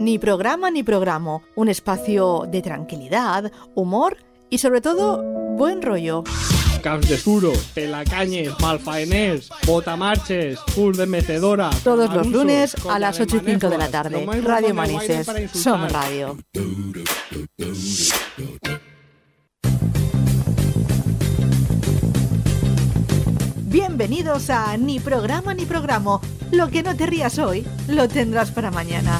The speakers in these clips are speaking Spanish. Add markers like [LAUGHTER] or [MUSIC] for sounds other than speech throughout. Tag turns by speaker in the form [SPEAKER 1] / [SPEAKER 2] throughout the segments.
[SPEAKER 1] Ni programa ni programa, un espacio de tranquilidad, humor y sobre todo buen rollo.
[SPEAKER 2] Camps de Suro, Pelacañes, Malfaenés, Botamarches, Full de Mecedora.
[SPEAKER 1] Todos los lunes a las 8 y 5 de la tarde. Radio Manises, Som Radio. Bienvenidos a Ni programa ni programa. Lo que no te rías hoy, lo tendrás para mañana.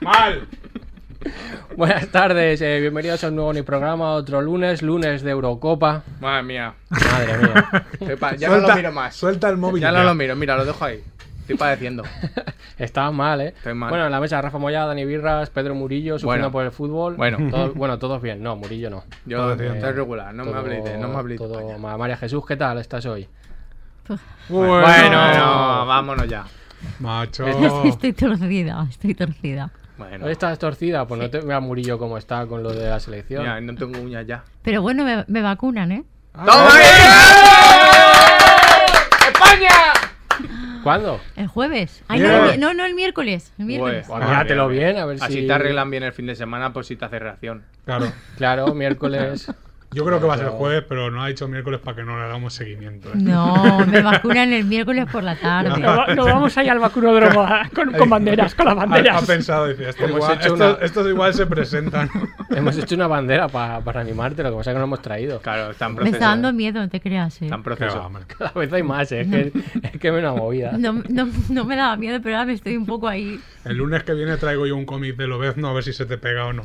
[SPEAKER 3] ¡Mal!
[SPEAKER 4] Buenas tardes, eh, bienvenidos a un nuevo Ni Programa, otro lunes, lunes de Eurocopa.
[SPEAKER 3] Madre mía.
[SPEAKER 4] Madre mía,
[SPEAKER 3] Estoy pa- Ya no
[SPEAKER 5] Suelta-
[SPEAKER 3] lo miro más.
[SPEAKER 5] Suelta el móvil.
[SPEAKER 3] Ya no lo miro, mira, lo dejo ahí. Estoy padeciendo.
[SPEAKER 4] está mal, ¿eh?
[SPEAKER 3] Estoy mal.
[SPEAKER 4] Bueno, en la mesa Rafa Moya, Dani Birras, Pedro Murillo, sufriendo
[SPEAKER 3] Bueno.
[SPEAKER 4] por el fútbol.
[SPEAKER 3] Bueno.
[SPEAKER 4] Todo- bueno, todos bien, no, Murillo no.
[SPEAKER 3] Yo
[SPEAKER 5] bien.
[SPEAKER 3] estoy regular, no me
[SPEAKER 4] Todo-
[SPEAKER 3] habléis de, no me habléis de
[SPEAKER 4] todo
[SPEAKER 3] España.
[SPEAKER 4] mal. María Jesús, ¿qué tal estás hoy?
[SPEAKER 3] Bueno, vámonos ya.
[SPEAKER 5] Macho.
[SPEAKER 6] [LAUGHS] Estoy torcida, estoy torcida.
[SPEAKER 3] Bueno,
[SPEAKER 4] ¿Hoy estás torcida? Pues no te vea Murillo como está con lo de la selección.
[SPEAKER 3] mira, no tengo uñas ya.
[SPEAKER 6] Pero bueno, me, me vacunan, ¿eh?
[SPEAKER 5] Ah.
[SPEAKER 3] ¡Toma ¡España!
[SPEAKER 4] ¿Cuándo?
[SPEAKER 3] Ah,
[SPEAKER 6] El jueves. Ay,
[SPEAKER 5] Bien.
[SPEAKER 6] no, el mi- no, no, el miércoles. El miércoles.
[SPEAKER 4] Pues míratelo bien, a ver
[SPEAKER 3] Así
[SPEAKER 4] si-
[SPEAKER 3] te arreglan bien el fin de semana por si te hace reacción.
[SPEAKER 5] Claro.
[SPEAKER 4] Claro,
[SPEAKER 3] [LAUGHS]
[SPEAKER 4] miércoles.
[SPEAKER 5] Yo creo que va a ser jueves, pero no ha dicho miércoles para que no le hagamos seguimiento. ¿eh?
[SPEAKER 6] No, me vacunan el miércoles por la tarde.
[SPEAKER 7] No, vamos ahí al vacunódromo [LAUGHS] a- con, con banderas, con las
[SPEAKER 5] Ha, ha
[SPEAKER 7] banderas.
[SPEAKER 5] pensado, dice, esto
[SPEAKER 3] Hemos
[SPEAKER 5] igual-
[SPEAKER 3] hecho
[SPEAKER 5] esto-
[SPEAKER 3] una-
[SPEAKER 5] estos igual
[SPEAKER 3] [LAUGHS]
[SPEAKER 5] se presentan.
[SPEAKER 4] hemos hecho una bandera pa- para animarte, lo que pasa es que no hemos traído. [LAUGHS]
[SPEAKER 3] Claro, está en
[SPEAKER 6] Me está
[SPEAKER 3] proceso.
[SPEAKER 6] dando miedo, no te creas, ¿eh?
[SPEAKER 3] Está en
[SPEAKER 5] Qué va,
[SPEAKER 3] proceso.
[SPEAKER 5] hombre.
[SPEAKER 4] Cada vez hay más, ¿eh? es que es que me una movida.
[SPEAKER 6] No, no, no me daba miedo, pero ahora me estoy un poco ahí.
[SPEAKER 5] El lunes que viene traigo yo un cómic de Lobezno a ver si se te pega o no. [LAUGHS]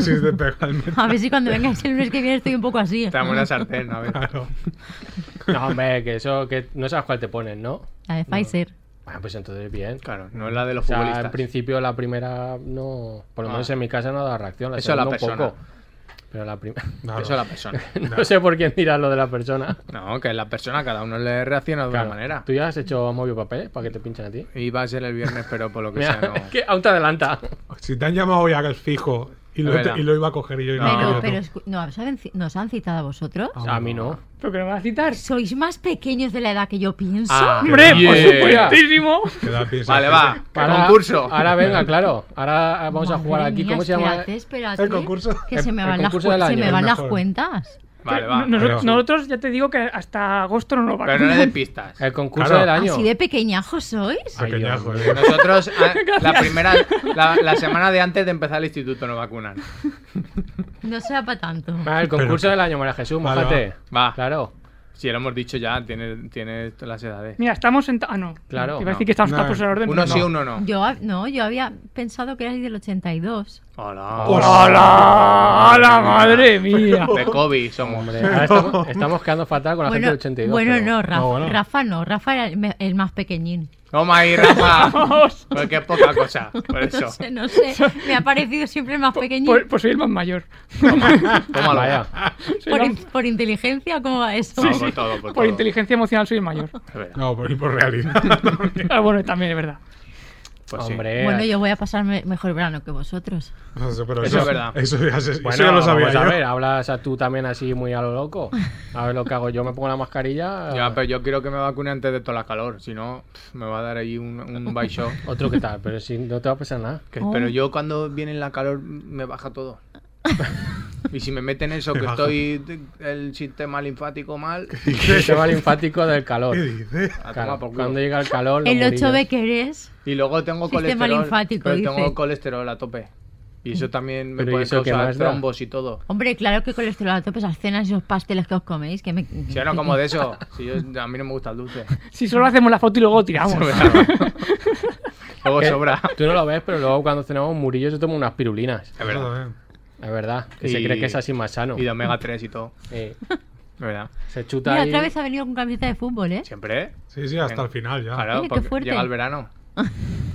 [SPEAKER 5] si te pega el metro.
[SPEAKER 6] A ver si cuando vengas el lunes que viene estoy un poco así.
[SPEAKER 3] Está en una sartén, a ver.
[SPEAKER 5] Claro.
[SPEAKER 4] No, hombre, que eso, que no sabes cuál te ponen, ¿no?
[SPEAKER 6] La de Pfizer.
[SPEAKER 4] Bueno, pues entonces bien.
[SPEAKER 3] Claro, no es la de los
[SPEAKER 4] O sea, en
[SPEAKER 3] futbolistas.
[SPEAKER 4] principio la primera no. Por lo
[SPEAKER 3] Ah.
[SPEAKER 4] menos en mi casa no da reacción. La
[SPEAKER 3] Eso a la
[SPEAKER 4] segunda un
[SPEAKER 3] persona.
[SPEAKER 4] poco. Pero la [LAUGHS] primera.
[SPEAKER 5] No,
[SPEAKER 3] Eso es la persona.
[SPEAKER 4] no sé por quién dirás lo de la persona. [LAUGHS]
[SPEAKER 3] No, que la persona cada uno le reacciona de
[SPEAKER 4] Claro.
[SPEAKER 3] una manera.
[SPEAKER 4] ¿Tú ya has hecho movido papeles para que te pinchen a ti?
[SPEAKER 3] Iba a ser el viernes, pero por
[SPEAKER 4] [LAUGHS]
[SPEAKER 3] lo que
[SPEAKER 4] Mira,
[SPEAKER 3] sea no.
[SPEAKER 4] es que aún te adelanta.
[SPEAKER 5] Si te han llamado hoy al fijo y lo,
[SPEAKER 3] verdad.
[SPEAKER 5] y lo iba a coger yo y no,
[SPEAKER 3] No.
[SPEAKER 5] he querido
[SPEAKER 6] Pero,
[SPEAKER 5] tú.
[SPEAKER 6] pero escu- no, ¿os han ci- ¿nos han citado a vosotros?
[SPEAKER 4] O sea, a mí no.
[SPEAKER 7] ¿Pero que me vas a citar?
[SPEAKER 6] ¿Sois más pequeños de la edad que yo pienso?
[SPEAKER 3] Ah,
[SPEAKER 7] ¡Hombre, por
[SPEAKER 4] Yeah.
[SPEAKER 7] supuestísimo!
[SPEAKER 5] Que da piensa
[SPEAKER 3] vale,
[SPEAKER 5] que-
[SPEAKER 3] va. que
[SPEAKER 4] [LAUGHS] Ahora-
[SPEAKER 3] concurso. [LAUGHS]
[SPEAKER 4] Ahora venga, claro. Ahora vamos a
[SPEAKER 6] Madre
[SPEAKER 4] jugar aquí.
[SPEAKER 6] mía,
[SPEAKER 4] ¿Cómo se llama?
[SPEAKER 6] espérate, espérate,
[SPEAKER 5] El concurso.
[SPEAKER 6] Que
[SPEAKER 4] El-
[SPEAKER 6] se me
[SPEAKER 4] el
[SPEAKER 6] van, las,
[SPEAKER 4] concurso del
[SPEAKER 6] cu- se
[SPEAKER 4] año,
[SPEAKER 6] me
[SPEAKER 4] el
[SPEAKER 6] van las
[SPEAKER 5] mejor.
[SPEAKER 6] cuentas.
[SPEAKER 3] Vale, va.
[SPEAKER 7] Nos-
[SPEAKER 5] Pero-
[SPEAKER 7] nosotros ya te digo que hasta agosto no nos
[SPEAKER 3] Pero no le
[SPEAKER 7] vacunan.
[SPEAKER 3] des pistas.
[SPEAKER 4] El concurso Eh,
[SPEAKER 5] Claro.
[SPEAKER 4] del año.
[SPEAKER 6] ¿Así de pequeñajos sois?
[SPEAKER 4] Ay,
[SPEAKER 5] Pequeñajo,
[SPEAKER 4] Dios.
[SPEAKER 5] eh.
[SPEAKER 3] Nosotros, a- la primera, la, la semana de antes de empezar el instituto nos vacunan.
[SPEAKER 6] No sea para tanto.
[SPEAKER 4] Ah, el concurso del año, María Jesús,
[SPEAKER 5] Vale,
[SPEAKER 4] mojate.
[SPEAKER 3] va. Va.
[SPEAKER 4] Claro.
[SPEAKER 3] Si lo hemos dicho ya, tiene, tiene todas las edades.
[SPEAKER 7] Mira, estamos en... Ah, no.
[SPEAKER 4] Claro,
[SPEAKER 7] Te iba a decir
[SPEAKER 4] no.
[SPEAKER 7] que estamos
[SPEAKER 5] No.
[SPEAKER 7] todos en orden.
[SPEAKER 3] Uno
[SPEAKER 7] pero
[SPEAKER 3] sí,
[SPEAKER 7] no.
[SPEAKER 3] uno no.
[SPEAKER 6] Yo, ha- no, yo había pensado que erais del 82.
[SPEAKER 3] Hola.
[SPEAKER 7] ¡Hola! ¡Hola, madre
[SPEAKER 4] [LAUGHS]
[SPEAKER 7] mía!
[SPEAKER 3] De COVID somos.
[SPEAKER 4] Hombre, ahora estamos, estamos quedando fatal con la gente del 82.
[SPEAKER 6] Bueno, bueno
[SPEAKER 4] pero-
[SPEAKER 6] no, Rafa,
[SPEAKER 5] No, bueno.
[SPEAKER 6] Rafa no. Rafa era el, me- el más pequeñín.
[SPEAKER 3] Toma ahí, Rafa.
[SPEAKER 7] [LAUGHS] Vamos.
[SPEAKER 3] Porque es poca cosa. Por eso.
[SPEAKER 6] [LAUGHS] No sé, no sé. Me ha parecido siempre el más pequeñín.
[SPEAKER 7] Pues,
[SPEAKER 6] ¿Por,
[SPEAKER 7] pues soy el más mayor.
[SPEAKER 3] Tómalo.
[SPEAKER 4] Vaya.
[SPEAKER 7] Soy la-
[SPEAKER 6] in- por inteligencia o cómo va eso?
[SPEAKER 3] No, por todo, por
[SPEAKER 7] Por
[SPEAKER 3] todo.
[SPEAKER 7] inteligencia emocional soy el mayor.
[SPEAKER 3] Es verdad.
[SPEAKER 5] No, por, y por
[SPEAKER 3] [LAUGHS]
[SPEAKER 5] realidad.
[SPEAKER 7] Ah, bueno, también es verdad.
[SPEAKER 3] Pues sí.
[SPEAKER 4] Hombre,
[SPEAKER 6] [LAUGHS] Bueno, yo voy a pasarme mejor verano que vosotros.
[SPEAKER 5] No sé, pero
[SPEAKER 3] Eso es verdad.
[SPEAKER 5] Eso ya, se- eso
[SPEAKER 4] bueno,
[SPEAKER 5] ya lo sabía
[SPEAKER 4] vamos a
[SPEAKER 5] yo.
[SPEAKER 4] ver, hablas a tú también así muy a lo loco. A ver lo que hago yo, me pongo la mascarilla.
[SPEAKER 3] Ya, pero yo quiero que me vacune antes de toda la calor. Si no, pf, me va a dar ahí un,
[SPEAKER 4] [LAUGHS]
[SPEAKER 3] un baixo.
[SPEAKER 4] Otro que tal, pero si no te va a
[SPEAKER 3] [LAUGHS]
[SPEAKER 4] pasar nada.
[SPEAKER 3] Que- Pero yo cuando viene la calor me baja
[SPEAKER 4] [LAUGHS]
[SPEAKER 3] todo. Y si me meten eso,
[SPEAKER 5] Te
[SPEAKER 3] que
[SPEAKER 5] baja.
[SPEAKER 3] estoy de- el sistema linfático mal,
[SPEAKER 4] Se va linfático del
[SPEAKER 3] [LAUGHS]
[SPEAKER 4] calor.
[SPEAKER 5] ¿Qué dices?
[SPEAKER 3] a tomar
[SPEAKER 4] Claro,
[SPEAKER 3] por culo.
[SPEAKER 4] cuando llega el calor, los
[SPEAKER 6] El 8
[SPEAKER 4] murillos.
[SPEAKER 6] b que eres.
[SPEAKER 3] Y luego tengo
[SPEAKER 6] Sistema
[SPEAKER 3] colesterol.
[SPEAKER 6] linfático,
[SPEAKER 3] pero
[SPEAKER 6] dice.
[SPEAKER 3] tengo colesterol a tope. Y eso también me
[SPEAKER 4] Pero ¿y
[SPEAKER 3] puede
[SPEAKER 4] eso qué
[SPEAKER 3] causar
[SPEAKER 4] más da?
[SPEAKER 3] trombos y todo.
[SPEAKER 6] Hombre, claro que colesterol a tope, esas cenas y esos pasteles que os coméis. Que me...
[SPEAKER 3] Si
[SPEAKER 6] [LAUGHS]
[SPEAKER 3] yo no como de
[SPEAKER 4] [LAUGHS]
[SPEAKER 3] eso, si yo, a mí no me gusta el dulce. [LAUGHS]
[SPEAKER 7] Si solo hacemos la foto y luego tiramos.
[SPEAKER 3] luego
[SPEAKER 4] Que-
[SPEAKER 3] sobra.
[SPEAKER 4] [LAUGHS] Tú no lo ves, pero luego cuando cenamos Murillo se toma unas pirulinas.
[SPEAKER 3] Es verdad.
[SPEAKER 5] Joder.
[SPEAKER 4] Es verdad, que
[SPEAKER 3] Y-
[SPEAKER 4] se cree que es así más sano.
[SPEAKER 3] Y de omega 3 y todo.
[SPEAKER 6] [LAUGHS]
[SPEAKER 4] Eh,
[SPEAKER 3] Es verdad.
[SPEAKER 4] se chuta
[SPEAKER 6] Mira,
[SPEAKER 4] ahí-
[SPEAKER 6] otra vez ha venido con camiseta de fútbol, ¿eh?
[SPEAKER 3] Siempre, ¿eh?
[SPEAKER 5] Sí, sí, hasta
[SPEAKER 3] Venga.
[SPEAKER 5] el final ya.
[SPEAKER 3] Claro,
[SPEAKER 6] Oye, qué
[SPEAKER 3] porque
[SPEAKER 6] fuerte.
[SPEAKER 3] llega el
[SPEAKER 6] [LAUGHS]
[SPEAKER 3] verano.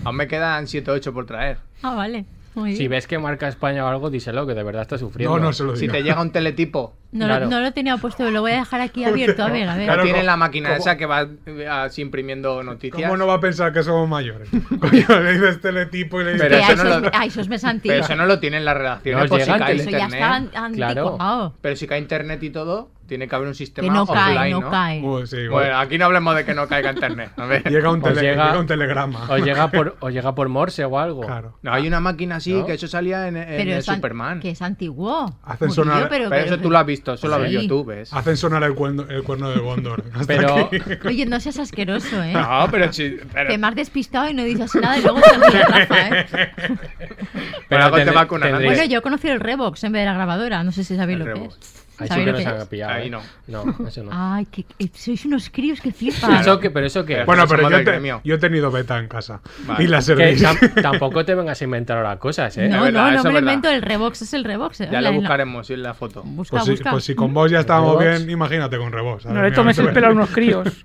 [SPEAKER 3] Aún me quedan 7 o 8 por traer.
[SPEAKER 6] Ah, vale. Muy bien.
[SPEAKER 4] Si ves que marca España o algo, díselo, que de verdad está sufriendo.
[SPEAKER 5] No, no se lo
[SPEAKER 3] Si
[SPEAKER 5] digo.
[SPEAKER 3] te llega un teletipo
[SPEAKER 6] No,
[SPEAKER 3] Claro.
[SPEAKER 6] lo, no lo tenía puesto, pero lo voy a dejar aquí abierto. A ver, a ver.
[SPEAKER 5] Claro,
[SPEAKER 3] tiene
[SPEAKER 5] ¿cómo-
[SPEAKER 3] la máquina
[SPEAKER 5] cómo-
[SPEAKER 3] esa que va eh, así imprimiendo noticias.
[SPEAKER 5] ¿Cómo no va a pensar que somos mayores? [LAUGHS] Coño, le dices teletipo y le dices.
[SPEAKER 3] Pero eso
[SPEAKER 6] Que a
[SPEAKER 3] no
[SPEAKER 6] esos,
[SPEAKER 3] lo-
[SPEAKER 6] me- a esos me santí.
[SPEAKER 3] Pero eso no lo tienen las redacciones
[SPEAKER 4] No
[SPEAKER 3] por si
[SPEAKER 4] llegan
[SPEAKER 3] cae
[SPEAKER 4] tele-
[SPEAKER 6] Eso ya
[SPEAKER 3] internet.
[SPEAKER 6] estaba an- anticuado.
[SPEAKER 3] Pero si cae internet y todo, tiene que haber un sistema
[SPEAKER 6] Que no
[SPEAKER 3] offline,
[SPEAKER 6] cae, no
[SPEAKER 3] ¿no?
[SPEAKER 6] cae.
[SPEAKER 5] Uy, Uh, sí, igual.
[SPEAKER 3] Bueno, aquí no hablemos de que no caiga internet. A ver.
[SPEAKER 5] [LAUGHS] llega, un
[SPEAKER 4] Os
[SPEAKER 5] tele-
[SPEAKER 4] llega-
[SPEAKER 5] llega un telegrama.
[SPEAKER 4] O llega por, o llega por Morse o algo.
[SPEAKER 5] [LAUGHS] Claro.
[SPEAKER 3] No, hay una máquina así
[SPEAKER 4] ¿No?
[SPEAKER 3] que eso salía en, en
[SPEAKER 6] Pero
[SPEAKER 3] el
[SPEAKER 6] es an-
[SPEAKER 3] Superman.
[SPEAKER 6] Que es antiguo.
[SPEAKER 5] Hacen
[SPEAKER 6] Murillo,
[SPEAKER 5] sonar-
[SPEAKER 6] pero,
[SPEAKER 3] Pero eso tú lo has visto, eso lo has
[SPEAKER 6] Sí. Ah,
[SPEAKER 3] visto tú, ¿ves?
[SPEAKER 5] Hacen sonar el cuerno, el cuerno de Gondor. [LAUGHS]
[SPEAKER 3] [LAUGHS]
[SPEAKER 5] Hasta
[SPEAKER 4] Pero,
[SPEAKER 5] aquí.
[SPEAKER 6] Oye, no seas asqueroso, ¿eh?
[SPEAKER 3] No, pero si. Pero,
[SPEAKER 6] Que me has despistado y no dices nada y luego te ríes,
[SPEAKER 3] [LAUGHS]
[SPEAKER 6] Rafa, ¿eh?
[SPEAKER 3] Por
[SPEAKER 4] pero
[SPEAKER 3] algo te
[SPEAKER 4] tendré-
[SPEAKER 3] vacunan,
[SPEAKER 4] tendréis-
[SPEAKER 6] Bueno, yo conocí el Revox en vez de la grabadora. No sé si
[SPEAKER 3] El
[SPEAKER 6] sabéis lo que
[SPEAKER 3] Revox.
[SPEAKER 6] es.
[SPEAKER 4] Ahí sí
[SPEAKER 6] ¿Sabéis
[SPEAKER 4] que
[SPEAKER 6] lo
[SPEAKER 4] nos
[SPEAKER 6] que
[SPEAKER 4] han
[SPEAKER 6] es? Ah,
[SPEAKER 4] pillado.
[SPEAKER 3] Ahí
[SPEAKER 4] ¿eh?
[SPEAKER 3] no.
[SPEAKER 4] No, eso no.
[SPEAKER 6] Ay, que, que sois unos críos que flipan.
[SPEAKER 4] ¿Eso qué- ¿Pero eso qué?
[SPEAKER 3] Pero-
[SPEAKER 5] Bueno,
[SPEAKER 3] Somos
[SPEAKER 5] pero yo,
[SPEAKER 3] del
[SPEAKER 5] te-
[SPEAKER 3] gremio.
[SPEAKER 5] yo he tenido beta en casa.
[SPEAKER 3] Vale.
[SPEAKER 5] Y la
[SPEAKER 4] Que
[SPEAKER 5] [LAUGHS] servéis.
[SPEAKER 4] tam- tampoco te vengas a inventar ahora cosas, ¿eh?
[SPEAKER 6] no,
[SPEAKER 3] es verdad,
[SPEAKER 6] no,
[SPEAKER 3] eso
[SPEAKER 6] no
[SPEAKER 3] es
[SPEAKER 6] me lo
[SPEAKER 3] verdad.
[SPEAKER 6] invento. El Revox es el Revox.
[SPEAKER 3] ya lo
[SPEAKER 6] en la- en la-
[SPEAKER 3] buscaremos en la foto.
[SPEAKER 6] Busca,
[SPEAKER 5] Pues si,
[SPEAKER 6] busca.
[SPEAKER 5] pues si con vos ya estábamos
[SPEAKER 4] Revox.
[SPEAKER 5] bien, imagínate con Revox.
[SPEAKER 7] No le tomes el
[SPEAKER 5] [LAUGHS]
[SPEAKER 7] pelo a
[SPEAKER 4] [LAUGHS]
[SPEAKER 7] unos críos.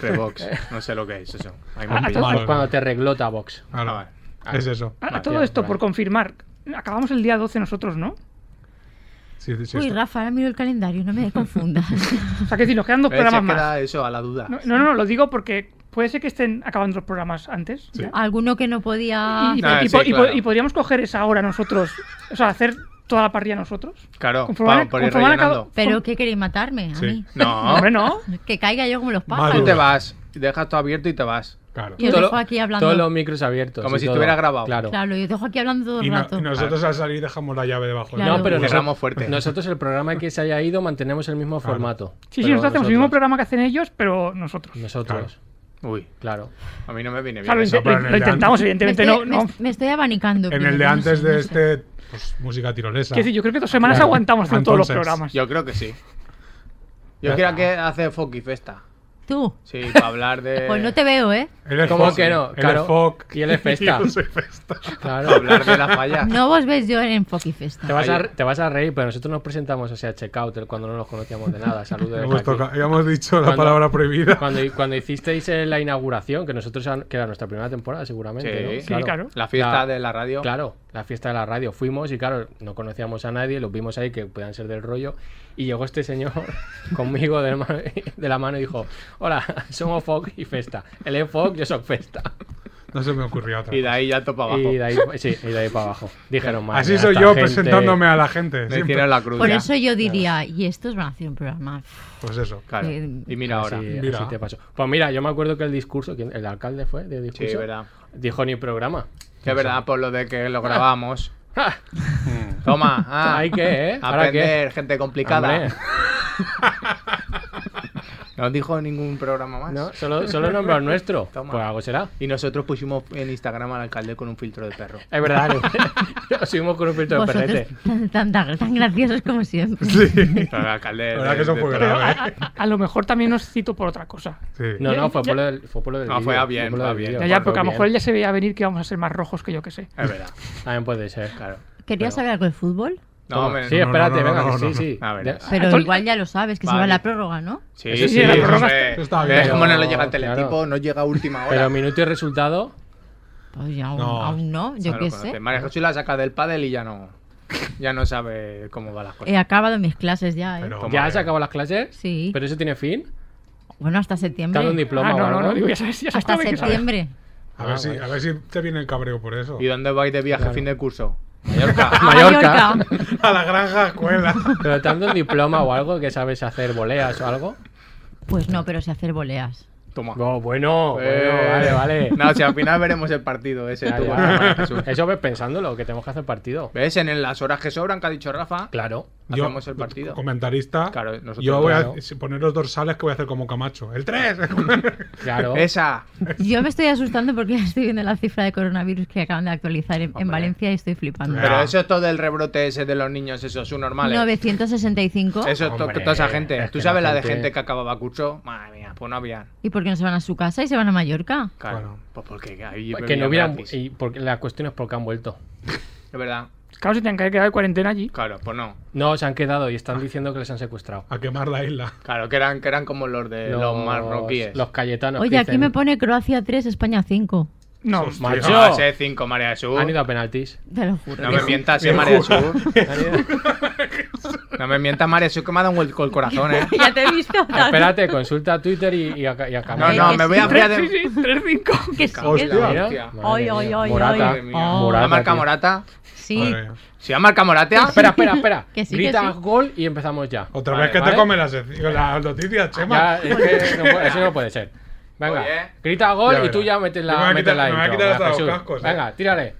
[SPEAKER 3] Revox. No sé lo que es eso. Ahí me
[SPEAKER 7] Ah,
[SPEAKER 3] han
[SPEAKER 7] ah,
[SPEAKER 3] pillado.
[SPEAKER 5] vale.
[SPEAKER 4] Es cuando te reglota Vox.
[SPEAKER 5] Claro.
[SPEAKER 3] Ah,
[SPEAKER 5] Es eso.
[SPEAKER 7] A-
[SPEAKER 4] Vale,
[SPEAKER 7] a todo
[SPEAKER 4] vale,
[SPEAKER 7] esto,
[SPEAKER 4] vale.
[SPEAKER 7] por confirmar, acabamos el día 12 nosotros, ¿no?
[SPEAKER 5] Sí, sí, sí,
[SPEAKER 6] Uy,
[SPEAKER 5] está.
[SPEAKER 6] Rafa, ahora miro el calendario, no me confundas.
[SPEAKER 7] O sea, que decir, nos quedan
[SPEAKER 4] Eh,
[SPEAKER 7] dos
[SPEAKER 3] Pero se
[SPEAKER 7] programas más.
[SPEAKER 3] queda eso a la duda.
[SPEAKER 7] No, no, no, lo digo porque puede ser que estén acabando los programas antes.
[SPEAKER 5] [LAUGHS] Sí.
[SPEAKER 6] Alguno que no podía.
[SPEAKER 7] Y, y-
[SPEAKER 3] Ah,
[SPEAKER 7] y
[SPEAKER 3] sí,
[SPEAKER 7] po- y po-
[SPEAKER 3] claro.
[SPEAKER 7] y podríamos coger esa hora nosotros, o sea, hacer toda la parrilla nosotros.
[SPEAKER 3] Claro,
[SPEAKER 7] Conforme
[SPEAKER 3] pa-
[SPEAKER 7] han-
[SPEAKER 3] por ir
[SPEAKER 7] conforme han
[SPEAKER 3] rellenando.
[SPEAKER 7] acabado-
[SPEAKER 6] ¿Pero qué queréis matarme? A
[SPEAKER 5] Sí.
[SPEAKER 6] mí.
[SPEAKER 3] No,
[SPEAKER 7] Hombre, no.
[SPEAKER 6] Que caiga yo como los
[SPEAKER 5] Madre.
[SPEAKER 6] pájaros.
[SPEAKER 3] tú te vas, dejas todo abierto y te vas.
[SPEAKER 5] Claro.
[SPEAKER 6] Yo
[SPEAKER 4] Todo
[SPEAKER 6] dejo
[SPEAKER 4] lo-
[SPEAKER 6] aquí hablando.
[SPEAKER 4] Todos los micros abiertos.
[SPEAKER 3] Como
[SPEAKER 4] y
[SPEAKER 3] si
[SPEAKER 4] todo.
[SPEAKER 3] estuviera grabado.
[SPEAKER 4] Claro.
[SPEAKER 6] Claro, yo dejo aquí hablando todo el
[SPEAKER 5] Y, no-
[SPEAKER 6] rato.
[SPEAKER 5] y nosotros al salir dejamos la llave debajo. del
[SPEAKER 6] Claro.
[SPEAKER 4] No, pero
[SPEAKER 5] culo.
[SPEAKER 3] Cerramos fuerte.
[SPEAKER 4] Nosotros el programa que se haya ido mantenemos el mismo
[SPEAKER 5] Claro.
[SPEAKER 4] formato.
[SPEAKER 7] Sí, sí,
[SPEAKER 4] Pero
[SPEAKER 7] nosotros hacemos el mismo programa que hacen ellos, pero nosotros.
[SPEAKER 4] Nosotros,
[SPEAKER 3] Uy,
[SPEAKER 4] claro.
[SPEAKER 3] a mí no me viene
[SPEAKER 7] O
[SPEAKER 3] bien.
[SPEAKER 7] sea, lo,
[SPEAKER 5] eso,
[SPEAKER 7] inte-
[SPEAKER 5] pero
[SPEAKER 7] lo
[SPEAKER 5] en el de antes-
[SPEAKER 7] intentamos,
[SPEAKER 6] me,
[SPEAKER 7] evidentemente,
[SPEAKER 6] estoy,
[SPEAKER 7] no.
[SPEAKER 6] me-
[SPEAKER 7] no.
[SPEAKER 6] me estoy abanicando.
[SPEAKER 5] En
[SPEAKER 6] creo,
[SPEAKER 5] el de
[SPEAKER 6] no sé,
[SPEAKER 5] antes de
[SPEAKER 6] no sé.
[SPEAKER 5] este, pues música tirolesa.
[SPEAKER 7] Que sí, yo creo que dos semanas
[SPEAKER 5] Claro.
[SPEAKER 7] aguantamos con todos los
[SPEAKER 5] Entonces,
[SPEAKER 7] programas.
[SPEAKER 3] Yo creo que sí. Yo creo que hace Foki Festa.
[SPEAKER 6] Tú.
[SPEAKER 3] Sí, para hablar de.
[SPEAKER 6] Pues no te veo, ¿eh?
[SPEAKER 5] Él es
[SPEAKER 4] ¿Cómo
[SPEAKER 5] Fox,
[SPEAKER 4] que no?
[SPEAKER 5] él
[SPEAKER 4] Claro.
[SPEAKER 5] es Fox. [LAUGHS]
[SPEAKER 4] Y él es Festa.
[SPEAKER 5] yo soy Festa.
[SPEAKER 3] Para
[SPEAKER 4] Claro.
[SPEAKER 3] hablar de las
[SPEAKER 5] Eh.
[SPEAKER 3] fallas.
[SPEAKER 6] No vos ves yo en Foki Festa.
[SPEAKER 4] Te vas,
[SPEAKER 3] Ahí-
[SPEAKER 4] a, te vas a reír, pero nosotros nos presentamos, o sea, checkout, cuando no nos conocíamos de nada. Saludos. desde
[SPEAKER 5] Hemos,
[SPEAKER 4] aquí.
[SPEAKER 5] toca- hemos dicho la
[SPEAKER 4] Cuando-
[SPEAKER 5] palabra prohibida.
[SPEAKER 4] Cuando, cuando hicisteis eh, la inauguración, que nosotros an- que era nuestra primera temporada, seguramente.
[SPEAKER 3] Sí,
[SPEAKER 4] ¿no?
[SPEAKER 7] sí, claro.
[SPEAKER 3] La fiesta
[SPEAKER 4] La-
[SPEAKER 3] de la radio.
[SPEAKER 4] Claro, la fiesta de la radio. Fuimos y claro, no conocíamos a nadie, los vimos ahí que podían ser del rollo. Y llegó este señor [LAUGHS] conmigo de la mano, de la mano y dijo, hola, somos Fox y Festa. Él es Fox, yo soy Festa.
[SPEAKER 5] No se me ocurrió otra.
[SPEAKER 3] Y de ahí ya topa abajo.
[SPEAKER 4] Y de ahí, sí, y de ahí para abajo. Dijeron más.
[SPEAKER 5] Así soy yo presentándome a la gente.
[SPEAKER 3] Me
[SPEAKER 5] siempre.
[SPEAKER 3] hicieron la cruz.
[SPEAKER 6] Por
[SPEAKER 3] ya.
[SPEAKER 6] eso yo diría, y estos van a hacer un programa.
[SPEAKER 5] Pues eso.
[SPEAKER 3] Claro.
[SPEAKER 6] Eh,
[SPEAKER 3] Y mira ahora.
[SPEAKER 4] Así,
[SPEAKER 5] Mira.
[SPEAKER 4] así te pasó. Pues mira, yo me acuerdo que el discurso, ¿quién- el alcalde fue, de
[SPEAKER 3] Sí,
[SPEAKER 4] discurso,
[SPEAKER 3] es verdad.
[SPEAKER 4] dijo
[SPEAKER 3] [LAUGHS]
[SPEAKER 4] ni programa.
[SPEAKER 3] Que es verdad, por lo de que
[SPEAKER 6] Ah.
[SPEAKER 3] lo grabamos.
[SPEAKER 4] ¡Ja!
[SPEAKER 3] Toma, ah,
[SPEAKER 4] Ay, ¿qué, eh? ¿Ahora
[SPEAKER 3] aprender, gente complicada.
[SPEAKER 4] Hombre.
[SPEAKER 3] No dijo ningún programa más.
[SPEAKER 4] No, solo, solo nombró el nuestro.
[SPEAKER 3] Toma.
[SPEAKER 4] Pues algo será.
[SPEAKER 3] Y nosotros pusimos en Instagram al alcalde con un filtro de
[SPEAKER 5] [LAUGHS]
[SPEAKER 3] perro. [LAUGHS]
[SPEAKER 4] Es verdad. [LAUGHS] Nos subimos con un filtro de
[SPEAKER 6] Vosotros
[SPEAKER 4] perrete.
[SPEAKER 6] tan, [LAUGHS] tan, tan- tan graciosos como siempre.
[SPEAKER 3] Pero el alcalde.
[SPEAKER 5] La verdad que eso fue
[SPEAKER 3] perro.
[SPEAKER 7] Pero a,
[SPEAKER 5] grave.
[SPEAKER 4] [LAUGHS]
[SPEAKER 7] a- a lo mejor también nos cito por otra cosa.
[SPEAKER 5] Sí.
[SPEAKER 4] No, no, fue por lo del, fue por lo del
[SPEAKER 3] No,
[SPEAKER 4] vídeo,
[SPEAKER 3] Ah, fue a bien,
[SPEAKER 4] por lo
[SPEAKER 3] fue a
[SPEAKER 4] del
[SPEAKER 3] bien. Ah,
[SPEAKER 4] vídeo.
[SPEAKER 7] Ya, ya,
[SPEAKER 4] Fue
[SPEAKER 7] porque a lo
[SPEAKER 4] bien.
[SPEAKER 7] mejor él ya se veía venir que íbamos a ser más rojos que yo que sé.
[SPEAKER 3] Es verdad,
[SPEAKER 4] También puede ser.
[SPEAKER 3] claro.
[SPEAKER 6] ¿Querías saber algo de fútbol?
[SPEAKER 3] No, hombre,
[SPEAKER 4] sí, eh.
[SPEAKER 5] no,
[SPEAKER 4] espérate,
[SPEAKER 5] no, no,
[SPEAKER 4] venga,
[SPEAKER 5] no,
[SPEAKER 4] que
[SPEAKER 5] no,
[SPEAKER 4] sí, sí.
[SPEAKER 3] no. A ver,
[SPEAKER 4] Ya-
[SPEAKER 3] a ver.
[SPEAKER 5] Ah,
[SPEAKER 6] Pero
[SPEAKER 7] esto-
[SPEAKER 6] igual ya lo sabes, que se
[SPEAKER 3] Vale.
[SPEAKER 6] va la prórroga, ¿no?
[SPEAKER 3] Sí,
[SPEAKER 7] Eso
[SPEAKER 3] sí,
[SPEAKER 7] sí, la
[SPEAKER 3] eso
[SPEAKER 7] prórroga
[SPEAKER 3] es-
[SPEAKER 5] está- está
[SPEAKER 3] ¿Ves
[SPEAKER 5] bien.
[SPEAKER 3] cómo no le
[SPEAKER 4] Pero,
[SPEAKER 3] llega el teletipo?
[SPEAKER 4] claro.
[SPEAKER 3] No llega a última hora.
[SPEAKER 4] Pero minuto y resultado.
[SPEAKER 6] Pues ya aún
[SPEAKER 5] No.
[SPEAKER 6] aún no, yo
[SPEAKER 3] No lo
[SPEAKER 6] qué
[SPEAKER 3] conoce.
[SPEAKER 6] sé.
[SPEAKER 3] María Jesús la saca del pádel y ya no, ya no sabe cómo van las cosas.
[SPEAKER 6] He acabado mis clases ya, ¿eh?
[SPEAKER 5] Pero-
[SPEAKER 4] ¿Ya
[SPEAKER 5] Madre.
[SPEAKER 4] se acaban las clases?
[SPEAKER 6] Sí.
[SPEAKER 4] ¿Pero eso tiene fin?
[SPEAKER 6] Bueno, hasta
[SPEAKER 4] ¿Te
[SPEAKER 6] septiembre.
[SPEAKER 4] dan un diploma
[SPEAKER 7] ah,
[SPEAKER 4] o
[SPEAKER 7] no, no,
[SPEAKER 4] algo?
[SPEAKER 7] no, digo, ya sabes, ya sabes.
[SPEAKER 6] hasta
[SPEAKER 7] tú que sabes.
[SPEAKER 6] septiembre.
[SPEAKER 5] A,
[SPEAKER 4] Ah,
[SPEAKER 5] ver si, a ver si te viene el cabreo por eso.
[SPEAKER 3] ¿Y dónde vais de viaje a fin de curso?
[SPEAKER 6] A
[SPEAKER 4] [LAUGHS] Mallorca.
[SPEAKER 6] Mallorca.
[SPEAKER 5] [LAUGHS] A la
[SPEAKER 4] [LAUGHS]
[SPEAKER 5] granja escuela.
[SPEAKER 4] ¿Pero te dan un diploma o algo que sabes hacer voleas o algo?
[SPEAKER 6] Pues no, pero sé hacer voleas.
[SPEAKER 3] Toma.
[SPEAKER 4] No, bueno, bueno,
[SPEAKER 3] Eh,
[SPEAKER 4] vale, vale.
[SPEAKER 3] No, si al final veremos el partido ese.
[SPEAKER 4] Ya,
[SPEAKER 3] tú,
[SPEAKER 4] ya.
[SPEAKER 3] con María Jesús.
[SPEAKER 4] Eso ves pensándolo, que tenemos que hacer partido.
[SPEAKER 3] ¿Ves? En las horas que sobran que ha dicho Rafa,
[SPEAKER 4] Claro.
[SPEAKER 3] hacemos el partido.
[SPEAKER 5] Comentarista.
[SPEAKER 3] Claro, nosotros,
[SPEAKER 5] yo voy
[SPEAKER 4] claro.
[SPEAKER 5] a si- poner los dorsales que voy a hacer como Camacho. ¡El 3!
[SPEAKER 4] Claro.
[SPEAKER 3] Esa.
[SPEAKER 6] Yo me estoy asustando porque estoy viendo la cifra de coronavirus que acaban de actualizar en, en
[SPEAKER 3] Hombre.
[SPEAKER 6] Valencia y estoy flipando.
[SPEAKER 4] Ah.
[SPEAKER 3] Pero eso es todo el rebrote ese de los niños, esos subnormales.
[SPEAKER 6] 965.
[SPEAKER 3] ¿eh? Eso es to-
[SPEAKER 4] Hombre,
[SPEAKER 3] toda esa gente.
[SPEAKER 4] es
[SPEAKER 3] ¿Tú
[SPEAKER 4] que
[SPEAKER 3] sabes
[SPEAKER 4] la
[SPEAKER 3] la de
[SPEAKER 4] gente-
[SPEAKER 3] gente que acababa curso? Madre mía, pues no había.
[SPEAKER 6] ¿Y por qué no se van a su casa y se van a Mallorca?
[SPEAKER 3] Claro.
[SPEAKER 5] Bueno.
[SPEAKER 3] Pues porque ahí
[SPEAKER 4] Que
[SPEAKER 3] bebían
[SPEAKER 4] no hubieran.
[SPEAKER 3] gratis.
[SPEAKER 4] Y porque, la cuestión es por qué han vuelto.
[SPEAKER 3] Es verdad.
[SPEAKER 7] Claro, se te han quedado de cuarentena allí.
[SPEAKER 3] Claro, pues no.
[SPEAKER 4] No, se han quedado y están diciendo que les han secuestrado.
[SPEAKER 5] [LAUGHS] A quemar la isla.
[SPEAKER 3] Claro, que eran, que eran como Eh, los de los, marroquíes.
[SPEAKER 4] Los cayetanos.
[SPEAKER 6] Oye,
[SPEAKER 4] que
[SPEAKER 6] aquí
[SPEAKER 4] dicen-
[SPEAKER 6] me pone Croacia 3, España 5.
[SPEAKER 7] No,
[SPEAKER 5] Hostia.
[SPEAKER 4] Macho.
[SPEAKER 5] No,
[SPEAKER 4] Yo.
[SPEAKER 3] No, sé 5 Marea Sur.
[SPEAKER 4] Han ido a penaltis.
[SPEAKER 6] [LAUGHS] Te lo
[SPEAKER 3] [LAUGHS]
[SPEAKER 6] juro.
[SPEAKER 3] No me
[SPEAKER 4] [LAUGHS]
[SPEAKER 6] tío.
[SPEAKER 3] mientas, eh,
[SPEAKER 5] Me
[SPEAKER 3] Marea
[SPEAKER 5] juro.
[SPEAKER 3] Sur.
[SPEAKER 4] Han ido-
[SPEAKER 3] No me mientas, Marea Sur, que me ha dado un vuelco el corazón,
[SPEAKER 7] [LAUGHS]
[SPEAKER 3] eh.
[SPEAKER 6] ya te he visto. tal.
[SPEAKER 4] Ah, Espérate, consulta Twitter y, y, aca- y
[SPEAKER 3] No,
[SPEAKER 4] acabamos.
[SPEAKER 3] no, me voy a abrir
[SPEAKER 7] Sí,
[SPEAKER 3] de.
[SPEAKER 7] sí, 3-5.
[SPEAKER 6] Que sí, que
[SPEAKER 5] Hostia.
[SPEAKER 6] sí.
[SPEAKER 4] Mira,
[SPEAKER 3] Hostia.
[SPEAKER 4] madre
[SPEAKER 6] Ay, ay,
[SPEAKER 4] mía.
[SPEAKER 6] ay,
[SPEAKER 4] Morata.
[SPEAKER 6] ay. Ah.
[SPEAKER 4] Oh.
[SPEAKER 3] ¿Ha
[SPEAKER 4] Morata,
[SPEAKER 3] marcado
[SPEAKER 4] tío. Ah,
[SPEAKER 3] Morata?
[SPEAKER 6] Sí.
[SPEAKER 5] Madre mía.
[SPEAKER 3] Si ha marcado Morata.
[SPEAKER 7] [LAUGHS]
[SPEAKER 4] Espera, espera, espera.
[SPEAKER 6] Que sí, que
[SPEAKER 4] Grita
[SPEAKER 6] sí.
[SPEAKER 4] gol y empezamos ya.
[SPEAKER 5] Otra
[SPEAKER 4] Vale,
[SPEAKER 5] vez que
[SPEAKER 4] ¿vale?
[SPEAKER 5] te come las la noticias, Chema.
[SPEAKER 4] Ya, es que no puede- eso no puede ser. Venga,
[SPEAKER 3] Oye.
[SPEAKER 4] grita gol
[SPEAKER 5] Ya
[SPEAKER 4] y tú
[SPEAKER 5] verás.
[SPEAKER 4] ya metes
[SPEAKER 5] Me voy
[SPEAKER 4] la,
[SPEAKER 5] a
[SPEAKER 4] metes
[SPEAKER 5] quitar-
[SPEAKER 4] la
[SPEAKER 5] me voy a
[SPEAKER 4] intro.
[SPEAKER 5] quitar hasta los
[SPEAKER 4] Jesús.
[SPEAKER 5] cascos, eh.
[SPEAKER 4] Venga, tírale.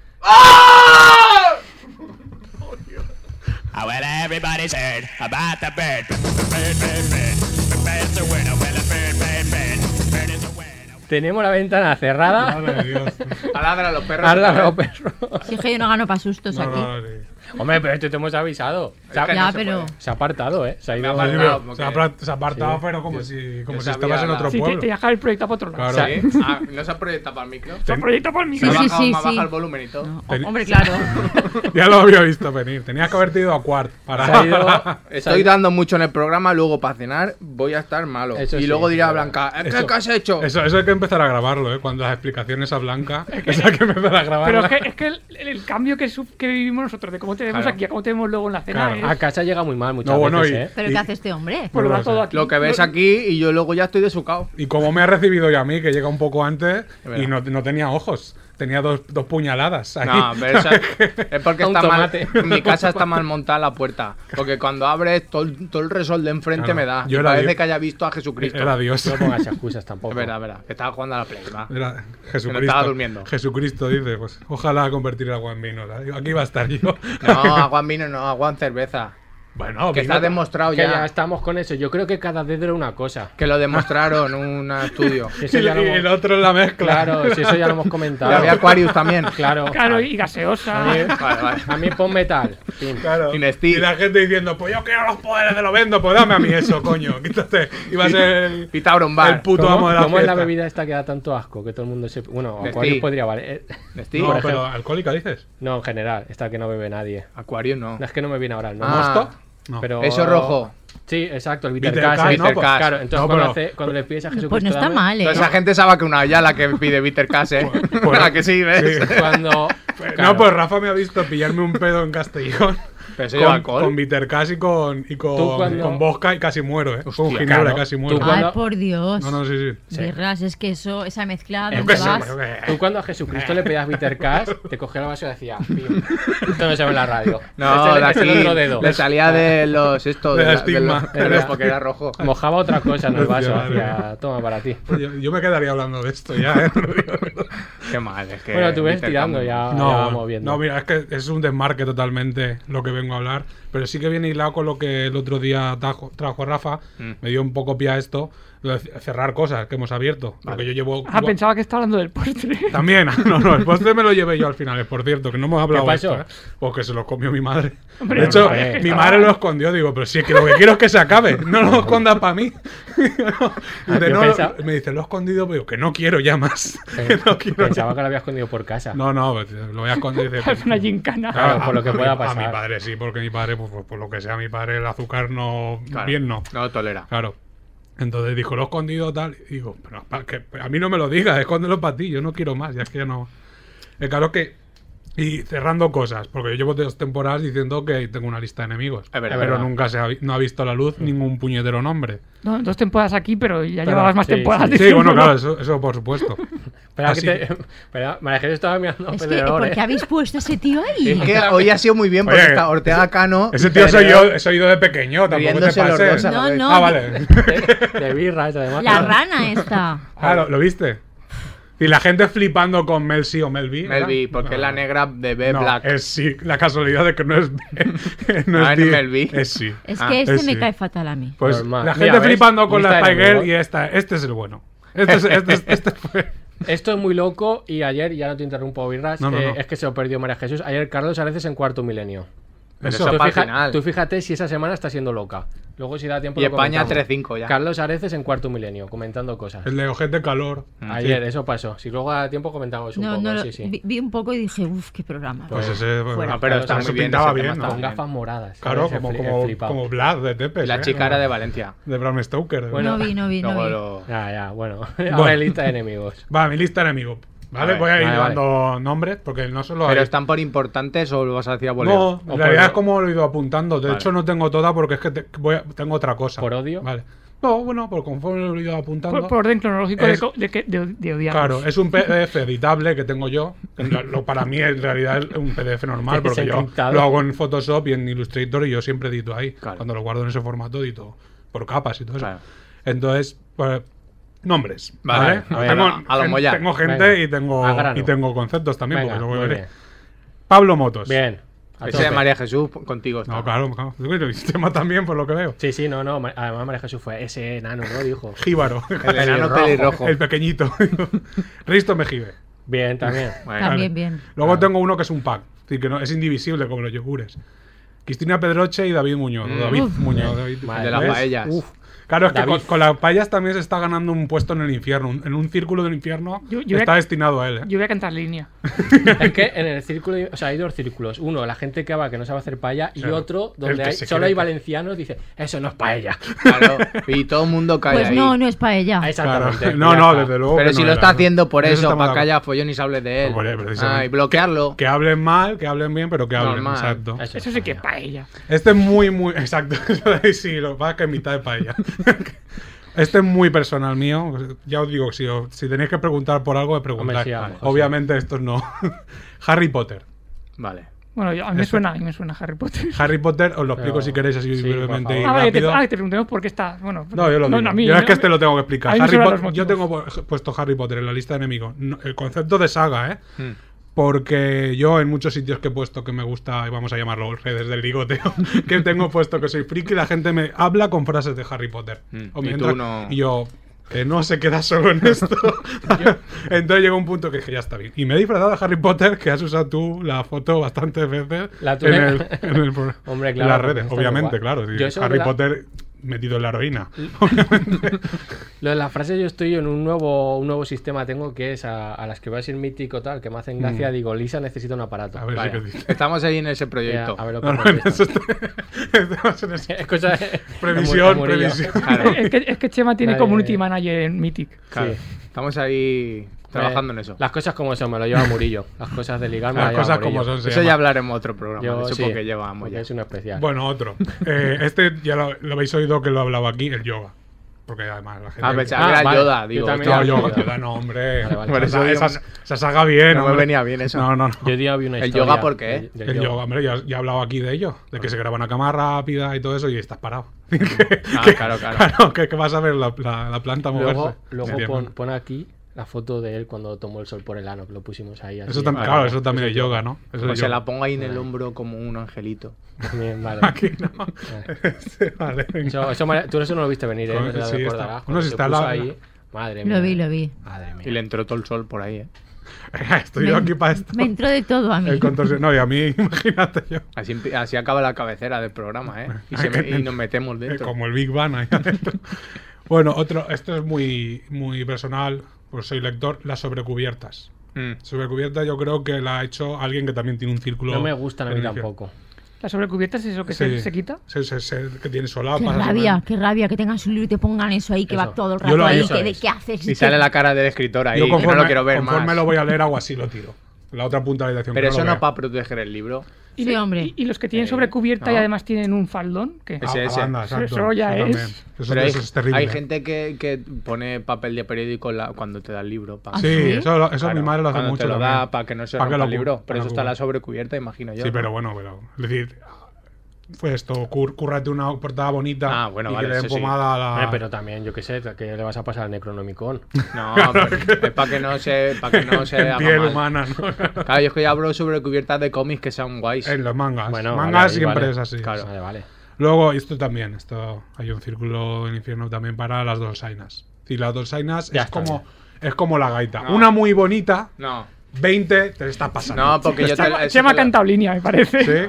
[SPEAKER 8] I will everybody's heard about the bird. Bird, bird, bird, bird. Bird's a winner. Well, a bird, bird, bird. Bird is a winner.
[SPEAKER 4] Tenemos la ventana cerrada.
[SPEAKER 5] Madre de
[SPEAKER 4] [LAUGHS]
[SPEAKER 5] Dios.
[SPEAKER 3] Aladra a los perros. ¿Eh?
[SPEAKER 4] Hazla a los perros.
[SPEAKER 6] Si es que yo no gano para sustos
[SPEAKER 5] No,
[SPEAKER 6] aquí.
[SPEAKER 5] no, sí.
[SPEAKER 4] Hombre, pero esto te hemos avisado. Se ha,
[SPEAKER 3] que
[SPEAKER 6] ya,
[SPEAKER 3] no se
[SPEAKER 6] pero.
[SPEAKER 3] puede.
[SPEAKER 4] se ha apartado, ¿eh? Se ha ido.
[SPEAKER 3] Me ha
[SPEAKER 5] Sí,
[SPEAKER 3] apartado.
[SPEAKER 5] pero
[SPEAKER 3] porque-
[SPEAKER 5] se, ha apra- se ha apartado,
[SPEAKER 4] Sí.
[SPEAKER 5] pero como si, como
[SPEAKER 3] Yo
[SPEAKER 5] si
[SPEAKER 3] sabía
[SPEAKER 5] estabas en
[SPEAKER 3] la-
[SPEAKER 5] otro
[SPEAKER 7] Sí, te,
[SPEAKER 5] pueblo.
[SPEAKER 7] te dejas el proyecto para otro lado.
[SPEAKER 5] Claro.
[SPEAKER 4] O sea,
[SPEAKER 3] Sí. Ah, no se ha proyectado para el micro.
[SPEAKER 7] Se
[SPEAKER 5] Ten-
[SPEAKER 7] proyecta para el
[SPEAKER 5] Sí,
[SPEAKER 7] micro.
[SPEAKER 3] Me ha
[SPEAKER 6] sí,
[SPEAKER 3] bajado,
[SPEAKER 6] sí,
[SPEAKER 3] me ha
[SPEAKER 6] sí.
[SPEAKER 3] bajado el volumenito.
[SPEAKER 6] No,
[SPEAKER 5] Ten-
[SPEAKER 6] hombre, claro.
[SPEAKER 5] [LAUGHS] Ya lo había visto venir. Tenías que haber ido a Quart para.
[SPEAKER 4] Se ha ido.
[SPEAKER 3] [LAUGHS] Estoy dando mucho en el programa, luego para cenar voy a estar malo.
[SPEAKER 4] Eso
[SPEAKER 3] y
[SPEAKER 4] sí,
[SPEAKER 3] luego dirá a
[SPEAKER 4] es verdad.
[SPEAKER 3] Blanca, "¿Eh, ¿qué,
[SPEAKER 5] Eso-
[SPEAKER 3] ¿qué has hecho?
[SPEAKER 5] [LAUGHS] Eso, eso hay que empezar a grabarlo, ¿eh? Cuando las explicaciones a Blanca. [LAUGHS] Eso hay que empezar a grabarlo.
[SPEAKER 7] Pero es que, es que el, el- el cambio que, su- que vivimos nosotros, de cómo te vemos
[SPEAKER 3] Claro.
[SPEAKER 7] aquí a cómo te vemos luego en la cena,
[SPEAKER 5] Claro.
[SPEAKER 7] es-
[SPEAKER 4] A casa llega muy mal muchas
[SPEAKER 5] No, bueno,
[SPEAKER 4] veces,
[SPEAKER 5] y-
[SPEAKER 4] ¿eh?
[SPEAKER 6] ¿Pero qué hace este hombre?
[SPEAKER 7] pues lo
[SPEAKER 5] No
[SPEAKER 7] da
[SPEAKER 5] lo
[SPEAKER 7] todo
[SPEAKER 5] sé.
[SPEAKER 7] aquí.
[SPEAKER 3] Lo que ves aquí y yo luego ya estoy deshucado.
[SPEAKER 5] Y como me ha recibido ya a mí, que llega un poco antes
[SPEAKER 3] verdad.
[SPEAKER 5] y no, no tenía ojos. Tenía dos, dos puñaladas aquí.
[SPEAKER 3] No, pero eso
[SPEAKER 5] [LAUGHS]
[SPEAKER 3] es, es porque
[SPEAKER 4] [LAUGHS] Un
[SPEAKER 3] está mal.
[SPEAKER 4] tomate.
[SPEAKER 3] [LAUGHS] Mi casa está mal montada la puerta. Porque cuando abres, todo, el- todo el resol de enfrente
[SPEAKER 5] Claro.
[SPEAKER 3] me da.
[SPEAKER 5] Yo
[SPEAKER 3] Y
[SPEAKER 5] era
[SPEAKER 3] parece
[SPEAKER 5] Dios.
[SPEAKER 3] que haya visto a Jesucristo.
[SPEAKER 5] Era Dios.
[SPEAKER 4] No pongas excusas tampoco.
[SPEAKER 3] Es verdad, es verdad. Que estaba jugando a la play. va.
[SPEAKER 5] [LAUGHS] Era Jesucristo.
[SPEAKER 3] estaba durmiendo.
[SPEAKER 5] Jesucristo dice, pues ojalá convertir el agua en vino. ¿verdad? Digo, Aquí va a estar yo. [LAUGHS]
[SPEAKER 3] No, agua en vino, no, agua en cerveza.
[SPEAKER 5] Bueno,
[SPEAKER 3] Que
[SPEAKER 5] vino-
[SPEAKER 3] está demostrado
[SPEAKER 4] Que ya
[SPEAKER 3] ya.
[SPEAKER 4] estamos con eso. Yo creo que cada dedo era una
[SPEAKER 5] [LAUGHS]
[SPEAKER 4] cosa.
[SPEAKER 3] Que lo demostraron en un estudio.
[SPEAKER 4] Si
[SPEAKER 5] y,
[SPEAKER 4] eso ya lo
[SPEAKER 5] y
[SPEAKER 4] hemos-
[SPEAKER 5] el otro en la mezcla.
[SPEAKER 4] Claro, si eso ya lo hemos
[SPEAKER 3] Y
[SPEAKER 4] comentado.
[SPEAKER 3] había Aquarius
[SPEAKER 5] [LAUGHS]
[SPEAKER 3] también.
[SPEAKER 4] Claro.
[SPEAKER 7] Claro,
[SPEAKER 5] Ah,
[SPEAKER 7] y
[SPEAKER 4] A
[SPEAKER 7] gaseosa.
[SPEAKER 4] mí,
[SPEAKER 3] Vale, vale.
[SPEAKER 4] a mí pon metal. Pim.
[SPEAKER 5] Claro.
[SPEAKER 3] Sin Steel.
[SPEAKER 5] Y la gente diciendo, pues yo quiero los poderes de lo vendo, pues dame a mí eso, coño. [LAUGHS] Quítate. Iba a ser el,
[SPEAKER 3] Pitauron
[SPEAKER 5] el
[SPEAKER 3] Bar.
[SPEAKER 5] puto
[SPEAKER 4] ¿Cómo?
[SPEAKER 5] amo de la
[SPEAKER 4] ¿Cómo es la
[SPEAKER 5] fiesta.
[SPEAKER 4] bebida esta que da tanto asco? Que todo el mundo se. Bueno,
[SPEAKER 3] Nestí.
[SPEAKER 4] Aquarius podría valer. Eh,
[SPEAKER 3] Steel.
[SPEAKER 5] No, pero alcohólica dices.
[SPEAKER 4] No, en general, esta que no bebe nadie.
[SPEAKER 3] Acuario no.
[SPEAKER 4] No, es que no me viene ahora el nombre.
[SPEAKER 3] Ah,
[SPEAKER 5] No.
[SPEAKER 4] Pero...
[SPEAKER 3] Eso rojo.
[SPEAKER 4] Sí, exacto, el bitter,
[SPEAKER 5] Bitter
[SPEAKER 4] Cass,
[SPEAKER 5] Cass,
[SPEAKER 4] el
[SPEAKER 5] ¿no?
[SPEAKER 4] bitter
[SPEAKER 5] Pues-
[SPEAKER 4] Cass. Claro, entonces
[SPEAKER 5] No,
[SPEAKER 4] cuando,
[SPEAKER 5] pero-
[SPEAKER 4] hace- cuando le pides a Jesucristo.
[SPEAKER 6] Pues no está
[SPEAKER 4] dame-
[SPEAKER 6] mal, ¿eh?
[SPEAKER 3] Toda esa gente se ha vacunado ya, la que pide bitter Cass, ¿eh? [LAUGHS]
[SPEAKER 5] Bueno,
[SPEAKER 3] ¿A que sí, ves?
[SPEAKER 5] Pues, sí.
[SPEAKER 4] Cuando.
[SPEAKER 5] No, [LAUGHS] pues Rafa me ha visto pillarme un pedo en Castellón.
[SPEAKER 3] [LAUGHS] Pero eso lleva
[SPEAKER 5] Con,
[SPEAKER 3] alcohol.
[SPEAKER 5] con Bittercast y con, y con,
[SPEAKER 4] Tú cuando-
[SPEAKER 5] con vodka y casi muero, ¿eh? con ginebra
[SPEAKER 4] claro.
[SPEAKER 5] casi
[SPEAKER 4] Tú
[SPEAKER 5] muero.
[SPEAKER 4] cuando-
[SPEAKER 6] Ay, por Dios.
[SPEAKER 5] No, no, sí, sí.
[SPEAKER 6] Verás, es que eso, esa mezcla,
[SPEAKER 4] Es
[SPEAKER 6] ¿dónde
[SPEAKER 4] que sí,
[SPEAKER 6] vas?
[SPEAKER 4] Tú cuando a Jesucristo le pedías bitter Cass, te cogía la basura y decía. "Pim". Esto no se ve en la radio.
[SPEAKER 3] No,
[SPEAKER 4] Ese-
[SPEAKER 3] de
[SPEAKER 4] ese
[SPEAKER 3] aquí,
[SPEAKER 4] es el otro dedo.
[SPEAKER 3] le salía de los esto,
[SPEAKER 5] [LAUGHS]
[SPEAKER 3] de,
[SPEAKER 5] De la
[SPEAKER 3] la- de
[SPEAKER 5] estigma.
[SPEAKER 3] los- de los- porque era rojo.
[SPEAKER 4] Mojaba otra cosa en el vaso.
[SPEAKER 5] Hostia, madre.
[SPEAKER 4] hacía, Toma para ti.
[SPEAKER 5] Yo, yo me quedaría hablando de esto ya, ¿eh?
[SPEAKER 4] [LAUGHS]
[SPEAKER 3] Qué mal, es que.
[SPEAKER 4] Bueno, tú ves
[SPEAKER 3] Peter
[SPEAKER 4] tirando
[SPEAKER 3] Pan-
[SPEAKER 4] ya, Ah, ya
[SPEAKER 5] No,
[SPEAKER 4] vamos viendo.
[SPEAKER 5] no, mira, es que es un desmarque totalmente lo que vengo a hablar, pero sí que viene hilado con lo que el otro día tajo- trajo Rafa, me dio un poco pie a esto, lo de c- cerrar cosas que hemos abierto, porque yo llevo...
[SPEAKER 7] Ah, pensaba que estaba hablando del postre. [LAUGHS]
[SPEAKER 5] También, [LAUGHS] no, no, el postre me lo llevé yo al final, por cierto, que no hemos hablado
[SPEAKER 4] ¿Qué pasó?
[SPEAKER 5] de esto, ¿eh? porque se lo comió mi madre.
[SPEAKER 7] Hombre,
[SPEAKER 5] de hecho,
[SPEAKER 4] hombre,
[SPEAKER 5] mi
[SPEAKER 4] estaba-
[SPEAKER 5] madre lo escondió, digo, pero si es que lo que quiero es que se acabe, no lo escondas
[SPEAKER 4] [LAUGHS]
[SPEAKER 5] para mí. Y de
[SPEAKER 4] yo
[SPEAKER 5] no,
[SPEAKER 4] pensaba-
[SPEAKER 5] me dice, lo he escondido, pero digo, que no quiero ya más. [LAUGHS] que no quiero ya
[SPEAKER 4] Eh, Pensaba que lo había escondido por casa.
[SPEAKER 5] no, no, pues, lo voy a esconder.
[SPEAKER 7] [LAUGHS]
[SPEAKER 5] dice, "Pues,
[SPEAKER 7] Es una gincana.
[SPEAKER 4] Claro,
[SPEAKER 5] a-
[SPEAKER 4] por lo que
[SPEAKER 5] Ah, a mi-
[SPEAKER 4] pueda
[SPEAKER 5] A mi
[SPEAKER 4] pasar.
[SPEAKER 5] padre sí, porque mi padre, pues, por, por lo que sea, mi padre el azúcar no.
[SPEAKER 3] Claro,
[SPEAKER 5] Bien no.
[SPEAKER 3] No lo tolera.
[SPEAKER 5] Claro. Entonces dijo, lo he escondido tal. Y digo, pero pa- que- a mí no me lo digas, escóndelo para ti, yo no quiero más, ya es que ya no. El claro es que. Y cerrando cosas, porque yo llevo dos temporadas diciendo que tengo una lista de enemigos.
[SPEAKER 3] Es verdad.
[SPEAKER 5] pero
[SPEAKER 4] Es verdad.
[SPEAKER 5] nunca se ha, vi- no ha visto a la luz ningún puñetero nombre.
[SPEAKER 7] No, dos temporadas aquí, pero ya
[SPEAKER 4] Pero,
[SPEAKER 7] llevabas más
[SPEAKER 4] sí,
[SPEAKER 7] temporadas.
[SPEAKER 5] Sí,
[SPEAKER 7] diciéndolo.
[SPEAKER 5] bueno, claro, eso, eso por supuesto.
[SPEAKER 4] Espera, que
[SPEAKER 5] Así-
[SPEAKER 4] te... [LAUGHS] Espera, María Jesús estaba mirando a
[SPEAKER 6] Es que,
[SPEAKER 4] perdedor,
[SPEAKER 6] ¿por qué
[SPEAKER 4] ¿eh?
[SPEAKER 6] habéis puesto a ese tío
[SPEAKER 3] Es
[SPEAKER 6] ahí?
[SPEAKER 3] que hoy ha sido muy bien porque
[SPEAKER 5] Oye,
[SPEAKER 3] está Ortega Cano.
[SPEAKER 5] Ese tío soy yo, soy yo de pequeño, tampoco te
[SPEAKER 3] Riéndose los
[SPEAKER 5] pases.
[SPEAKER 3] dos a la
[SPEAKER 6] No,
[SPEAKER 3] vez.
[SPEAKER 6] no.
[SPEAKER 5] Ah, [LAUGHS] vale.
[SPEAKER 4] [LAUGHS] De, de birra, esa, además.
[SPEAKER 6] La rana esta.
[SPEAKER 5] Ah, ¿lo, lo viste? Y la gente flipando con Mel C o Mel B. ¿era?
[SPEAKER 3] Melvi, porque es la negra de B.
[SPEAKER 5] No,
[SPEAKER 3] Black.
[SPEAKER 5] es sí. La casualidad es que no es [LAUGHS] B. no
[SPEAKER 3] Ah,
[SPEAKER 5] es
[SPEAKER 3] ni
[SPEAKER 5] D,
[SPEAKER 3] Mel B.
[SPEAKER 5] Es sí.
[SPEAKER 6] Es
[SPEAKER 3] Ah,
[SPEAKER 6] que este
[SPEAKER 5] ese.
[SPEAKER 6] me cae fatal a mí.
[SPEAKER 5] Pues
[SPEAKER 4] Normal.
[SPEAKER 5] la
[SPEAKER 4] Mira,
[SPEAKER 5] gente
[SPEAKER 4] ¿ves?
[SPEAKER 5] flipando con
[SPEAKER 4] Lista
[SPEAKER 5] la
[SPEAKER 4] de
[SPEAKER 5] Spy Girl
[SPEAKER 4] enemigos.
[SPEAKER 5] y esta, este es el bueno. Este, es- este es- este fue.
[SPEAKER 4] Esto es muy loco y ayer, ya no te interrumpo, Birras,
[SPEAKER 5] No, no,
[SPEAKER 4] eh,
[SPEAKER 5] no.
[SPEAKER 4] es que se lo perdió María Jesús. Ayer Carlos Areces en cuarto milenio.
[SPEAKER 3] [LAUGHS] Pero
[SPEAKER 5] Eso.
[SPEAKER 3] eso
[SPEAKER 4] Tú,
[SPEAKER 3] para el
[SPEAKER 4] fija-
[SPEAKER 3] final.
[SPEAKER 4] tú fíjate si esa semana está siendo loca. Luego si da tiempo...
[SPEAKER 3] Y
[SPEAKER 4] lo
[SPEAKER 3] España
[SPEAKER 4] comentamos.
[SPEAKER 3] 3-5 ya.
[SPEAKER 4] Carlos Areces en cuarto milenio, comentando cosas.
[SPEAKER 5] El de Ojete Calor.
[SPEAKER 3] Mm,
[SPEAKER 4] Ayer,
[SPEAKER 5] Sí.
[SPEAKER 4] eso pasó. Si luego da tiempo comentamos un
[SPEAKER 6] No,
[SPEAKER 4] poco,
[SPEAKER 6] no, lo-
[SPEAKER 4] sí, sí.
[SPEAKER 6] Vi, vi un poco y dije, uff, qué programa.
[SPEAKER 5] Pues ese. bueno,
[SPEAKER 6] Fuera.
[SPEAKER 3] No, Ah, pero está
[SPEAKER 5] eso
[SPEAKER 3] muy bien.
[SPEAKER 5] pintaba
[SPEAKER 3] ese tema
[SPEAKER 5] bien,
[SPEAKER 3] está
[SPEAKER 5] ¿no?
[SPEAKER 4] Con
[SPEAKER 3] muy bien.
[SPEAKER 4] gafas moradas.
[SPEAKER 5] Claro,
[SPEAKER 4] ¿sabes?
[SPEAKER 5] como,
[SPEAKER 4] He fli- he
[SPEAKER 5] como,
[SPEAKER 4] flipado.
[SPEAKER 5] como Vlad de Tepes.
[SPEAKER 3] La
[SPEAKER 5] ¿eh?
[SPEAKER 3] chica era de Valencia.
[SPEAKER 5] De Bram Stoker. ¿eh?
[SPEAKER 4] Bueno.
[SPEAKER 6] no vi, no vi, no
[SPEAKER 3] Luego
[SPEAKER 6] vi.
[SPEAKER 3] lo-
[SPEAKER 4] Ya, ya, bueno. [LAUGHS]
[SPEAKER 5] Bueno. [LAUGHS]
[SPEAKER 4] Ahora hay lista de enemigos.
[SPEAKER 5] Va, mi lista de enemigos. ¿Vale?
[SPEAKER 4] Vale,
[SPEAKER 5] Voy a ir
[SPEAKER 4] vale, vale.
[SPEAKER 5] dando nombres porque no solo
[SPEAKER 3] ¿Pero
[SPEAKER 5] hay-
[SPEAKER 3] están por importantes o lo vas a decir a voleo?
[SPEAKER 5] No,
[SPEAKER 4] O
[SPEAKER 5] en realidad
[SPEAKER 4] por-
[SPEAKER 5] es como lo he ido apuntando. De
[SPEAKER 4] Vale.
[SPEAKER 5] hecho, no tengo toda porque es que te- voy a- tengo otra cosa.
[SPEAKER 4] ¿Por odio?
[SPEAKER 5] Vale. No, bueno, por conforme lo he ido apuntando.
[SPEAKER 7] Por, por orden cronológico
[SPEAKER 5] Es-
[SPEAKER 7] de, co- de, que- de, de odiarnos.
[SPEAKER 5] Claro, es un PDF editable que tengo yo. que en la- lo- para mí, en realidad, es un PDF
[SPEAKER 4] [LAUGHS]
[SPEAKER 5] normal
[SPEAKER 4] Es
[SPEAKER 5] porque yo
[SPEAKER 4] encriptado.
[SPEAKER 5] lo hago en Photoshop y en Illustrator y yo siempre edito ahí.
[SPEAKER 4] Claro.
[SPEAKER 5] Cuando lo guardo en ese formato, edito por capas y todo eso.
[SPEAKER 4] Claro.
[SPEAKER 5] Entonces, pues, nombres.
[SPEAKER 4] Vale,
[SPEAKER 5] Vale.
[SPEAKER 4] a ver,
[SPEAKER 5] tengo,
[SPEAKER 3] a- a lo
[SPEAKER 5] gen-
[SPEAKER 3] Moyá.
[SPEAKER 5] tengo gente
[SPEAKER 4] Venga,
[SPEAKER 5] y
[SPEAKER 4] a
[SPEAKER 5] tengo,
[SPEAKER 4] grano.
[SPEAKER 5] y tengo conceptos también.
[SPEAKER 4] Venga,
[SPEAKER 5] porque luego
[SPEAKER 4] muy
[SPEAKER 5] veré.
[SPEAKER 4] bien.
[SPEAKER 5] Pablo Motos.
[SPEAKER 4] Bien. a
[SPEAKER 3] Ese de
[SPEAKER 4] tope.
[SPEAKER 3] María Jesús contigo está.
[SPEAKER 5] No, claro, claro. Bueno, y [LAUGHS] tema también, por lo que veo.
[SPEAKER 4] Sí, sí, no, no. Ma- Además, María Jesús fue ese enano, ¿no? Dijo.
[SPEAKER 5] Jíbaro.
[SPEAKER 3] El enano
[SPEAKER 4] Pelirrojo.
[SPEAKER 3] pelirrojo.
[SPEAKER 5] El pequeñito. [LAUGHS] Risto Mejibe.
[SPEAKER 4] Bien,
[SPEAKER 5] [LAUGHS]
[SPEAKER 4] también.
[SPEAKER 3] Bueno,
[SPEAKER 6] También bien.
[SPEAKER 5] Luego tengo uno que es un pack. Es decir, que no, es indivisible como los yogures. Cristina Pedroche y David Muñoz. o David Muñoz. David-
[SPEAKER 4] Vale.
[SPEAKER 3] el Mm. de las
[SPEAKER 5] ¿ves?
[SPEAKER 3] paellas.
[SPEAKER 5] Uf. Claro, es que
[SPEAKER 4] David.
[SPEAKER 5] con, con las paellas también se está ganando un puesto en el infierno. un- En un círculo del infierno
[SPEAKER 7] Yo- yo
[SPEAKER 5] está
[SPEAKER 7] voy a-
[SPEAKER 5] destinado a él. ¿eh?
[SPEAKER 7] Yo voy a cantar línea.
[SPEAKER 4] Es que en el círculo, o sea, hay dos círculos. Uno, la gente que va, que no sabe hacer paella, y
[SPEAKER 5] Claro.
[SPEAKER 4] otro,
[SPEAKER 5] El
[SPEAKER 4] donde
[SPEAKER 5] que
[SPEAKER 4] hay,
[SPEAKER 5] se
[SPEAKER 4] solo
[SPEAKER 5] cree
[SPEAKER 4] hay
[SPEAKER 5] que-
[SPEAKER 4] valencianos, dice, eso no es paella.
[SPEAKER 3] Claro, y todo el mundo cae
[SPEAKER 6] Pues
[SPEAKER 3] ahí.
[SPEAKER 6] no, no es paella.
[SPEAKER 4] Ah, [LAUGHS] Exactamente. ya
[SPEAKER 5] Claro. [LAUGHS] No, no,
[SPEAKER 4] está.
[SPEAKER 5] desde luego.
[SPEAKER 3] Pero
[SPEAKER 5] que
[SPEAKER 3] si
[SPEAKER 5] no
[SPEAKER 3] lo
[SPEAKER 5] era,
[SPEAKER 3] está
[SPEAKER 5] ¿no?
[SPEAKER 3] haciendo por
[SPEAKER 5] En
[SPEAKER 3] eso,
[SPEAKER 5] estamos
[SPEAKER 3] para
[SPEAKER 5] de
[SPEAKER 3] que
[SPEAKER 5] acuerdo.
[SPEAKER 3] haya follón y se hable de él.
[SPEAKER 5] Por él, precisamente.
[SPEAKER 3] Ay, bloquearlo.
[SPEAKER 5] Que hablen mal, que hablen bien, pero que hablen.
[SPEAKER 3] Normal.
[SPEAKER 5] Exacto.
[SPEAKER 4] Eso,
[SPEAKER 7] Eso
[SPEAKER 4] es
[SPEAKER 7] sí que es
[SPEAKER 4] paella.
[SPEAKER 7] paella.
[SPEAKER 5] Este es muy, muy. Exacto. [LAUGHS] sí, lo que pasa es que es mitad de paella. [LAUGHS] Este es muy personal mío. Ya os digo, si, os- si tenéis que preguntar por algo, me preguntáis.
[SPEAKER 4] Hombre, sí, a lo mejor sí.
[SPEAKER 5] Obviamente, estos no. [LAUGHS] Harry Potter.
[SPEAKER 3] Vale.
[SPEAKER 7] Bueno, yo- a mí me suena, a mí me suena Harry Potter.
[SPEAKER 5] Harry Potter, os lo explico
[SPEAKER 4] Pero-
[SPEAKER 5] si queréis así
[SPEAKER 4] sí, por
[SPEAKER 5] brevemente y
[SPEAKER 4] favor.
[SPEAKER 7] [LAUGHS] Ah, vale, que te,
[SPEAKER 5] rápido.
[SPEAKER 7] ah, que te preguntemos por qué está. Bueno,
[SPEAKER 5] No, yo lo digo.
[SPEAKER 7] a mí,
[SPEAKER 5] yo es
[SPEAKER 7] no-
[SPEAKER 5] que este lo tengo que
[SPEAKER 7] a
[SPEAKER 5] explicar.
[SPEAKER 7] mí me
[SPEAKER 5] Harry
[SPEAKER 7] sobran
[SPEAKER 5] Po-
[SPEAKER 7] los
[SPEAKER 5] yo
[SPEAKER 7] motivos.
[SPEAKER 5] tengo pu- puesto Harry Potter en la lista de enemigos. No, el concepto de saga, ¿eh?
[SPEAKER 3] Hmm.
[SPEAKER 5] Porque yo en muchos sitios que he puesto que me gusta, y vamos a llamarlo redes del ligoteo, [LAUGHS] que tengo puesto que soy friki, la gente me habla con frases de Harry Potter.
[SPEAKER 3] Mm.
[SPEAKER 5] O me
[SPEAKER 3] Y tú
[SPEAKER 5] entra-
[SPEAKER 3] no-
[SPEAKER 5] y yo, que no se queda solo en
[SPEAKER 3] [LAUGHS]
[SPEAKER 5] esto. [LAUGHS] Entonces llegó un punto que dije, ya está bien. Y me he disfrazado de Harry Potter, que has usado tú la foto bastantes veces
[SPEAKER 4] La tuya.
[SPEAKER 5] en, el, en
[SPEAKER 3] [LAUGHS]
[SPEAKER 5] el pro-
[SPEAKER 4] Hombre,
[SPEAKER 5] en
[SPEAKER 4] claro,
[SPEAKER 5] las
[SPEAKER 4] porque
[SPEAKER 5] redes,
[SPEAKER 4] está muy
[SPEAKER 5] obviamente,
[SPEAKER 4] guay.
[SPEAKER 5] claro. sí.
[SPEAKER 4] Yo eso,
[SPEAKER 5] Harry
[SPEAKER 4] ¿verdad?
[SPEAKER 5] Potter metido en
[SPEAKER 4] [LAUGHS]
[SPEAKER 5] la [LAUGHS] heroína.
[SPEAKER 4] Lo de las frases, yo estoy en un nuevo, un nuevo sistema, tengo que es a, a las que voy a decir mítico tal, que me hacen gracia, digo, Lisa necesita un aparato.
[SPEAKER 5] Mm. A ver si
[SPEAKER 4] Vale.
[SPEAKER 5] que dice.
[SPEAKER 3] Estamos ahí en ese
[SPEAKER 4] Ya,
[SPEAKER 5] [LAUGHS]
[SPEAKER 3] proyecto.
[SPEAKER 4] a ver lo que
[SPEAKER 5] No, no, en eso está- estamos en eso.
[SPEAKER 4] [LAUGHS] Es cosa de- de
[SPEAKER 5] [LAUGHS] Previsión,
[SPEAKER 4] Murillo. [LAUGHS]
[SPEAKER 5] previsión.
[SPEAKER 3] Claro,
[SPEAKER 7] [LAUGHS] Es que, es que Chema tiene
[SPEAKER 4] Vale.
[SPEAKER 7] community manager en Mythic.
[SPEAKER 3] claro. Estamos ahí trabajando
[SPEAKER 4] Eh,
[SPEAKER 3] en eso.
[SPEAKER 4] Las cosas como son, me lo lleva Murillo. Las cosas de ligar me
[SPEAKER 5] Las
[SPEAKER 4] lleva
[SPEAKER 5] cosas
[SPEAKER 4] Murillo.
[SPEAKER 5] como son. se
[SPEAKER 3] Eso
[SPEAKER 5] llama.
[SPEAKER 3] ya hablaremos otro programa.
[SPEAKER 4] Yo,
[SPEAKER 3] eso
[SPEAKER 4] sí,
[SPEAKER 3] porque llevamos
[SPEAKER 4] porque
[SPEAKER 3] ya.
[SPEAKER 4] Es un especial.
[SPEAKER 5] Bueno, otro. Eh, este ya lo, lo habéis oído que lo hablaba aquí, el yoga. Porque además la gente.
[SPEAKER 3] Ah, pensaba
[SPEAKER 4] Ah,
[SPEAKER 3] que era
[SPEAKER 4] vale.
[SPEAKER 3] Yoda,
[SPEAKER 4] Yo
[SPEAKER 3] digo.
[SPEAKER 4] también-
[SPEAKER 5] No,
[SPEAKER 3] hostia,
[SPEAKER 4] yo-
[SPEAKER 5] yoga, yoga, no, hombre.
[SPEAKER 4] Vale, vale.
[SPEAKER 5] Por eso
[SPEAKER 3] Esa-
[SPEAKER 5] esa,
[SPEAKER 3] esa-
[SPEAKER 5] esa saga bien.
[SPEAKER 3] No me
[SPEAKER 5] hombre.
[SPEAKER 3] venía bien eso.
[SPEAKER 5] No, no, no.
[SPEAKER 4] Yo día vi una
[SPEAKER 3] ¿El
[SPEAKER 4] historia.
[SPEAKER 3] yoga por qué?
[SPEAKER 4] del- del
[SPEAKER 5] El
[SPEAKER 4] yoga.
[SPEAKER 5] yoga, hombre, ya, ya he hablado aquí de ello, de que se graba una cama rápida y todo eso y estás parado.
[SPEAKER 3] [LAUGHS]
[SPEAKER 5] [LAUGHS]
[SPEAKER 3] Ah, claro, claro.
[SPEAKER 5] que, que vas a ver la, la- la planta moverse.
[SPEAKER 4] Luego, luego
[SPEAKER 5] Entiendo.
[SPEAKER 4] pon, pon aquí la foto de él cuando tomó el sol por el ano, que lo pusimos ahí. así.
[SPEAKER 5] Eso también,
[SPEAKER 3] Ah,
[SPEAKER 4] Vale.
[SPEAKER 5] claro, eso también es yoga, ¿no? Eso
[SPEAKER 3] Pues
[SPEAKER 5] es
[SPEAKER 3] se
[SPEAKER 5] yoga.
[SPEAKER 3] la pongo ahí en el hombro como un angelito.
[SPEAKER 4] También,
[SPEAKER 5] [LAUGHS]
[SPEAKER 4] vale.
[SPEAKER 5] Aquí no.
[SPEAKER 4] [LAUGHS]
[SPEAKER 5] [LAUGHS] vale, venga.
[SPEAKER 4] Eso, eso me- tú eso no lo viste venir, ¿eh?
[SPEAKER 5] Con-
[SPEAKER 4] No te
[SPEAKER 5] sí, está-
[SPEAKER 4] recordarás.
[SPEAKER 5] uno
[SPEAKER 4] cuando
[SPEAKER 5] se
[SPEAKER 4] se
[SPEAKER 5] está
[SPEAKER 4] puso
[SPEAKER 5] la-
[SPEAKER 4] ahí. Madre mía.
[SPEAKER 6] Lo vi, lo vi.
[SPEAKER 4] Madre
[SPEAKER 3] Y
[SPEAKER 4] mía.
[SPEAKER 3] le entró todo el sol por ahí, ¿eh?
[SPEAKER 5] Estoy yo
[SPEAKER 6] Me-
[SPEAKER 5] aquí para esto.
[SPEAKER 6] Me entró de todo a mí.
[SPEAKER 5] El contorsionado no, y a mí, [LAUGHS] imagínate yo.
[SPEAKER 3] Así, empi- así acaba la cabecera del programa, ¿eh? Y, se
[SPEAKER 5] Hay que
[SPEAKER 3] me- y nos metemos
[SPEAKER 5] [LAUGHS] Eh,
[SPEAKER 3] dentro.
[SPEAKER 5] Como el Big Bang ahí adentro. [LAUGHS] bueno, otro, esto es muy, muy personal, pues soy lector, las sobrecubiertas.
[SPEAKER 3] Mm.
[SPEAKER 5] Sobrecubierta yo creo que la ha hecho alguien que también tiene un círculo.
[SPEAKER 4] No me gustan a mí
[SPEAKER 5] en el que-
[SPEAKER 4] tampoco.
[SPEAKER 7] ¿La sobrecubierta es eso que
[SPEAKER 5] Sí.
[SPEAKER 7] se, se quita?
[SPEAKER 5] Se- se- se- que tiene
[SPEAKER 6] Qué
[SPEAKER 5] solapas.
[SPEAKER 6] rabia, qué rabia que tengas un libro y te pongan eso ahí que
[SPEAKER 4] Eso.
[SPEAKER 6] va todo el
[SPEAKER 5] Yo
[SPEAKER 6] rato
[SPEAKER 5] lo-
[SPEAKER 6] ahí.
[SPEAKER 5] eso
[SPEAKER 6] Que, de,
[SPEAKER 4] es.
[SPEAKER 6] ¿Qué haces?
[SPEAKER 3] Y sale la cara del escritor ahí.
[SPEAKER 5] Yo
[SPEAKER 3] que
[SPEAKER 5] conforme,
[SPEAKER 3] no lo quiero ver
[SPEAKER 5] conforme
[SPEAKER 3] más.
[SPEAKER 5] lo voy a leer hago así lo tiro. La otra punta de la dirección.
[SPEAKER 3] Pero
[SPEAKER 5] que
[SPEAKER 3] eso no
[SPEAKER 5] lo
[SPEAKER 3] es para proteger el libro.
[SPEAKER 7] Y,
[SPEAKER 6] Sí,
[SPEAKER 7] le-
[SPEAKER 6] hombre.
[SPEAKER 7] y- y los que
[SPEAKER 5] Eh,
[SPEAKER 7] tienen sobrecubierta y
[SPEAKER 3] no.
[SPEAKER 7] además tienen un faldón, [LAUGHS] que
[SPEAKER 3] Ese-
[SPEAKER 5] veo. Ah, anda,
[SPEAKER 7] Eso-
[SPEAKER 5] exacto,
[SPEAKER 7] eso ya es-
[SPEAKER 5] también. Eso,
[SPEAKER 3] Pero hay,
[SPEAKER 5] eso es terrible.
[SPEAKER 3] hay gente que, que pone papel de periódico la- cuando te da el libro. pa-
[SPEAKER 5] Ah, Sí,
[SPEAKER 6] ¿sí?
[SPEAKER 5] eso, lo- eso
[SPEAKER 3] Claro,
[SPEAKER 5] mi madre lo hace
[SPEAKER 3] cuando
[SPEAKER 5] mucho.
[SPEAKER 3] te lo da
[SPEAKER 5] también.
[SPEAKER 3] para que no se
[SPEAKER 5] Pa'
[SPEAKER 3] rompa el
[SPEAKER 5] lo-
[SPEAKER 3] libro. Por
[SPEAKER 5] para
[SPEAKER 3] eso
[SPEAKER 5] lo-
[SPEAKER 3] está la sobrecubierta, imagino yo.
[SPEAKER 5] Sí, pero bueno, pero. Es decir, pues esto, cur- cúrrate una portada bonita
[SPEAKER 3] Ah, bueno,
[SPEAKER 5] y
[SPEAKER 3] vale,
[SPEAKER 5] que le
[SPEAKER 3] eso
[SPEAKER 5] den
[SPEAKER 3] sí.
[SPEAKER 5] pomada a la.
[SPEAKER 4] Hombre, pero también, yo qué sé, que le vas a pasar al
[SPEAKER 5] [LAUGHS]
[SPEAKER 4] Necronomicon.
[SPEAKER 3] No, pero es para que no se, para que no se
[SPEAKER 5] en
[SPEAKER 3] haga
[SPEAKER 5] piel
[SPEAKER 3] mal.
[SPEAKER 5] humana, ¿no? [LAUGHS]
[SPEAKER 3] Claro, yo es que ya hablo sobre cubiertas de cómics que sean guays.
[SPEAKER 5] en los mangas.
[SPEAKER 4] Bueno,
[SPEAKER 5] mangas
[SPEAKER 4] vale, ahí,
[SPEAKER 5] siempre
[SPEAKER 4] vale.
[SPEAKER 5] es así.
[SPEAKER 3] Claro.
[SPEAKER 4] Vale, vale.
[SPEAKER 5] Luego, esto también, esto hay un círculo en el infierno también para las dolsainas. Y las dolsainas
[SPEAKER 4] Ya
[SPEAKER 5] es
[SPEAKER 4] está,
[SPEAKER 5] como, es como la gaita.
[SPEAKER 3] No.
[SPEAKER 5] Una muy bonita,
[SPEAKER 3] No,
[SPEAKER 5] 20 te está pasando.
[SPEAKER 3] no, porque yo
[SPEAKER 7] Chema,
[SPEAKER 3] te,
[SPEAKER 7] Chema ha
[SPEAKER 3] te lo-
[SPEAKER 7] cantado línea, me parece.
[SPEAKER 5] Sí,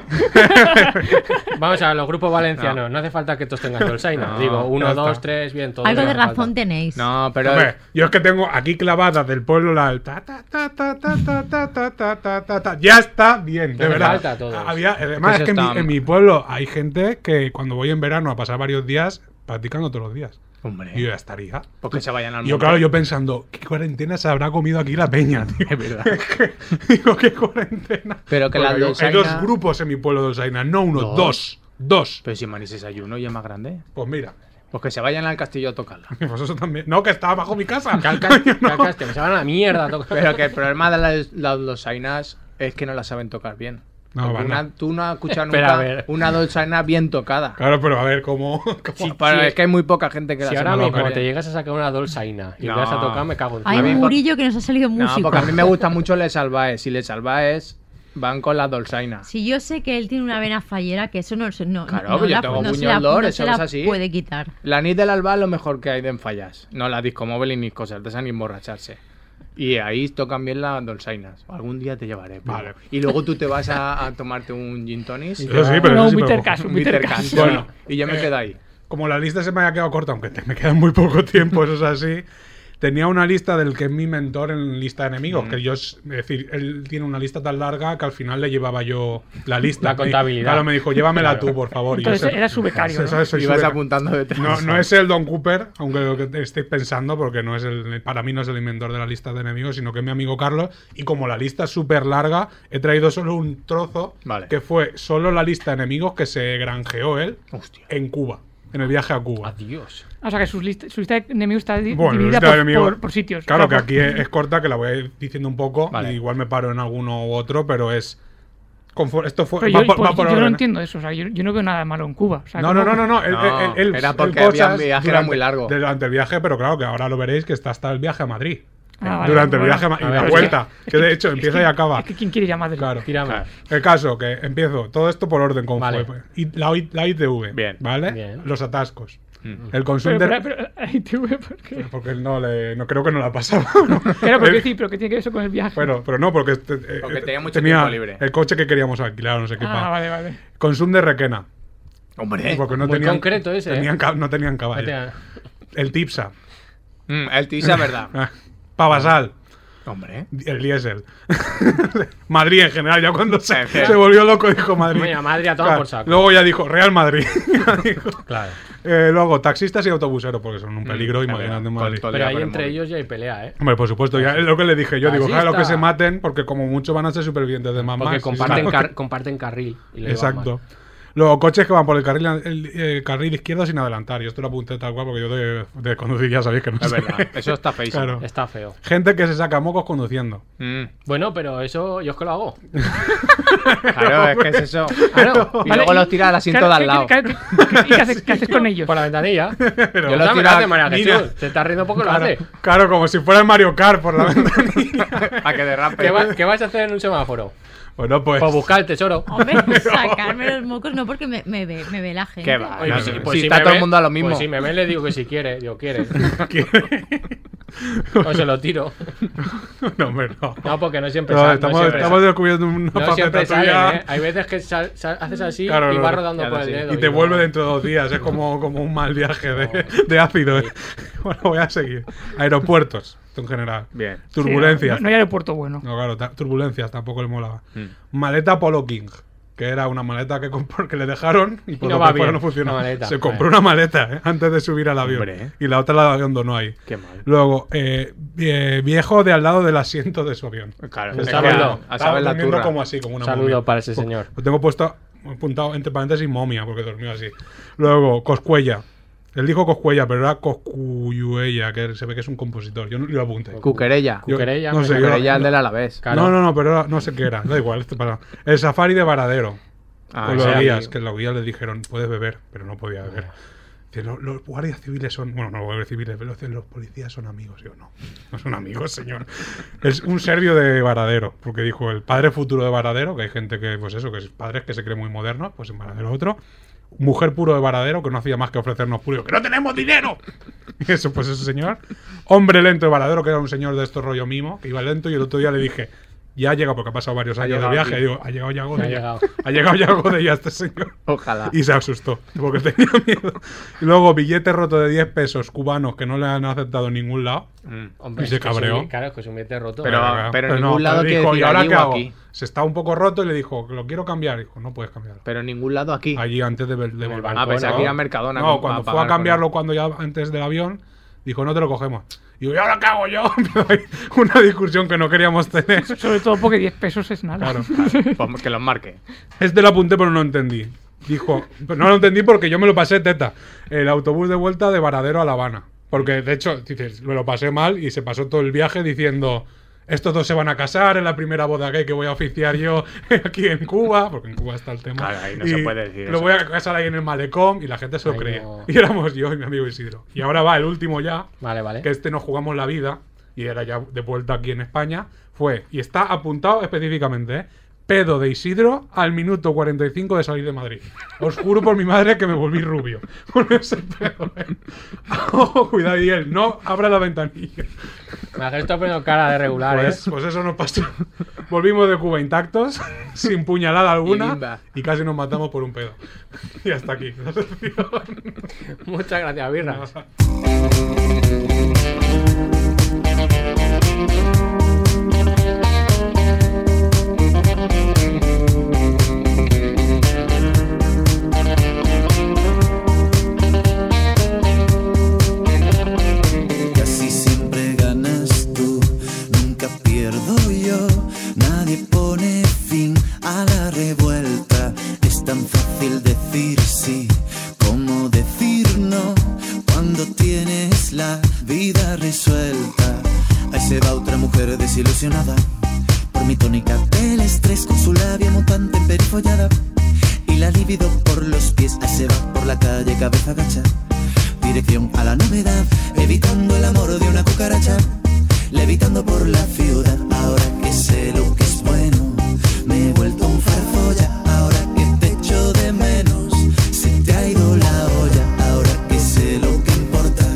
[SPEAKER 4] Vamos a ver, los
[SPEAKER 5] [LAUGHS]
[SPEAKER 4] grupos valencianos. No, hace falta que todos tengan Dolsaina.
[SPEAKER 3] No,
[SPEAKER 4] Digo, uno,
[SPEAKER 5] ya está.
[SPEAKER 4] dos, tres, bien, todo.
[SPEAKER 6] Algo
[SPEAKER 4] no
[SPEAKER 6] de
[SPEAKER 4] hace falta.
[SPEAKER 6] razón tenéis.
[SPEAKER 3] No, pero
[SPEAKER 5] Hombre, yo es que tengo aquí clavada del pueblo la del ta ta ta ta ta ta ta ta ta ta ta ta. Ya está bien, de
[SPEAKER 4] Pero me
[SPEAKER 5] verdad.
[SPEAKER 4] falta todo eso.
[SPEAKER 5] Había, además,
[SPEAKER 3] Eso
[SPEAKER 5] es que en
[SPEAKER 3] está-
[SPEAKER 5] mi, en mi pueblo hay gente que cuando voy en verano a pasar varios días, practican todos los días.
[SPEAKER 4] Hombre.
[SPEAKER 5] Y yo ya estaría.
[SPEAKER 3] Porque se vayan al
[SPEAKER 5] Y yo,
[SPEAKER 3] monte. [LAUGHS]
[SPEAKER 5] claro, yo pensando, ¿qué cuarentena se habrá comido aquí la peña, tío?
[SPEAKER 4] Es verdad.
[SPEAKER 5] [LAUGHS] Digo, ¿qué cuarentena?
[SPEAKER 3] Pero que la
[SPEAKER 5] Porque yo- Hay
[SPEAKER 3] dolzaina-
[SPEAKER 5] dos grupos en mi pueblo de Dolzaina, no uno,
[SPEAKER 3] Dos.
[SPEAKER 5] dos. Dos.
[SPEAKER 3] Pero si Manises hay uno y es más grande.
[SPEAKER 5] Pues mira, [LAUGHS]
[SPEAKER 3] Pues que se vayan al castillo a tocarla.
[SPEAKER 5] pues eso también. No, que estaba bajo mi casa.
[SPEAKER 4] Calcas, calcas, te me saben a la mierda.
[SPEAKER 5] [LAUGHS]
[SPEAKER 4] toca.
[SPEAKER 3] Pero que el problema de las, las dolzainas es que no las saben tocar bien.
[SPEAKER 5] No,
[SPEAKER 3] Porque
[SPEAKER 5] van a-
[SPEAKER 3] una- tú no has escuchado
[SPEAKER 4] Espera,
[SPEAKER 3] nunca
[SPEAKER 4] a ver.
[SPEAKER 3] una dolzaina bien tocada.
[SPEAKER 5] [LAUGHS] Claro, pero a ver cómo.
[SPEAKER 4] Sí,
[SPEAKER 5] cómo-
[SPEAKER 3] Para-
[SPEAKER 4] sí.
[SPEAKER 3] es que hay muy poca gente que
[SPEAKER 4] Si
[SPEAKER 3] las
[SPEAKER 4] ahora
[SPEAKER 5] me
[SPEAKER 3] sabe
[SPEAKER 5] lo
[SPEAKER 4] mismo
[SPEAKER 5] creo.
[SPEAKER 4] te llegas a sacar una dolzaina y
[SPEAKER 3] No.
[SPEAKER 4] vas a tocar, me cago en Ah,
[SPEAKER 6] Hay
[SPEAKER 4] ti.
[SPEAKER 6] un
[SPEAKER 3] mí-
[SPEAKER 6] murillo que nos ha salido músico.
[SPEAKER 3] No, porque a mí me gusta mucho Les Albaes. Y Les Albaes van con las dolzainas.
[SPEAKER 6] Si yo sé que él tiene una vena fallera, que eso no, no- no,
[SPEAKER 3] Claro,
[SPEAKER 6] no
[SPEAKER 3] yo
[SPEAKER 6] la,
[SPEAKER 3] tengo
[SPEAKER 6] no se
[SPEAKER 3] Buñol
[SPEAKER 6] la-
[SPEAKER 3] Lore,
[SPEAKER 6] no
[SPEAKER 3] eso
[SPEAKER 6] se la
[SPEAKER 3] es así. [LAUGHS]
[SPEAKER 6] puede quitar.
[SPEAKER 3] La Nid del Alba es lo mejor que hay de en fallas. No la discomóvil ni cosas de esas ni emborracharse. Y ahí tocan bien las dolzainas. Algún día te llevaré. primo.
[SPEAKER 5] Vale.
[SPEAKER 3] Y luego tú te vas a, a tomarte un gin
[SPEAKER 5] [LAUGHS]
[SPEAKER 3] tonic.
[SPEAKER 5] Eso sí, pero
[SPEAKER 7] Ah,
[SPEAKER 5] eso
[SPEAKER 7] no, un
[SPEAKER 5] sí, pero-
[SPEAKER 7] bitter cash, un
[SPEAKER 3] un
[SPEAKER 7] bitter
[SPEAKER 3] bitter
[SPEAKER 7] cash.
[SPEAKER 3] cash.
[SPEAKER 5] Bueno,
[SPEAKER 3] y yo me
[SPEAKER 5] eh,
[SPEAKER 3] quedo ahí.
[SPEAKER 5] [LAUGHS] Como la lista se me haya quedado corta, aunque te- me queda muy poco tiempo, eso es así. Tenía una lista del que es mi mentor en lista de enemigos, que yo, es es decir, él tiene una lista tan larga que al final le llevaba yo la lista.
[SPEAKER 4] La contabilidad.
[SPEAKER 5] Claro, me dijo, llévamela
[SPEAKER 4] Claro.
[SPEAKER 5] tú, por favor. Y yo
[SPEAKER 7] Entonces
[SPEAKER 5] sé-
[SPEAKER 7] era su becario. ¿no?
[SPEAKER 5] Eso- eso
[SPEAKER 3] Y
[SPEAKER 5] es
[SPEAKER 3] vas
[SPEAKER 5] súper-
[SPEAKER 3] apuntando detrás.
[SPEAKER 5] No, no es el Don Cooper, aunque lo que estéis pensando, porque no es el, para mí no es el inventor de la lista de enemigos, sino que es mi amigo Carlos. Y como la lista es súper larga, he traído solo un trozo,
[SPEAKER 3] Vale.
[SPEAKER 5] que fue solo la lista de enemigos que se granjeó él en Cuba, en el viaje a Cuba.
[SPEAKER 4] Adiós.
[SPEAKER 7] O sea que sus list- su lista de enemigos está di-
[SPEAKER 5] Bueno, la
[SPEAKER 7] dividida
[SPEAKER 5] lista
[SPEAKER 7] por,
[SPEAKER 5] de enemigos-
[SPEAKER 7] por- por sitios.
[SPEAKER 5] Claro
[SPEAKER 7] O
[SPEAKER 5] que
[SPEAKER 7] sea,
[SPEAKER 5] aquí es, es corta, que la voy a ir diciendo un poco,
[SPEAKER 3] Vale.
[SPEAKER 5] y igual me paro en alguno u otro, pero es... conforme- esto fue,
[SPEAKER 7] Pero
[SPEAKER 5] va
[SPEAKER 7] yo,
[SPEAKER 5] por-
[SPEAKER 7] pues,
[SPEAKER 5] va por
[SPEAKER 7] yo no
[SPEAKER 5] orden, ¿eh?
[SPEAKER 7] entiendo eso. O sea, yo, yo no veo nada malo en Cuba. O sea,
[SPEAKER 5] No,
[SPEAKER 7] ¿cómo
[SPEAKER 5] no, no, no, no. El,
[SPEAKER 3] No,
[SPEAKER 5] el- el-
[SPEAKER 3] era
[SPEAKER 5] el
[SPEAKER 3] porque había
[SPEAKER 5] podcast
[SPEAKER 3] un viaje, era muy largo.
[SPEAKER 5] Durante el viaje, pero claro que ahora lo veréis que está hasta el viaje a Madrid.
[SPEAKER 7] Ah, vale,
[SPEAKER 5] durante el
[SPEAKER 7] bueno.
[SPEAKER 5] viaje a Ma-
[SPEAKER 4] A
[SPEAKER 5] y
[SPEAKER 4] ver,
[SPEAKER 5] la
[SPEAKER 4] es
[SPEAKER 5] vuelta.
[SPEAKER 7] que-
[SPEAKER 5] Que,
[SPEAKER 7] es
[SPEAKER 5] de
[SPEAKER 7] que-
[SPEAKER 5] hecho
[SPEAKER 7] es
[SPEAKER 5] empieza
[SPEAKER 7] que-
[SPEAKER 5] y acaba.
[SPEAKER 7] Es que ¿quién quiere llamar de
[SPEAKER 5] Claro.
[SPEAKER 4] Tira más.
[SPEAKER 5] El caso, que empiezo. Todo esto por orden como
[SPEAKER 4] Vale.
[SPEAKER 5] fue. Y la, I- la ITV.
[SPEAKER 3] Bien. Mm.
[SPEAKER 5] ¿Vale?
[SPEAKER 4] Bien.
[SPEAKER 5] Los atascos. El consumo
[SPEAKER 7] Pero,
[SPEAKER 5] de.
[SPEAKER 7] pero, pero, ahí te veo, ¿por qué?
[SPEAKER 5] Porque no le. No creo que no la pasaba.
[SPEAKER 7] [LAUGHS] Claro, [LAUGHS] pero, ¿qué- sí, pero ¿qué tiene que ver eso con el viaje? Ah,
[SPEAKER 5] Bueno, pero no, porque, este- eh,
[SPEAKER 3] Porque tenía mucho tiempo libre.
[SPEAKER 5] el coche que queríamos alquilar, no sé qué.
[SPEAKER 7] ah,
[SPEAKER 5] pa.
[SPEAKER 7] vale, vale.
[SPEAKER 5] Consum de Requena.
[SPEAKER 3] Hombre.
[SPEAKER 5] Porque no
[SPEAKER 4] muy
[SPEAKER 5] tenían,
[SPEAKER 4] concreto ese, ¿eh?
[SPEAKER 5] tenían ca- no tenían caballo.
[SPEAKER 4] Vete a-
[SPEAKER 5] El Tipsa.
[SPEAKER 3] Mm, el Tisa, verdad.
[SPEAKER 5] Ah, Pavasal.
[SPEAKER 3] Hombre.
[SPEAKER 5] El diésel. [LAUGHS] Madrid en general, ya cuando se,
[SPEAKER 3] En general.
[SPEAKER 5] se volvió loco dijo Madrid.
[SPEAKER 4] Venga, Madrid a tomar por saco.
[SPEAKER 5] Luego ya dijo Real Madrid. [LAUGHS] Ya dijo.
[SPEAKER 4] Claro.
[SPEAKER 5] Eh, luego taxistas y autobuseros, porque son un peligro,
[SPEAKER 3] Mm, es
[SPEAKER 5] imagínate
[SPEAKER 3] verdad.
[SPEAKER 5] en
[SPEAKER 3] Con
[SPEAKER 5] Madrid.
[SPEAKER 3] todo el
[SPEAKER 4] Pero
[SPEAKER 3] día
[SPEAKER 4] ahí
[SPEAKER 3] con el
[SPEAKER 4] entre
[SPEAKER 3] móvil.
[SPEAKER 4] ellos ya hay pelea, ¿eh?
[SPEAKER 5] Hombre, por supuesto, ya es lo que le dije yo. Digo,
[SPEAKER 4] Taxista.
[SPEAKER 5] claro que se maten, porque como mucho van a ser supervivientes de mamá.
[SPEAKER 4] Porque comparten,
[SPEAKER 5] carril. [LAUGHS]
[SPEAKER 4] car- comparten carril. Y le va
[SPEAKER 5] Exacto.
[SPEAKER 4] mal.
[SPEAKER 5] Luego, coches que van por el carril, el, el carril izquierdo sin adelantar. Yo esto lo apunté tal cual, porque yo de, de conducir ya sabéis que no
[SPEAKER 3] Es
[SPEAKER 5] sé.
[SPEAKER 3] verdad. Eso está feísimo.
[SPEAKER 5] Claro.
[SPEAKER 4] Está feo.
[SPEAKER 5] Gente que se saca mocos conduciendo.
[SPEAKER 3] Mm,
[SPEAKER 4] Bueno, pero eso yo es que lo
[SPEAKER 5] [LAUGHS]
[SPEAKER 4] hago.
[SPEAKER 3] Claro, es que es eso.
[SPEAKER 4] Claro.
[SPEAKER 3] Y luego los tira al asiento
[SPEAKER 7] Claro,
[SPEAKER 3] de al
[SPEAKER 7] ¿qué-
[SPEAKER 3] lado.
[SPEAKER 7] qué- qué- qué- ¿Y qué
[SPEAKER 5] [LAUGHS]
[SPEAKER 7] haces, qué haces con ellos?
[SPEAKER 4] Por la ventanilla. Pero
[SPEAKER 3] Yo lo
[SPEAKER 4] dame,
[SPEAKER 3] tiro a-
[SPEAKER 4] dame, María
[SPEAKER 3] Nina.
[SPEAKER 4] Jesús. Te estás riendo poco, lo
[SPEAKER 5] Claro,
[SPEAKER 4] hace.
[SPEAKER 5] claro, como si fuera el Mario Kart por
[SPEAKER 4] [LAUGHS]
[SPEAKER 5] la ventanilla.
[SPEAKER 3] A que derrape.
[SPEAKER 4] ¿Qué, va- qué vais a hacer en un
[SPEAKER 5] [LAUGHS]
[SPEAKER 4] semáforo?
[SPEAKER 5] bueno, pues.
[SPEAKER 4] Pues buscar el tesoro.
[SPEAKER 6] Hombre, [LAUGHS] sacarme los mocos no porque me, me ve, me ve la gente.
[SPEAKER 3] ¿Qué va?
[SPEAKER 5] Ah,
[SPEAKER 4] Oye,
[SPEAKER 3] No,
[SPEAKER 4] pues
[SPEAKER 3] si-
[SPEAKER 4] pues
[SPEAKER 3] si
[SPEAKER 4] si
[SPEAKER 3] está
[SPEAKER 4] me
[SPEAKER 3] todo el
[SPEAKER 4] ve-
[SPEAKER 3] mundo a lo mismo.
[SPEAKER 4] Pues si me ve, le digo que si quiere. Digo,
[SPEAKER 5] [LAUGHS]
[SPEAKER 4] quiere. O se lo tiro.
[SPEAKER 5] no, hombre, no.
[SPEAKER 4] No, porque no siempre
[SPEAKER 5] No,
[SPEAKER 4] sal- no
[SPEAKER 5] estamos,
[SPEAKER 4] siempre
[SPEAKER 5] estamos
[SPEAKER 4] sal-
[SPEAKER 5] descubriendo una
[SPEAKER 4] No siempre
[SPEAKER 5] faceta
[SPEAKER 4] salen, ¿eh?
[SPEAKER 5] tuya
[SPEAKER 4] Hay veces que sal- sal- haces así
[SPEAKER 5] Mm. Claro,
[SPEAKER 4] y
[SPEAKER 5] no,
[SPEAKER 4] vas
[SPEAKER 5] no.
[SPEAKER 4] rodando
[SPEAKER 3] Ya
[SPEAKER 4] por el
[SPEAKER 3] sí.
[SPEAKER 4] dedo.
[SPEAKER 5] y te
[SPEAKER 4] no.
[SPEAKER 5] vuelve dentro de dos días. Es como, como un mal viaje de, de
[SPEAKER 4] [LAUGHS]
[SPEAKER 5] ácido. ¿eh? Bueno, voy a seguir. Aeropuertos, en general.
[SPEAKER 3] Bien.
[SPEAKER 5] Turbulencias.
[SPEAKER 7] No, no hay aeropuerto bueno.
[SPEAKER 5] No, claro, ta- turbulencias tampoco le molaba.
[SPEAKER 3] Mm.
[SPEAKER 5] Maleta Polo King, que era una maleta que, compró- que le dejaron y por
[SPEAKER 4] no
[SPEAKER 5] lo
[SPEAKER 4] va
[SPEAKER 5] que fuera
[SPEAKER 4] bien,
[SPEAKER 5] no funcionó.
[SPEAKER 4] la maleta.
[SPEAKER 5] Se compró
[SPEAKER 4] Vale.
[SPEAKER 5] una maleta ¿eh? antes de subir al avión.
[SPEAKER 3] Hombre, ¿eh?
[SPEAKER 5] Y la otra la abandonó ahí.
[SPEAKER 3] Qué mal.
[SPEAKER 5] Luego, eh, eh, viejo de al lado del asiento de su avión.
[SPEAKER 3] Claro,
[SPEAKER 4] Un
[SPEAKER 3] es que
[SPEAKER 4] saludo.
[SPEAKER 3] a- a saber la
[SPEAKER 5] durmiendo
[SPEAKER 3] turra.
[SPEAKER 5] como así, como una
[SPEAKER 4] Saludo
[SPEAKER 5] momia.
[SPEAKER 4] para ese
[SPEAKER 5] Pues, [LAUGHS]
[SPEAKER 4] señor.
[SPEAKER 5] Lo tengo puesto apuntado entre paréntesis momia, porque dormió así. Luego, Coscuella. Él dijo Coscuella, pero era Coscuyuella, que se ve que es un compositor. Yo no yo lo apunté.
[SPEAKER 3] Cuquerella.
[SPEAKER 5] Yo-
[SPEAKER 4] Cuquerella,
[SPEAKER 5] no
[SPEAKER 4] me
[SPEAKER 5] sé, yo-
[SPEAKER 3] Cuquerella del Alavés.
[SPEAKER 4] Claro.
[SPEAKER 5] No, no, no, pero era- no sé qué era. Da igual, esto para. El safari de Varadero.
[SPEAKER 3] Ah,
[SPEAKER 5] con
[SPEAKER 3] ese
[SPEAKER 5] los
[SPEAKER 3] era
[SPEAKER 5] guías,
[SPEAKER 3] mi-
[SPEAKER 5] que los guías le dijeron, puedes beber, pero no podía beber. Dice, "Lo- los, guardias civiles son. Bueno, no los guardias civiles, pero dicen, los policías son amigos. Yo no. No son amigos, señor. Es un serbio de Varadero, porque dijo el padre futuro de Varadero, que hay gente que, pues eso, que es padres que se cree muy modernos, pues en Varadero otro. Mujer puro de Varadero, que no hacía más que ofrecernos puro, que no tenemos dinero. [LAUGHS] Y eso, pues ese señor. Hombre lento de Varadero, que era un señor de estos rollo mimo, que iba lento, y el otro día le dije, Ya ha llegado, porque ha pasado varios
[SPEAKER 3] Ha
[SPEAKER 5] años de
[SPEAKER 3] llegado,
[SPEAKER 5] viaje.
[SPEAKER 3] tío.
[SPEAKER 5] Digo, ha llegado ya Godoy.
[SPEAKER 4] Ha llegado.
[SPEAKER 5] Ha llegado ya Godoy a este señor.
[SPEAKER 3] Ojalá.
[SPEAKER 5] Y se asustó, porque tenía miedo. Y luego, billete roto de 10 pesos cubanos que no le han aceptado en ningún lado.
[SPEAKER 3] Mm.
[SPEAKER 4] Hombre,
[SPEAKER 5] Y se
[SPEAKER 4] es que un-
[SPEAKER 5] cabreó.
[SPEAKER 4] claro, es que es un billete roto.
[SPEAKER 3] Pero-
[SPEAKER 4] ¿eh?
[SPEAKER 3] pero en ningún lado quiere
[SPEAKER 5] dijo,
[SPEAKER 3] decir
[SPEAKER 5] ¿y ahora
[SPEAKER 3] allí
[SPEAKER 5] qué
[SPEAKER 3] o
[SPEAKER 5] hago?
[SPEAKER 3] aquí?".
[SPEAKER 5] Se está un poco roto y le dijo, lo quiero cambiar. Dijo, no puedes cambiarlo.
[SPEAKER 3] Pero en ningún lado aquí.
[SPEAKER 5] Allí antes de, de volver.
[SPEAKER 4] banco,
[SPEAKER 3] Ah, pensaba
[SPEAKER 4] ¿no?
[SPEAKER 3] que ir a Mercadona.
[SPEAKER 5] No,
[SPEAKER 3] con-
[SPEAKER 5] cuando
[SPEAKER 3] pa-
[SPEAKER 5] fue a
[SPEAKER 3] pagar con-
[SPEAKER 5] cambiarlo, cuando ya antes del avión, dijo, no te lo cogemos. Y yo, ¿y ahora qué hago yo? [LAUGHS] Una discusión que no queríamos tener.
[SPEAKER 7] Sobre todo porque 10 pesos es nada.
[SPEAKER 5] Claro.
[SPEAKER 3] [LAUGHS] Pues que los marque.
[SPEAKER 5] Este lo apunté, pero no lo entendí. Dijo, pero no lo entendí porque yo me lo pasé teta. El autobús de vuelta de Varadero a La Habana. Porque, de hecho, dices, me lo pasé mal y se pasó todo el viaje diciendo, estos dos se van a casar, es la primera boda gay que voy a oficiar yo [LAUGHS] aquí en Cuba, porque en Cuba está el tema.
[SPEAKER 3] Claro, ahí no se
[SPEAKER 5] Y
[SPEAKER 3] puede decir
[SPEAKER 5] Lo
[SPEAKER 3] eso.
[SPEAKER 5] voy a casar ahí en el malecón y la gente se lo
[SPEAKER 4] Ay,
[SPEAKER 5] creía.
[SPEAKER 4] no.
[SPEAKER 5] Y éramos yo y mi amigo Isidro. Y ahora va el último ya,
[SPEAKER 4] Vale, vale.
[SPEAKER 5] que este nos jugamos la vida y era ya de vuelta aquí en España, fue, y está apuntado específicamente, ¿eh? pedo de Isidro al minuto 45 de salir de Madrid. Os juro por mi madre que me volví rubio. [LAUGHS] Con ese pedo, ¿eh? Ojo, cuidado, y él, no abra la ventanilla.
[SPEAKER 4] Me ha estoy poniendo cara de regular, ¿eh?
[SPEAKER 5] Pues, pues eso nos pasó. Volvimos de Cuba intactos, [LAUGHS] sin puñalada alguna,
[SPEAKER 3] bimba.
[SPEAKER 5] y, casi nos matamos por un pedo. [LAUGHS] Y
[SPEAKER 6] [LAUGHS]
[SPEAKER 5] hasta aquí. la sección.
[SPEAKER 4] ¿eh? [LAUGHS] Muchas gracias, Birras.
[SPEAKER 9] Casi siempre ganas tú, nunca pierdo yo. Nadie pone fin a la revuelta. Es tan fácil decir sí como decir no cuando tienes la vida resuelta. Ahí se va otra mujer desilusionada por mi tónica del estrés con su labia mutante perifollada. Y la libido por los pies, ahí se va por la calle cabeza gacha dirección a la novedad, evitando el amor de una cucaracha, levitando por la ciudad, ahora que sé lo que es bueno, me he vuelto un farfolla, ahora que te echo de menos, se te ha ido la olla, ahora que sé lo que importa,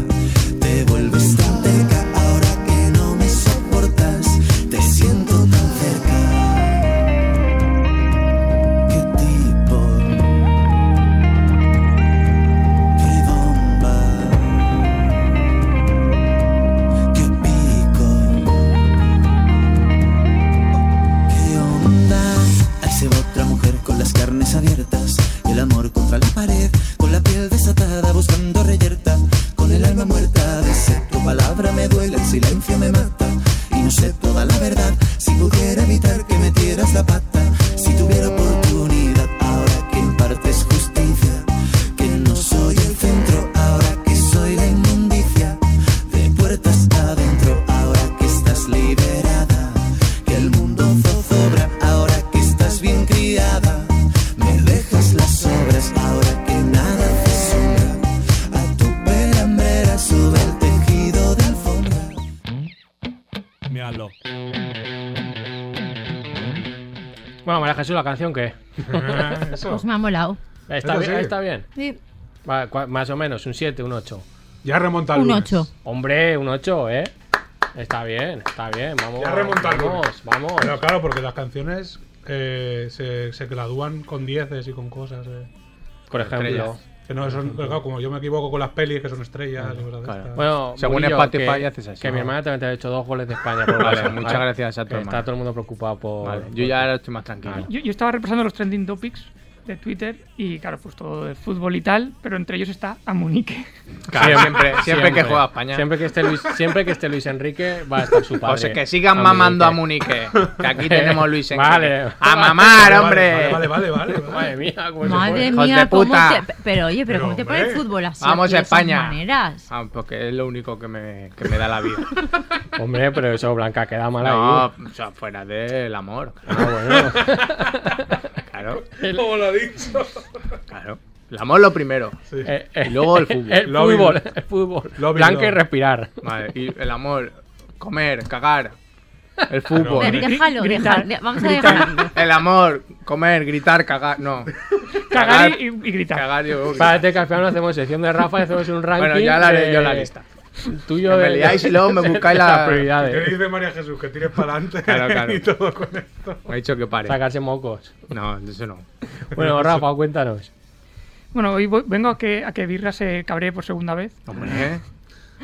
[SPEAKER 9] te vuelves tan cerca, ahora que no me soportas, te siento tan cerca. Qué tipo Qué bomba, qué pico, qué onda. Ahí se va otra mujer con las carnes abiertas, el amor contra la pared, con la piel desatada buscando reyerta, con el alma muerta de sed. Tu palabra me duele, el silencio me mata y no sé toda la verdad. Si pudiera evitar que metieras la pata, si tuviera oportunidad, ahora que impartes justicia, que no soy el centro, ahora que soy la inmundicia, de puertas adentro, ahora que estás liberada, que el mundo zozobra, ahora que estás bien criada, me dejas las obras, ahora que nada te sombra, a tu pelambrera sube el tejido de alfombra.
[SPEAKER 4] Bueno, María Jesús, ¿la canción qué?
[SPEAKER 5] Ah, eso.
[SPEAKER 6] Pues me ha molado.
[SPEAKER 4] Está
[SPEAKER 5] Eso
[SPEAKER 4] bien,
[SPEAKER 5] sí.
[SPEAKER 4] está bien.
[SPEAKER 6] Sí,
[SPEAKER 4] Va, cua- más o menos, un 7, un 8.
[SPEAKER 5] Ya remonta al
[SPEAKER 6] Un
[SPEAKER 5] lunes.
[SPEAKER 6] 8.
[SPEAKER 4] Hombre, un 8, ¿eh? Está bien, está bien, vamos.
[SPEAKER 5] Ya remonta el
[SPEAKER 4] Vamos,
[SPEAKER 5] lunes.
[SPEAKER 4] vamos.
[SPEAKER 5] Pero claro, porque las canciones eh, se, se gradúan con dieces y con cosas. eh.
[SPEAKER 4] Por ejemplo.
[SPEAKER 5] Que no, son, pero claro, como yo me equivoco con las pelis que son estrellas. y cosas de estas.
[SPEAKER 4] Bueno,
[SPEAKER 3] Según
[SPEAKER 4] Murillo,
[SPEAKER 3] Spotify
[SPEAKER 4] que,
[SPEAKER 3] haces así.
[SPEAKER 4] Que mi
[SPEAKER 3] Ah.
[SPEAKER 4] hermana también te ha hecho dos goles de España. Por
[SPEAKER 3] Vale,
[SPEAKER 4] WhatsApp,
[SPEAKER 3] muchas gracias a tu
[SPEAKER 4] Que Está
[SPEAKER 3] hermana.
[SPEAKER 4] todo el mundo preocupado por.
[SPEAKER 3] Vale, yo ya ahora estoy más tranquilo.
[SPEAKER 7] Yo, yo estaba repasando los trending topics de Twitter y claro, pues todo de fútbol y tal, pero entre ellos está Amunique.
[SPEAKER 5] [LAUGHS]
[SPEAKER 3] Claro, siempre, siempre, que juega España.
[SPEAKER 4] Siempre que, esté Luis, siempre que esté Luis Enrique va a estar su
[SPEAKER 3] [LAUGHS]
[SPEAKER 4] padre.
[SPEAKER 3] O sea, que sigan
[SPEAKER 4] Amunique.
[SPEAKER 3] mamando a [LAUGHS] Munique. Que aquí tenemos a Luis Enrique.
[SPEAKER 4] Vale.
[SPEAKER 3] A mamar,
[SPEAKER 5] Vale,
[SPEAKER 3] hombre.
[SPEAKER 5] Vale, vale,
[SPEAKER 3] [LAUGHS]
[SPEAKER 5] vale. vale, vale.
[SPEAKER 4] Madre mía, cómo se
[SPEAKER 6] Madre
[SPEAKER 3] Pues hijos de
[SPEAKER 6] mía, cómo
[SPEAKER 3] puta.
[SPEAKER 6] te... Pero oye, pero,
[SPEAKER 5] Pero,
[SPEAKER 6] ¿cómo te pone el
[SPEAKER 5] hombre,
[SPEAKER 6] fútbol así?
[SPEAKER 3] vamos
[SPEAKER 6] de
[SPEAKER 3] a
[SPEAKER 6] esas
[SPEAKER 3] España.
[SPEAKER 6] maneras.
[SPEAKER 3] Ah, porque es lo único que me, que me da la
[SPEAKER 5] [LAUGHS]
[SPEAKER 3] vida.
[SPEAKER 4] fue. Hombre, pero eso, Blanca, queda mal
[SPEAKER 3] No,
[SPEAKER 4] ahí.
[SPEAKER 3] o sea, fuera del amor.
[SPEAKER 4] Ah, bueno.
[SPEAKER 3] [LAUGHS] Claro,
[SPEAKER 5] ¿Cómo lo ha dicho?
[SPEAKER 3] claro. El amor lo primero.
[SPEAKER 5] Sí.
[SPEAKER 4] Eh, eh,
[SPEAKER 3] Y luego el fútbol.
[SPEAKER 4] El
[SPEAKER 5] Lobby,
[SPEAKER 4] fútbol,
[SPEAKER 5] lobby.
[SPEAKER 4] el fútbol.
[SPEAKER 5] Lobby,
[SPEAKER 4] Blanca y
[SPEAKER 5] lobby.
[SPEAKER 4] respirar.
[SPEAKER 3] Vale, y el amor, comer, cagar. El fútbol.
[SPEAKER 6] Pero déjalo,
[SPEAKER 7] Gritar.
[SPEAKER 6] déjalo. Vamos a dejarlo.
[SPEAKER 3] El amor, comer, gritar, cagar. No,
[SPEAKER 7] Cagar
[SPEAKER 3] Cagar.
[SPEAKER 7] y, y gritar.
[SPEAKER 3] cagar yo.
[SPEAKER 4] este Espérate que al final no hacemos sección de Rafa y hacemos un ranking.
[SPEAKER 3] Bueno, ya la haré
[SPEAKER 7] eh,
[SPEAKER 4] de-
[SPEAKER 3] yo la lista.
[SPEAKER 4] tuyo
[SPEAKER 3] Me
[SPEAKER 4] de- [LAUGHS]
[SPEAKER 3] liáis y luego
[SPEAKER 7] [LAUGHS]
[SPEAKER 3] me buscáis
[SPEAKER 4] de
[SPEAKER 3] la-
[SPEAKER 4] las
[SPEAKER 5] ¿Qué
[SPEAKER 4] prioridades.
[SPEAKER 5] dice María Jesús? Que tires para
[SPEAKER 3] [LAUGHS]
[SPEAKER 5] adelante
[SPEAKER 3] Claro, claro.
[SPEAKER 5] [LAUGHS] y todo con esto.
[SPEAKER 3] Me ha dicho que pare.
[SPEAKER 4] Sacarse mocos.
[SPEAKER 3] No, eso no.
[SPEAKER 4] Bueno, Rafa, cuéntanos.
[SPEAKER 7] Bueno, hoy voy- vengo a que, a que Birra se cabree por segunda vez.
[SPEAKER 3] Hombre, ¿eh?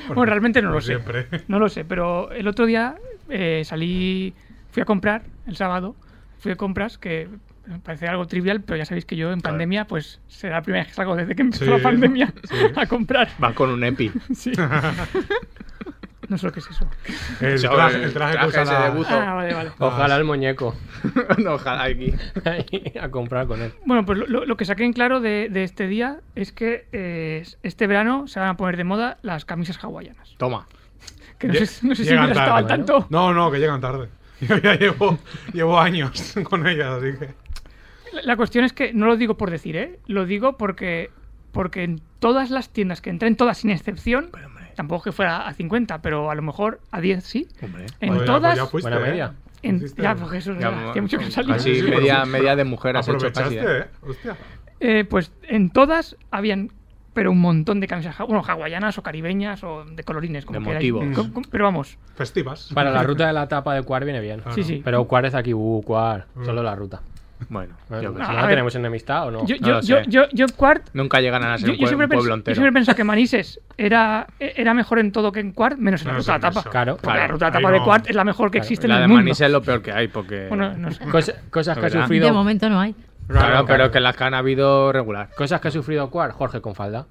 [SPEAKER 7] Bueno, realmente no lo sé.
[SPEAKER 5] siempre.
[SPEAKER 7] No lo sé, pero el otro día eh, salí, fui a comprar el sábado, fui a compras que parece algo trivial, pero ya sabéis que yo en pandemia, pues será la primera vez que salgo desde que empezó
[SPEAKER 5] Sí,
[SPEAKER 7] la pandemia [LAUGHS] a comprar.
[SPEAKER 3] Vas con un epi. [LAUGHS]
[SPEAKER 5] [LAUGHS]
[SPEAKER 7] Sí. no sé lo que es eso.
[SPEAKER 5] El
[SPEAKER 3] Eso,
[SPEAKER 5] traje,
[SPEAKER 3] el
[SPEAKER 5] el traje, que
[SPEAKER 3] traje
[SPEAKER 5] usa
[SPEAKER 3] ese
[SPEAKER 5] la-
[SPEAKER 3] de buzo.
[SPEAKER 7] Ah, vale, vale.
[SPEAKER 4] Ojalá el muñeco. [LAUGHS]
[SPEAKER 3] no, ojalá aquí.
[SPEAKER 4] a comprar con él.
[SPEAKER 7] Bueno, pues lo- lo, lo que saqué en claro de, de este día es que eh, este verano se van a poner de moda las camisas hawaianas.
[SPEAKER 3] Toma.
[SPEAKER 7] Que no
[SPEAKER 5] Lle-
[SPEAKER 7] sé, si- no sé si
[SPEAKER 5] llegan
[SPEAKER 7] hubiera estado al
[SPEAKER 5] tarde,
[SPEAKER 7] tanto.
[SPEAKER 5] No, no, que llegan tarde. [LAUGHS] Yo ya llevo, llevo años [LAUGHS] con ellas, así que.
[SPEAKER 7] La- La cuestión es que no lo digo por decir, ¿eh? Lo digo porque, porque en todas las tiendas que entré, en todas sin excepción, tampoco que fuera a 50, pero a lo mejor a 10 sí.
[SPEAKER 3] Hombre.
[SPEAKER 7] En
[SPEAKER 5] Joder,
[SPEAKER 7] todas.
[SPEAKER 5] pues ya fuiste,
[SPEAKER 4] Buena
[SPEAKER 5] ¿eh?
[SPEAKER 4] media.
[SPEAKER 7] en-
[SPEAKER 5] Hiciste-
[SPEAKER 7] ya, porque eso es
[SPEAKER 3] Ya,
[SPEAKER 7] verdad, hacía mucho que no salía.
[SPEAKER 3] Casi
[SPEAKER 5] Sí, pero
[SPEAKER 3] media,
[SPEAKER 5] fue-
[SPEAKER 3] media de mujer has hecho
[SPEAKER 5] Aprovechaste,
[SPEAKER 3] casi. ¿eh?
[SPEAKER 5] ¿eh? Hostia.
[SPEAKER 7] Eh, pues en todas habían, pero un montón de camisas, ja- bueno, hawaianas o caribeñas o de colorines, como
[SPEAKER 3] De
[SPEAKER 7] queráis.
[SPEAKER 3] motivos.
[SPEAKER 7] Com- com- Pero vamos,
[SPEAKER 5] Festivas. Ah,
[SPEAKER 4] Para la ruta de la tapa de Cuar viene bien.
[SPEAKER 5] Claro.
[SPEAKER 7] sí, sí.
[SPEAKER 4] Pero Cuar es aquí, uh, Cuar. Solo la ruta.
[SPEAKER 3] Bueno,
[SPEAKER 4] Bueno, pues
[SPEAKER 3] yo
[SPEAKER 4] si
[SPEAKER 3] qué
[SPEAKER 7] Ah,
[SPEAKER 3] sé.
[SPEAKER 4] no,
[SPEAKER 7] a
[SPEAKER 4] no
[SPEAKER 7] ver.
[SPEAKER 4] tenemos enemistad o no.
[SPEAKER 7] Yo,
[SPEAKER 3] no
[SPEAKER 7] yo,
[SPEAKER 3] lo
[SPEAKER 7] yo,
[SPEAKER 3] sé.
[SPEAKER 7] yo, yo, Cuart,
[SPEAKER 3] Nunca llegan a ser
[SPEAKER 7] yo,
[SPEAKER 3] un,
[SPEAKER 7] yo
[SPEAKER 3] pue-
[SPEAKER 7] siempre
[SPEAKER 3] un
[SPEAKER 7] pens-
[SPEAKER 3] pueblo
[SPEAKER 7] yo
[SPEAKER 3] entero.
[SPEAKER 7] siempre he pensado que Manises era, era mejor en todo que en Cuart, menos en la
[SPEAKER 5] Menos
[SPEAKER 7] ruta de
[SPEAKER 5] en
[SPEAKER 7] tapa.
[SPEAKER 5] eso.
[SPEAKER 4] Claro.
[SPEAKER 7] Porque la
[SPEAKER 3] Claro,
[SPEAKER 7] ruta de
[SPEAKER 5] ahí
[SPEAKER 7] tapa de
[SPEAKER 5] no.
[SPEAKER 7] Cuart es la mejor que existe
[SPEAKER 3] La
[SPEAKER 7] en
[SPEAKER 3] de
[SPEAKER 7] el mundo.
[SPEAKER 3] Manís es lo peor que hay porque.
[SPEAKER 7] Bueno, no sé.
[SPEAKER 4] Cosa- cosas que ha
[SPEAKER 3] ¿Verdad?
[SPEAKER 6] De
[SPEAKER 4] sufrido.
[SPEAKER 6] momento no hay.
[SPEAKER 3] claro, pero que las que han habido regular.
[SPEAKER 4] Cosas que ha sufrido Cuar, Jorge con falda.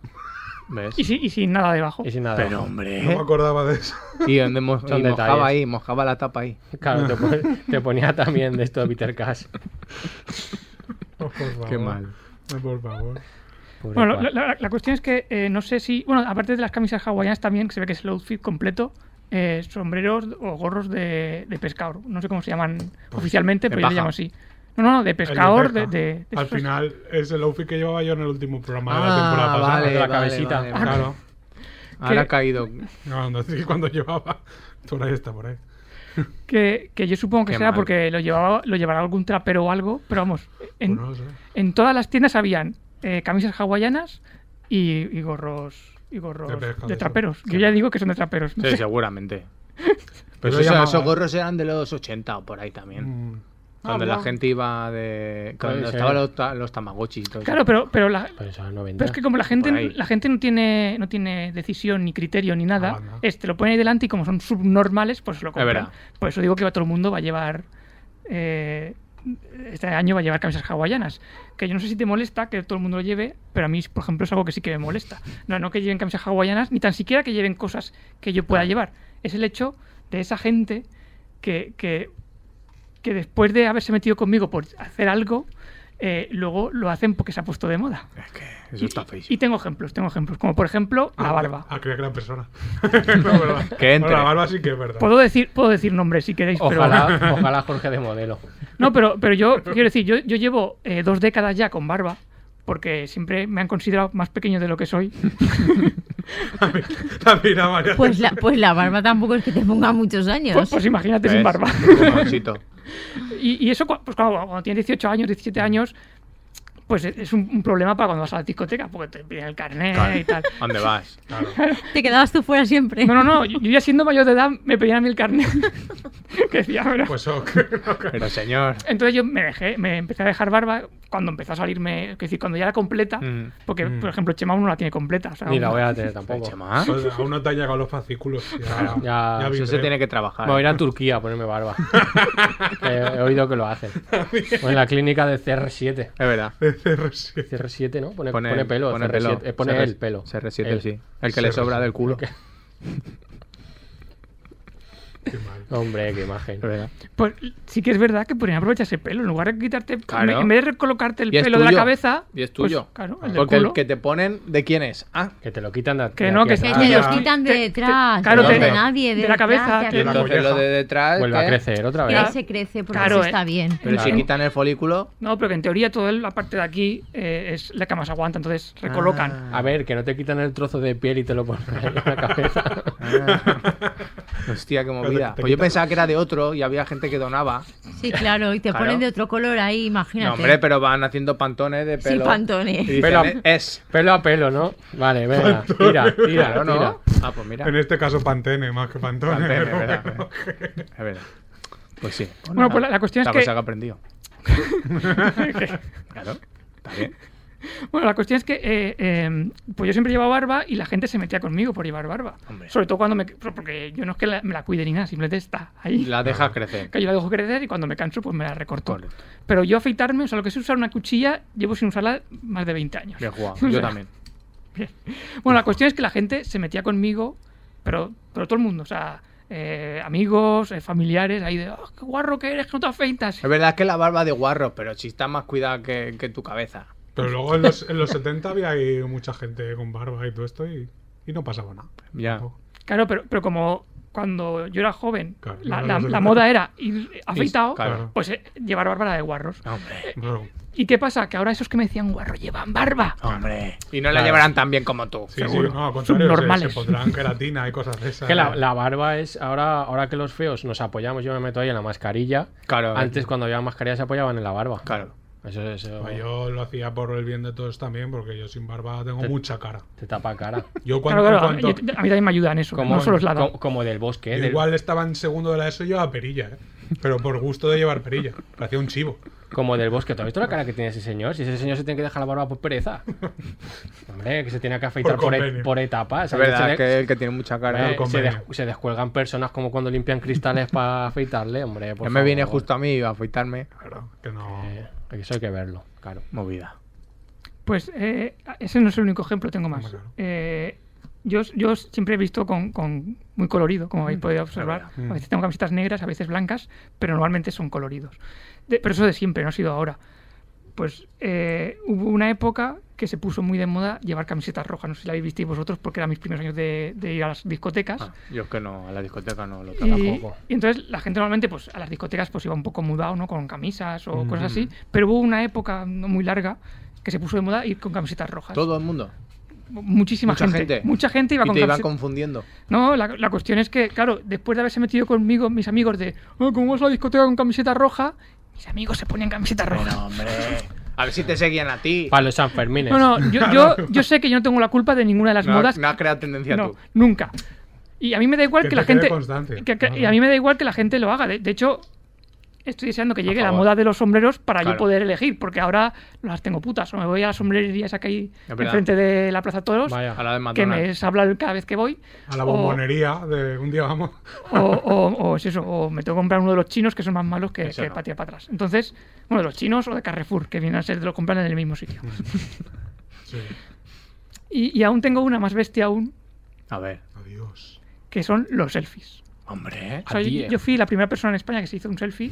[SPEAKER 3] ¿Ves?
[SPEAKER 7] Y, si- y sin nada debajo.
[SPEAKER 4] Y sin nada.
[SPEAKER 3] Pero
[SPEAKER 5] No
[SPEAKER 3] hombre.
[SPEAKER 5] me acordaba de eso.
[SPEAKER 3] Y donde mo-
[SPEAKER 4] Son
[SPEAKER 3] y mojaba
[SPEAKER 4] detalles.
[SPEAKER 3] ahí, mojaba la tapa ahí.
[SPEAKER 4] Claro, te,
[SPEAKER 7] [LAUGHS]
[SPEAKER 4] pon- te ponía también de esto de Peter Cash.
[SPEAKER 5] Oh, por
[SPEAKER 3] [LAUGHS]
[SPEAKER 5] favor.
[SPEAKER 3] Qué mal.
[SPEAKER 5] Eh, Por favor.
[SPEAKER 4] Pobre
[SPEAKER 7] Bueno,
[SPEAKER 4] Cuar.
[SPEAKER 7] la, la- la cuestión es que eh, no sé si. Bueno, aparte de las camisas hawaianas, también que se ve que es el outfit completo. eh, sombreros o gorros de, de pescador. No sé cómo se llaman oficialmente, pero yo
[SPEAKER 3] paja.
[SPEAKER 7] le llamo así. No, no, no, de pescador.
[SPEAKER 5] Pues El de
[SPEAKER 7] De,
[SPEAKER 5] pesca.
[SPEAKER 7] de- de
[SPEAKER 5] Al
[SPEAKER 7] esos-
[SPEAKER 5] final es el outfit que llevaba yo en el último programa de la temporada
[SPEAKER 3] Ah,
[SPEAKER 5] pasada.
[SPEAKER 3] vale,
[SPEAKER 4] de la
[SPEAKER 3] vale,
[SPEAKER 4] cabecita.
[SPEAKER 3] vale, vale.
[SPEAKER 5] Claro.
[SPEAKER 3] [LAUGHS] Ahora
[SPEAKER 7] Que-
[SPEAKER 3] ha caído.
[SPEAKER 5] Cuando, sí, cuando llevaba. Por ahí está, por ahí.
[SPEAKER 7] Que, que yo supongo que
[SPEAKER 3] Qué
[SPEAKER 7] será
[SPEAKER 3] mal.
[SPEAKER 7] porque lo, llevaba, lo llevará algún trapero o algo, pero vamos. En,
[SPEAKER 5] Pues no lo sé.
[SPEAKER 7] en todas las tiendas habían eh, camisas hawaianas y, y gorros. Y gorros
[SPEAKER 5] De
[SPEAKER 7] de,
[SPEAKER 5] pesca, de eso.
[SPEAKER 7] traperos. Yo ya digo que son de traperos. no
[SPEAKER 3] Sí,
[SPEAKER 7] [LAUGHS] sé.
[SPEAKER 3] seguramente.
[SPEAKER 5] Pero
[SPEAKER 3] Pero
[SPEAKER 5] ya
[SPEAKER 3] esos,
[SPEAKER 5] llamaba-
[SPEAKER 3] esos gorros eran de los 80 o por ahí también.
[SPEAKER 5] Mm.
[SPEAKER 3] Cuando
[SPEAKER 5] Ah,
[SPEAKER 3] la
[SPEAKER 5] bueno.
[SPEAKER 3] gente iba de. Cuando
[SPEAKER 4] Puede ser.
[SPEAKER 3] estaban los, ta- los tamagotchis y todo eso.
[SPEAKER 7] Claro, pero, pero la,
[SPEAKER 4] Pero eso era 90.
[SPEAKER 7] Pero es que como la gente,
[SPEAKER 3] Por ahí.
[SPEAKER 7] la gente no tiene no tiene decisión ni criterio ni nada,
[SPEAKER 5] Ah, no.
[SPEAKER 7] es, te lo ponen ahí delante y como son subnormales, pues lo compran.
[SPEAKER 3] verdad.
[SPEAKER 7] Por eso digo que todo el mundo va a llevar eh, este año va a llevar camisas hawaianas, que yo no sé si te molesta que todo el mundo lo lleve, pero a mí por ejemplo es algo que sí que me molesta. No no que lleven camisas hawaianas ni tan siquiera que lleven cosas que yo pueda llevar, es el hecho de esa gente que, que que después de haberse metido conmigo por hacer algo, eh, luego lo hacen porque se ha puesto de moda.
[SPEAKER 3] Es que eso está feísimo.
[SPEAKER 7] Y tengo ejemplos, tengo ejemplos. Como por ejemplo, la barba.
[SPEAKER 5] Ah, creía que era persona. [LAUGHS] no, verdad.
[SPEAKER 3] [LAUGHS] Que entre.
[SPEAKER 5] Bueno, la barba sí que es verdad.
[SPEAKER 7] Puedo decir, puedo decir nombres si queréis, pero.
[SPEAKER 4] Ojalá, ojalá Jorge de modelo.
[SPEAKER 7] No, pero, pero yo quiero decir, yo, yo llevo eh, dos décadas ya con barba, porque siempre me han considerado más pequeño de lo que soy.
[SPEAKER 5] La mira, María.
[SPEAKER 6] Pues la, pues la barba tampoco es que te ponga muchos
[SPEAKER 7] Pues,
[SPEAKER 6] años.
[SPEAKER 7] pues imagínate
[SPEAKER 3] ¿Ves?
[SPEAKER 7] sin barba.
[SPEAKER 3] Un mamoncito.
[SPEAKER 7] Y, y eso, cua- pues claro, cuando tienes 18 años, 17 años, pues es- es un, un problema para cuando vas a la discoteca, porque te piden el carnet
[SPEAKER 3] Claro.
[SPEAKER 7] y tal.
[SPEAKER 3] ¿Dónde vas?
[SPEAKER 6] Te quedabas tú fuera siempre.
[SPEAKER 7] No, no, no, yo yo ya siendo mayor de edad me pedían a mí el carnet. [LAUGHS] que decía, bueno,
[SPEAKER 5] Pues [LAUGHS] ok. ok.
[SPEAKER 3] Pero señor.
[SPEAKER 7] Entonces yo me dejé, me empecé a dejar barba cuando empezó a salirme, es decir, cuando ya era completa,
[SPEAKER 3] Mm.
[SPEAKER 7] porque
[SPEAKER 5] Mm.
[SPEAKER 7] por ejemplo Chema aún no la tiene completa. o sea,
[SPEAKER 4] Ni la
[SPEAKER 7] aún-
[SPEAKER 4] voy a tener tampoco.
[SPEAKER 3] Chema,
[SPEAKER 5] Pues aún no te han llegado los fascículos. Ya,
[SPEAKER 4] Ya- eso
[SPEAKER 3] Eso se
[SPEAKER 5] vibré.
[SPEAKER 3] tiene que
[SPEAKER 4] Me
[SPEAKER 3] trabajar.
[SPEAKER 4] voy a ir a Turquía a
[SPEAKER 3] [LAUGHS]
[SPEAKER 4] ponerme barba. Que he, oído que lo hacen. O en la clínica de CR7.
[SPEAKER 3] Es verdad.
[SPEAKER 5] eh, CR7.
[SPEAKER 4] CR7, ¿no? Pone, pone pelo.
[SPEAKER 3] Pone
[SPEAKER 4] CR7,
[SPEAKER 3] pelo.
[SPEAKER 4] eh, pone
[SPEAKER 3] Se
[SPEAKER 4] el
[SPEAKER 3] res-
[SPEAKER 4] pelo.
[SPEAKER 3] Se resiente,
[SPEAKER 4] Él.
[SPEAKER 3] sí. El que le
[SPEAKER 5] Se
[SPEAKER 3] sobra
[SPEAKER 5] resiente.
[SPEAKER 3] del culo.
[SPEAKER 4] Ok.
[SPEAKER 5] Qué mal.
[SPEAKER 4] Hombre, qué
[SPEAKER 3] [LAUGHS]
[SPEAKER 4] imagen.
[SPEAKER 3] Es verdad.
[SPEAKER 7] Pues sí que es verdad que podrían aprovechar ese pelo, en lugar de quitarte,
[SPEAKER 3] Claro.
[SPEAKER 7] en vez de colocarte el
[SPEAKER 3] Y es
[SPEAKER 7] pelo de la
[SPEAKER 3] tuyo.
[SPEAKER 7] cabeza.
[SPEAKER 3] Y es
[SPEAKER 7] pues,
[SPEAKER 3] tuyo.
[SPEAKER 7] claro, el del
[SPEAKER 3] Porque
[SPEAKER 7] culo.
[SPEAKER 3] el que te ponen, ¿de quién es? Ah,
[SPEAKER 4] Que te lo quitan de
[SPEAKER 7] Que
[SPEAKER 4] de
[SPEAKER 7] no,
[SPEAKER 4] aquí
[SPEAKER 7] que
[SPEAKER 4] a
[SPEAKER 7] es
[SPEAKER 6] Que
[SPEAKER 4] atrás.
[SPEAKER 6] te los
[SPEAKER 7] Ah,
[SPEAKER 6] quitan
[SPEAKER 7] te-
[SPEAKER 6] de detrás.
[SPEAKER 7] te- claro,
[SPEAKER 6] no
[SPEAKER 3] te-
[SPEAKER 6] de nadie, de,
[SPEAKER 7] de la cabeza,
[SPEAKER 6] detrás,
[SPEAKER 5] Y
[SPEAKER 3] y
[SPEAKER 6] de
[SPEAKER 5] la
[SPEAKER 6] atrás.
[SPEAKER 3] entonces lo
[SPEAKER 5] colleja.
[SPEAKER 3] de detrás.
[SPEAKER 4] Vuelve a
[SPEAKER 3] ¿qué?
[SPEAKER 4] crecer otra
[SPEAKER 6] Y
[SPEAKER 4] vez.
[SPEAKER 6] ahí se crece porque
[SPEAKER 7] Claro,
[SPEAKER 6] eso
[SPEAKER 7] eh.
[SPEAKER 6] está bien.
[SPEAKER 3] Pero si
[SPEAKER 4] Claro.
[SPEAKER 3] quitan el folículo.
[SPEAKER 7] No, pero que en teoría toda la parte de aquí eh, es la que más aguanta, entonces recolocan.
[SPEAKER 4] A ver, que no te quitan el trozo de piel y te lo ponen ahí en
[SPEAKER 3] [LAUGHS]
[SPEAKER 4] la cabeza.
[SPEAKER 3] Ah. Hostia, qué movida.
[SPEAKER 5] te
[SPEAKER 3] Pues yo
[SPEAKER 5] quitan-
[SPEAKER 3] pensaba que era de otro y había gente que donaba.
[SPEAKER 6] Sí, claro, y te
[SPEAKER 3] Claro.
[SPEAKER 6] ponen de otro color ahí, imagínate.
[SPEAKER 3] No, hombre, pero van haciendo pantones de
[SPEAKER 6] Sí,
[SPEAKER 3] pelo.
[SPEAKER 6] pantones.
[SPEAKER 3] Y dicen,
[SPEAKER 4] Pelo-
[SPEAKER 3] es.
[SPEAKER 5] [LAUGHS]
[SPEAKER 4] Pelo a pelo, ¿no? Vale, venga. Tira, tira,
[SPEAKER 3] Claro, ¿no?
[SPEAKER 4] tira.
[SPEAKER 3] Ah, pues mira.
[SPEAKER 5] En este caso, Pantene, más que Pantone.
[SPEAKER 3] Pantene,
[SPEAKER 5] pero [LAUGHS]
[SPEAKER 3] verdad,
[SPEAKER 5] bueno.
[SPEAKER 3] Es verdad. Pues sí.
[SPEAKER 7] Bueno, pues la- la cuestión es que-
[SPEAKER 3] cosa que he aprendido. Ah.
[SPEAKER 7] [LAUGHS]
[SPEAKER 3] claro. Está bien.
[SPEAKER 7] Bueno, la cuestión es que eh, eh, pues yo siempre llevaba barba y la gente se metía conmigo por llevar barba.
[SPEAKER 3] Hombre.
[SPEAKER 7] Sobre todo cuando me... Porque yo no es que la- me la cuide ni nada, simplemente está ahí.
[SPEAKER 3] La dejas crecer.
[SPEAKER 7] Que yo la dejo crecer y cuando me canso pues me la recorto.
[SPEAKER 3] Correcto.
[SPEAKER 7] Pero yo afeitarme, o sea, lo que es usar una cuchilla, llevo sin usarla más de 20 años.
[SPEAKER 3] Bien jugado.
[SPEAKER 7] [LAUGHS] O
[SPEAKER 3] Yo
[SPEAKER 7] sea,
[SPEAKER 3] también.
[SPEAKER 7] Bueno, la cuestión es que la gente se metía conmigo, pero, pero todo el mundo, o sea, eh, amigos, eh, familiares, ahí de, "Ah, qué guarro que eres, que no te afeitas.
[SPEAKER 3] Es verdad que la barba de guarro, pero si está más cuidada que, que tu cabeza.
[SPEAKER 5] Pero luego en los, en los 70 había ahí mucha gente con barba y todo esto y, y no pasaba nada.
[SPEAKER 3] Ya.
[SPEAKER 7] Claro, pero, pero como cuando yo era joven,
[SPEAKER 5] Claro,
[SPEAKER 7] la,
[SPEAKER 5] no,
[SPEAKER 7] la-
[SPEAKER 5] no, no,
[SPEAKER 7] la
[SPEAKER 5] no.
[SPEAKER 7] moda era ir afeitado,
[SPEAKER 3] claro.
[SPEAKER 7] pues eh, llevar barba de guarros.
[SPEAKER 5] Ah.
[SPEAKER 3] Hombre.
[SPEAKER 5] Claro.
[SPEAKER 7] ¿Y qué pasa? Que ahora esos que me decían guarro llevan barba.
[SPEAKER 5] Ah.
[SPEAKER 3] Hombre. Y no la
[SPEAKER 4] Claro.
[SPEAKER 3] llevarán tan bien como tú.
[SPEAKER 5] Sí, sí,
[SPEAKER 3] seguro.
[SPEAKER 5] no, al contrario, se- se,
[SPEAKER 7] Subnormales.
[SPEAKER 5] pondrán queratina y cosas de esas. ¿eh?
[SPEAKER 4] Que la, la barba es, ahora, ahora que los feos nos apoyamos, yo me meto ahí en la mascarilla.
[SPEAKER 3] Claro. eh.
[SPEAKER 4] Antes cuando había mascarilla se apoyaban en la barba.
[SPEAKER 3] Claro.
[SPEAKER 4] Eso, eso
[SPEAKER 5] Pues Yo lo hacía por el bien de todos también, porque yo sin barba tengo
[SPEAKER 4] Te-
[SPEAKER 5] mucha cara.
[SPEAKER 4] te tapa
[SPEAKER 5] [LAUGHS]
[SPEAKER 4] cara.
[SPEAKER 5] Yo cuando,
[SPEAKER 7] Claro, claro, a,
[SPEAKER 5] cuando-
[SPEAKER 7] yo- a mí también me ayudan eso,
[SPEAKER 4] Como,
[SPEAKER 7] no solo es la edad.
[SPEAKER 4] como, como del bosque,
[SPEAKER 5] yo
[SPEAKER 4] ¿eh? Del-
[SPEAKER 5] igual estaba en segundo de la ESO y llevaba perilla, ¿eh? pero por gusto de llevar perilla. Parecía un chivo.
[SPEAKER 4] como del bosque. ¿Tú has visto la cara que tiene ese señor? Si ese señor se tiene que dejar la barba por pereza. Hombre, que se tiene que afeitar
[SPEAKER 5] Por
[SPEAKER 4] por, e-
[SPEAKER 5] convenio.
[SPEAKER 4] por etapas.
[SPEAKER 3] Es
[SPEAKER 4] Se
[SPEAKER 3] verdad
[SPEAKER 4] le-
[SPEAKER 3] que el que tiene mucha cara.
[SPEAKER 4] Eh,
[SPEAKER 5] Por
[SPEAKER 4] se,
[SPEAKER 5] convenio.
[SPEAKER 4] des- se descuelgan personas como cuando limpian cristales para afeitarle, hombre. Por
[SPEAKER 3] ya me viene
[SPEAKER 4] favor.
[SPEAKER 3] justo a mí a afeitarme.
[SPEAKER 5] Claro, que no.
[SPEAKER 4] Eh, eso hay que verlo, claro.
[SPEAKER 3] Movida.
[SPEAKER 7] Pues eh, ese no es el único ejemplo, tengo más.
[SPEAKER 5] Hombre, claro.
[SPEAKER 7] Eh, yo, yo siempre he visto con, con muy colorido, como habéis podido observar.
[SPEAKER 3] verdad.
[SPEAKER 5] Mm.
[SPEAKER 7] A veces tengo camisetas negras, a veces blancas, pero normalmente son coloridos. De- pero eso de siempre, no ha sido ahora. Pues eh, hubo una época que se puso muy de moda llevar camisetas rojas. No sé si la habéis visto vosotros, porque eran mis primeros años de, de ir a las discotecas.
[SPEAKER 3] Ah, yo es que no, a la discoteca no lo trabajo.
[SPEAKER 7] Y,
[SPEAKER 4] tampoco.
[SPEAKER 7] y entonces la gente normalmente pues a las discotecas pues iba un poco mudado, ¿no? Con camisas o
[SPEAKER 5] Mm.
[SPEAKER 7] cosas así. Pero hubo una época no muy larga que se puso de moda ir con camisetas rojas.
[SPEAKER 3] Todo el mundo.
[SPEAKER 7] M- Muchísima
[SPEAKER 3] Mucha
[SPEAKER 7] gente,
[SPEAKER 3] gente.
[SPEAKER 7] Mucha gente iba
[SPEAKER 3] y
[SPEAKER 7] con
[SPEAKER 3] te iban
[SPEAKER 7] camiseta-
[SPEAKER 3] confundiendo.
[SPEAKER 7] No, la, la cuestión es que, claro, después de haberse metido conmigo, mis amigos de "Ah, ¿Cómo vas a la discoteca con camiseta roja? Mis amigos se ponían camiseta roja.
[SPEAKER 3] hombre. A ver si te seguían a ti.
[SPEAKER 4] Para los Sanfermines.
[SPEAKER 7] No,
[SPEAKER 3] [LAUGHS]
[SPEAKER 7] no, yo, yo, yo sé que yo no tengo la culpa de ninguna de las
[SPEAKER 3] No,
[SPEAKER 7] modas.
[SPEAKER 3] no has creado tendencia
[SPEAKER 7] No,
[SPEAKER 3] tú.
[SPEAKER 7] nunca. Y a mí me da igual
[SPEAKER 5] Que
[SPEAKER 7] que, la
[SPEAKER 5] te quede
[SPEAKER 7] gente.
[SPEAKER 5] constancia.
[SPEAKER 7] que- que-
[SPEAKER 5] Vale.
[SPEAKER 7] y a mí me da igual que la gente lo haga. De, de hecho, estoy deseando que llegue la
[SPEAKER 3] favor.
[SPEAKER 7] moda de los sombreros para
[SPEAKER 3] Claro.
[SPEAKER 7] yo poder elegir, porque ahora las tengo putas. O me voy a las sombrerías que hay
[SPEAKER 3] verdad.
[SPEAKER 7] enfrente de la Plaza Toros,
[SPEAKER 4] Vaya,
[SPEAKER 3] A la de
[SPEAKER 7] que
[SPEAKER 3] McDonald's.
[SPEAKER 7] me es hablar cada vez que voy.
[SPEAKER 5] A la
[SPEAKER 7] o-
[SPEAKER 5] bombonería de un día vamos.
[SPEAKER 7] O, o- o es eso, o me tengo que comprar uno de los chinos que son más malos que,
[SPEAKER 3] Eso
[SPEAKER 7] que
[SPEAKER 3] no.
[SPEAKER 7] patea para atrás. Entonces, bueno, de los chinos o de Carrefour, que vienen a ser de los compran en el
[SPEAKER 3] [LAUGHS]
[SPEAKER 7] mismo sitio.
[SPEAKER 5] Sí.
[SPEAKER 7] Y, y aún tengo una más bestia aún,
[SPEAKER 3] A ver.
[SPEAKER 5] Adiós.
[SPEAKER 7] que son los selfies.
[SPEAKER 3] Hombre.
[SPEAKER 7] O sea,
[SPEAKER 3] a
[SPEAKER 7] yo-
[SPEAKER 3] ti, eh.
[SPEAKER 7] yo fui la primera persona en España que se hizo un selfie.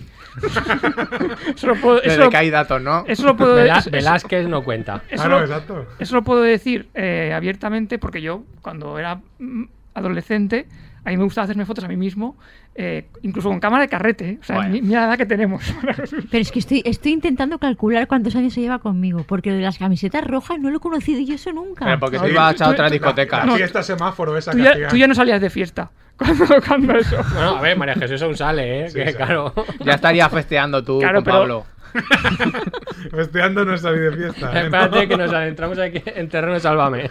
[SPEAKER 7] [LAUGHS] eso, lo puedo,
[SPEAKER 3] Desde
[SPEAKER 7] eso lo-
[SPEAKER 3] que hay datos, ¿no?
[SPEAKER 7] eso lo puedo
[SPEAKER 4] Vela-
[SPEAKER 7] eso-
[SPEAKER 4] Velázquez no cuenta.
[SPEAKER 7] eso
[SPEAKER 5] Claro,
[SPEAKER 7] lo-
[SPEAKER 5] exacto.
[SPEAKER 7] eso lo puedo decir eh, abiertamente porque yo, cuando era mm, adolescente, a mí me gustaba hacerme fotos a mí mismo, eh, incluso con cámara de carrete. ¿eh? O sea,
[SPEAKER 3] Bueno.
[SPEAKER 7] mi- mira la edad que tenemos. [LAUGHS]
[SPEAKER 6] Pero es que estoy, estoy intentando calcular cuántos años se lleva conmigo, porque lo de las camisetas rojas no lo he conocido yo eso nunca.
[SPEAKER 7] Ah,
[SPEAKER 3] Pero porque tú
[SPEAKER 7] Oye,
[SPEAKER 3] ibas
[SPEAKER 7] tú-
[SPEAKER 3] a
[SPEAKER 7] tú-
[SPEAKER 3] otra
[SPEAKER 7] tú-
[SPEAKER 3] discoteca.
[SPEAKER 5] La
[SPEAKER 7] No,
[SPEAKER 5] fiesta este semáforo esa
[SPEAKER 7] tú,
[SPEAKER 5] que
[SPEAKER 7] ya,
[SPEAKER 5] hacían.
[SPEAKER 7] tú ya no salías de fiesta [LAUGHS] cuando, cuando eso.
[SPEAKER 4] Bueno, a ver, María Jesús aún sale, ¿eh?
[SPEAKER 5] Sí,
[SPEAKER 4] que
[SPEAKER 5] sale.
[SPEAKER 3] [LAUGHS]
[SPEAKER 4] claro.
[SPEAKER 3] Ya estarías festeando tú
[SPEAKER 7] Claro,
[SPEAKER 3] con
[SPEAKER 7] pero-
[SPEAKER 3] Pablo.
[SPEAKER 5] Festeando nuestra
[SPEAKER 7] [LAUGHS]
[SPEAKER 5] videofiesta. ¿eh?
[SPEAKER 4] Espérate que nos adentramos aquí en terreno de sálvame.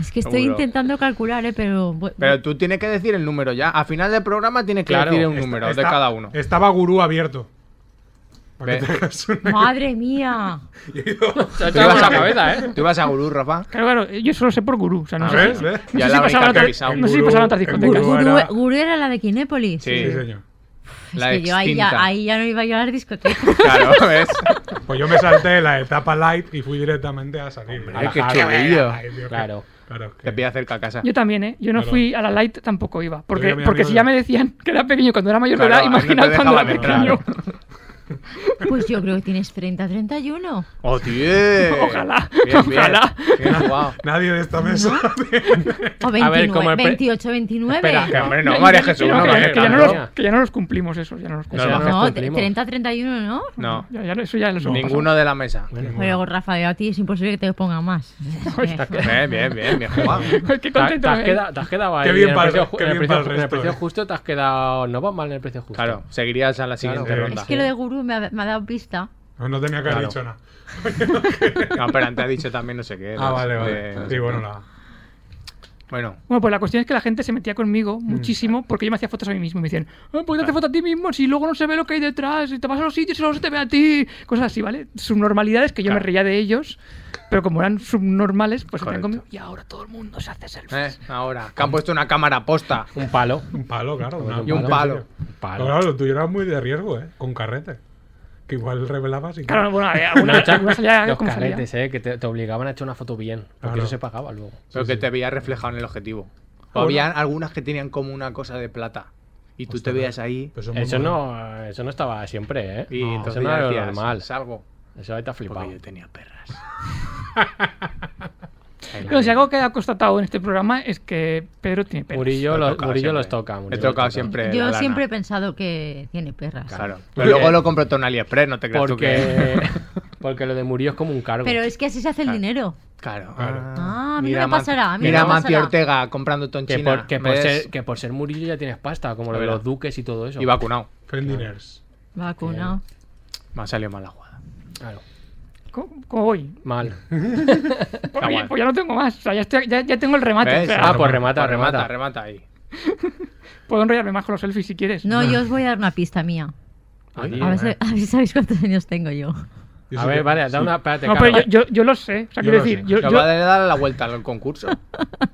[SPEAKER 6] es que estoy
[SPEAKER 3] seguro.
[SPEAKER 6] intentando calcular, ¿eh? pero... bu-
[SPEAKER 3] Pero tú tienes que decir el número ya. A final del programa tienes que
[SPEAKER 4] Claro,
[SPEAKER 3] decir un
[SPEAKER 4] está-
[SPEAKER 3] número de
[SPEAKER 5] Está-
[SPEAKER 3] cada uno.
[SPEAKER 5] Estaba gurú abierto. Para que
[SPEAKER 3] Ve.
[SPEAKER 5] te hagas una-
[SPEAKER 6] Madre mía.
[SPEAKER 4] Se ha echado la
[SPEAKER 3] [LAUGHS]
[SPEAKER 4] cabeza, ¿eh?
[SPEAKER 3] Tú ibas a Gurú, Rafa.
[SPEAKER 7] Claro, claro, yo solo sé por gurú. O sea, no
[SPEAKER 3] Ah,
[SPEAKER 7] sé,
[SPEAKER 5] ¿Ves? ¿Ves?
[SPEAKER 3] Ya la
[SPEAKER 7] sé si pasaba
[SPEAKER 3] habéis
[SPEAKER 7] otra-
[SPEAKER 3] actualizado.
[SPEAKER 7] no sé si pasaban otras
[SPEAKER 5] En
[SPEAKER 7] discotecas.
[SPEAKER 5] Gurú
[SPEAKER 6] Gurú
[SPEAKER 5] era-
[SPEAKER 6] era... la de Kinépolis.
[SPEAKER 3] Sí.
[SPEAKER 5] Sí, señor.
[SPEAKER 6] Es
[SPEAKER 3] La
[SPEAKER 6] que yo ahí ya,
[SPEAKER 3] extinta.
[SPEAKER 6] ahí ya no iba yo a las discotecas.
[SPEAKER 3] [LAUGHS] Claro, ¿ves?
[SPEAKER 5] Pues yo me salté la etapa light y fui directamente a salir.
[SPEAKER 3] Ay, qué
[SPEAKER 4] Ajá,
[SPEAKER 3] chulillo.
[SPEAKER 5] Ay, Dios,
[SPEAKER 4] Claro.
[SPEAKER 5] que- Claro. que-
[SPEAKER 3] Te pilla cerca a casa.
[SPEAKER 7] Yo también, ¿eh? Yo no
[SPEAKER 5] Claro.
[SPEAKER 7] fui a la Light, tampoco iba.
[SPEAKER 5] Yo
[SPEAKER 7] Porque,
[SPEAKER 5] era mi
[SPEAKER 7] porque
[SPEAKER 5] amigo
[SPEAKER 7] si
[SPEAKER 5] de-
[SPEAKER 7] ya me decían que era pequeño cuando era mayor de
[SPEAKER 3] Claro,
[SPEAKER 7] edad,
[SPEAKER 3] ahí no te
[SPEAKER 7] imaginaos cuando era
[SPEAKER 3] dejaban entrar.
[SPEAKER 7] pequeño.
[SPEAKER 6] Pues yo creo que tienes 30, 31.
[SPEAKER 3] ¡Oh, tío!
[SPEAKER 7] Ojalá,
[SPEAKER 3] Bien, bien.
[SPEAKER 7] ojalá.
[SPEAKER 3] Bien jugado.
[SPEAKER 5] Nadie de esta mesa. [LAUGHS]
[SPEAKER 6] O 29,
[SPEAKER 4] A ver, como el pre-
[SPEAKER 6] 28, 29.
[SPEAKER 4] Espera, que
[SPEAKER 3] Hombre, no, María Jesús,
[SPEAKER 7] [LAUGHS] Pero
[SPEAKER 3] no,
[SPEAKER 7] que,
[SPEAKER 3] me
[SPEAKER 7] ya- que ya no
[SPEAKER 3] jodas.
[SPEAKER 4] claro.
[SPEAKER 7] los, que ya no los cumplimos, eso. Ya no los
[SPEAKER 4] No,
[SPEAKER 7] cumplimos.
[SPEAKER 4] no,
[SPEAKER 6] no,
[SPEAKER 4] Jesús,
[SPEAKER 6] te-
[SPEAKER 4] primo.
[SPEAKER 6] 30, 31, ¿no?
[SPEAKER 3] No,
[SPEAKER 7] Ya- ya lo- eso ya lo hemos
[SPEAKER 3] ninguno de la mesa.
[SPEAKER 6] Pero Rafa, yo a ti es imposible que te ponga más.
[SPEAKER 3] Bien, bien, bien, bien jugado.
[SPEAKER 7] pasado. [LAUGHS] Qué
[SPEAKER 4] Te has
[SPEAKER 7] contento.
[SPEAKER 3] ¿eh?
[SPEAKER 4] queda-
[SPEAKER 7] me-
[SPEAKER 4] te has quedado, ahí.
[SPEAKER 5] Qué bien
[SPEAKER 4] en el
[SPEAKER 5] pa'l-
[SPEAKER 4] precio ju-
[SPEAKER 5] qué
[SPEAKER 4] en el
[SPEAKER 5] bien pa'l
[SPEAKER 4] precio- en el
[SPEAKER 5] resto,
[SPEAKER 4] precio
[SPEAKER 5] eh.
[SPEAKER 4] justo te has quedado. No vas mal en el precio justo.
[SPEAKER 3] Claro, seguirías a la siguiente
[SPEAKER 4] Claro.
[SPEAKER 3] ronda.
[SPEAKER 6] Es que lo de Gurú me ha, me ha dado pista.
[SPEAKER 5] No, no tenía que
[SPEAKER 4] Claro.
[SPEAKER 5] haber dicho nada.
[SPEAKER 3] No, pero antes ha dicho también no sé qué.
[SPEAKER 5] Ah,
[SPEAKER 3] las-
[SPEAKER 5] vale,
[SPEAKER 3] de-
[SPEAKER 5] vale. Sí, bueno, la...
[SPEAKER 3] Bueno,
[SPEAKER 7] Bueno, pues la cuestión es que la gente se metía conmigo muchísimo porque yo me hacía fotos a mí mismo. Me decían, ah, ¿por qué te haces fotos a ti mismo? Si luego no se ve lo que hay detrás, si te vas a los sitios y solo se te ve a ti. Cosas así, ¿vale? Subnormalidades que yo me
[SPEAKER 3] Claro.
[SPEAKER 7] reía de ellos, pero como eran subnormales, pues se metían
[SPEAKER 3] Correcto.
[SPEAKER 7] conmigo. Y ahora todo el mundo se hace
[SPEAKER 3] eh,
[SPEAKER 7] selfies.
[SPEAKER 3] ahora, que han puesto una cámara posta.
[SPEAKER 4] Un palo.
[SPEAKER 5] Un palo, claro. una-
[SPEAKER 3] Y un palo.
[SPEAKER 5] Pero
[SPEAKER 4] Palo.
[SPEAKER 5] claro, lo tuyo era muy de riesgo, ¿eh? Con carrete. Que igual revelabas y...
[SPEAKER 7] Claro, bueno, había alguna, [LAUGHS] alguna salía
[SPEAKER 4] Los
[SPEAKER 7] como salía.
[SPEAKER 4] caretes, eh, que te, te obligaban a echar una foto bien. Porque
[SPEAKER 5] Claro.
[SPEAKER 4] eso se pagaba luego.
[SPEAKER 3] Pero que te veías reflejado en el objetivo. O
[SPEAKER 5] Bueno.
[SPEAKER 3] había algunas que tenían como una cosa de plata. Y tú te veías ahí.
[SPEAKER 5] Pues son muy
[SPEAKER 4] Eso
[SPEAKER 5] monos.
[SPEAKER 4] no, eso no estaba siempre, ¿eh?
[SPEAKER 3] Y entonces
[SPEAKER 4] eso no era lo
[SPEAKER 3] decías,
[SPEAKER 4] normal.
[SPEAKER 3] salgo.
[SPEAKER 4] Eso ahí te ha flipado.
[SPEAKER 3] Porque yo tenía perras.
[SPEAKER 7] Pero si algo que ha constatado en este programa es que Pedro tiene pelos.
[SPEAKER 4] Murillo,
[SPEAKER 3] Lo
[SPEAKER 4] los,
[SPEAKER 3] tocaba
[SPEAKER 4] Murillo
[SPEAKER 3] siempre.
[SPEAKER 4] los toca. Murillo
[SPEAKER 3] He
[SPEAKER 4] los
[SPEAKER 3] tocado
[SPEAKER 4] toca.
[SPEAKER 3] siempre. la
[SPEAKER 6] Yo
[SPEAKER 3] lana.
[SPEAKER 6] siempre he pensado que tiene perras.
[SPEAKER 3] Claro.
[SPEAKER 4] Porque-
[SPEAKER 3] Pero luego lo compró todo en AliExpress, no te creas tú
[SPEAKER 4] [LAUGHS]
[SPEAKER 3] que.
[SPEAKER 4] Porque, porque lo de Murillo es como un cargo.
[SPEAKER 6] Pero es que así se hace el dinero.
[SPEAKER 3] Claro.
[SPEAKER 5] Claro.
[SPEAKER 6] Ah, a mí no
[SPEAKER 3] Mira
[SPEAKER 6] me
[SPEAKER 3] Man-
[SPEAKER 6] pasará, a mí no
[SPEAKER 3] Mira
[SPEAKER 6] me
[SPEAKER 3] Mancio
[SPEAKER 6] pasará.
[SPEAKER 3] Ortega comprando
[SPEAKER 4] que,
[SPEAKER 3] tonchina.
[SPEAKER 4] por, que, por ser, que por ser Murillo ya tienes pasta, como lo de
[SPEAKER 3] Verdad.
[SPEAKER 4] los duques y todo eso.
[SPEAKER 3] Y vacunado.
[SPEAKER 5] Fendiners.
[SPEAKER 6] Vacunado.
[SPEAKER 3] Me ha salido mal la jugada.
[SPEAKER 4] Claro.
[SPEAKER 7] ¿Cómo, cómo voy?
[SPEAKER 3] [LAUGHS]
[SPEAKER 4] Mal.
[SPEAKER 7] Pues,
[SPEAKER 3] Ah,
[SPEAKER 7] oye,
[SPEAKER 3] bueno.
[SPEAKER 7] pues ya no tengo más. O sea, ya, estoy- ya- ya tengo el remate.
[SPEAKER 3] ¿Ves?
[SPEAKER 7] O sea,
[SPEAKER 4] Ah, pues remata,
[SPEAKER 3] remata,
[SPEAKER 4] remata.
[SPEAKER 3] remata ahí.
[SPEAKER 7] Puedo enrollarme más con los selfies si quieres.
[SPEAKER 6] No, yo os voy a dar una pista mía.
[SPEAKER 4] Adiós.
[SPEAKER 6] A ver, si- a ver si sabéis cuántos años tengo yo.
[SPEAKER 5] Yo
[SPEAKER 4] A
[SPEAKER 5] sí
[SPEAKER 4] ver,
[SPEAKER 5] que-
[SPEAKER 4] vale, da
[SPEAKER 5] sí.
[SPEAKER 4] una. Espérate,
[SPEAKER 7] No,
[SPEAKER 4] Carlos.
[SPEAKER 7] pero yo, yo, yo lo sé. O
[SPEAKER 5] Yo
[SPEAKER 7] sea, quiero
[SPEAKER 5] lo
[SPEAKER 7] decir,
[SPEAKER 5] sé.
[SPEAKER 7] yo,
[SPEAKER 3] Yo...
[SPEAKER 7] yo-
[SPEAKER 3] Va a dar la [LAUGHS] vuelta al concurso.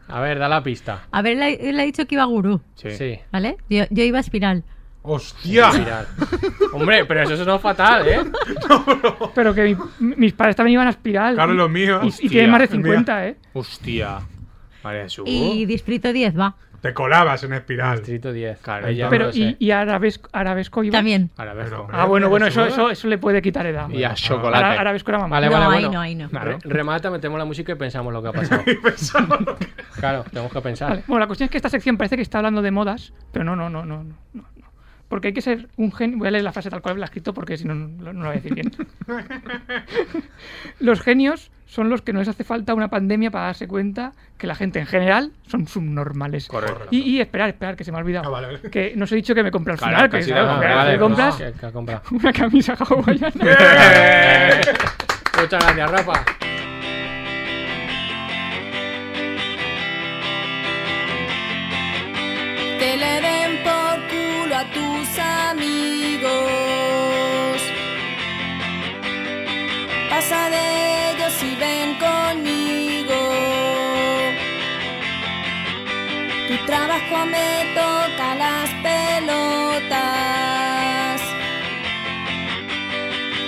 [SPEAKER 4] A ver, da la pista.
[SPEAKER 6] A ver, él ha- él ha dicho que iba gurú,
[SPEAKER 3] Sí.
[SPEAKER 4] Sí.
[SPEAKER 6] ¿vale? Yo, yo iba a espiral.
[SPEAKER 5] ¡Hostia!
[SPEAKER 4] Espiral. Hombre, pero eso sonó fatal, ¿eh?
[SPEAKER 7] pero que mi- mis padres también iban a espiral.
[SPEAKER 5] Claro, lo mío.
[SPEAKER 7] Y- Y, tienen más de 50, ¿eh?
[SPEAKER 3] Hostia. María Jesús.
[SPEAKER 6] Y Distrito 10, va.
[SPEAKER 5] Te colabas en espiral.
[SPEAKER 4] Distrito 10.
[SPEAKER 3] Claro,
[SPEAKER 4] Ahí ya
[SPEAKER 7] Pero,
[SPEAKER 4] no lo
[SPEAKER 7] y,
[SPEAKER 4] sé.
[SPEAKER 7] y arabesco, arabesco iba.
[SPEAKER 6] También.
[SPEAKER 3] Ahora ves.
[SPEAKER 5] Pero, hombre,
[SPEAKER 7] Ah, bueno, bueno, eso,
[SPEAKER 5] Eso
[SPEAKER 7] eso, eso le puede quitar edad.
[SPEAKER 3] Y a chocolate.
[SPEAKER 7] Ara- arabesco era mamá.
[SPEAKER 4] Vale,
[SPEAKER 6] no,
[SPEAKER 4] vale,
[SPEAKER 6] ahí
[SPEAKER 4] bueno.
[SPEAKER 6] no, ahí no.
[SPEAKER 3] Claro.
[SPEAKER 4] Re- Remata, metemos la música y pensamos lo que
[SPEAKER 3] [LAUGHS]
[SPEAKER 4] ha pasado. Claro, tenemos que
[SPEAKER 7] Vale.
[SPEAKER 4] pensar.
[SPEAKER 7] Bueno, la cuestión es que esta sección parece que está hablando de modas, pero no, no, no, no, no. no. Porque hay que ser un genio. Voy a leer la frase tal cual la he escrito porque si no, no, no la voy a decir bien. los genios son los que no les hace falta una pandemia para darse cuenta que la gente en general son subnormales.
[SPEAKER 3] Correcto.
[SPEAKER 7] Y, y esperar, esperar, que se me ha olvidado.
[SPEAKER 5] Ah, vale, vale.
[SPEAKER 7] Que no os he dicho que me compré al
[SPEAKER 3] Claro,
[SPEAKER 7] final.
[SPEAKER 3] que
[SPEAKER 7] Que,
[SPEAKER 3] sí,
[SPEAKER 7] claro,
[SPEAKER 3] no,
[SPEAKER 7] que
[SPEAKER 3] vale,
[SPEAKER 7] te
[SPEAKER 3] vale,
[SPEAKER 7] compras
[SPEAKER 4] pues, Ah, que ha comprado.
[SPEAKER 7] una camisa
[SPEAKER 3] [LAUGHS]
[SPEAKER 7] hawaiana.
[SPEAKER 4] Eh, Muchas gracias, Rafa.
[SPEAKER 10] Te le den por culo a tus amigos. Pasa de ellos y ven conmigo. Tu trabajo me toca las pelotas.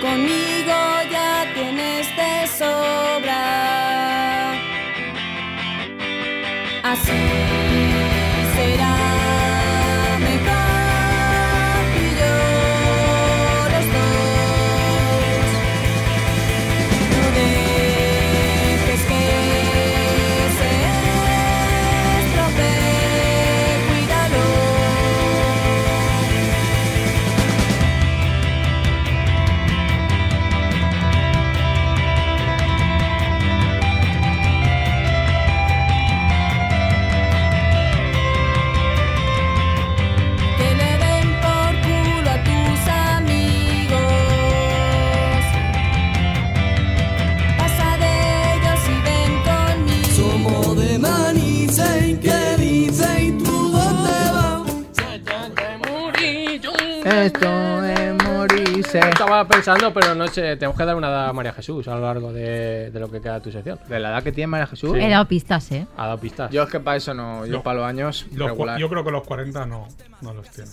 [SPEAKER 10] Conmigo ya tienes de sobra. Así será mejor y yo los dos. No dejes que se estropee, cuídalo. Que le den por culo a tus amigos. Pasa de ellos y ven conmigo.
[SPEAKER 9] Somos de Maniza y que dice y tú dónde vas.
[SPEAKER 3] Esto es morirse.
[SPEAKER 4] Estaba pensando, pero no sé, tenemos que dar una edad a María Jesús a lo largo de, de lo que queda de tu sección.
[SPEAKER 3] De la edad que tiene María Jesús.
[SPEAKER 6] He dado pistas, ¿eh?
[SPEAKER 4] Ha dado pistas.
[SPEAKER 3] Yo es que para eso no. Yo
[SPEAKER 5] No.
[SPEAKER 3] para los años.
[SPEAKER 5] Los cua-
[SPEAKER 3] regular.
[SPEAKER 5] yo creo que los 40 no, no los tiene.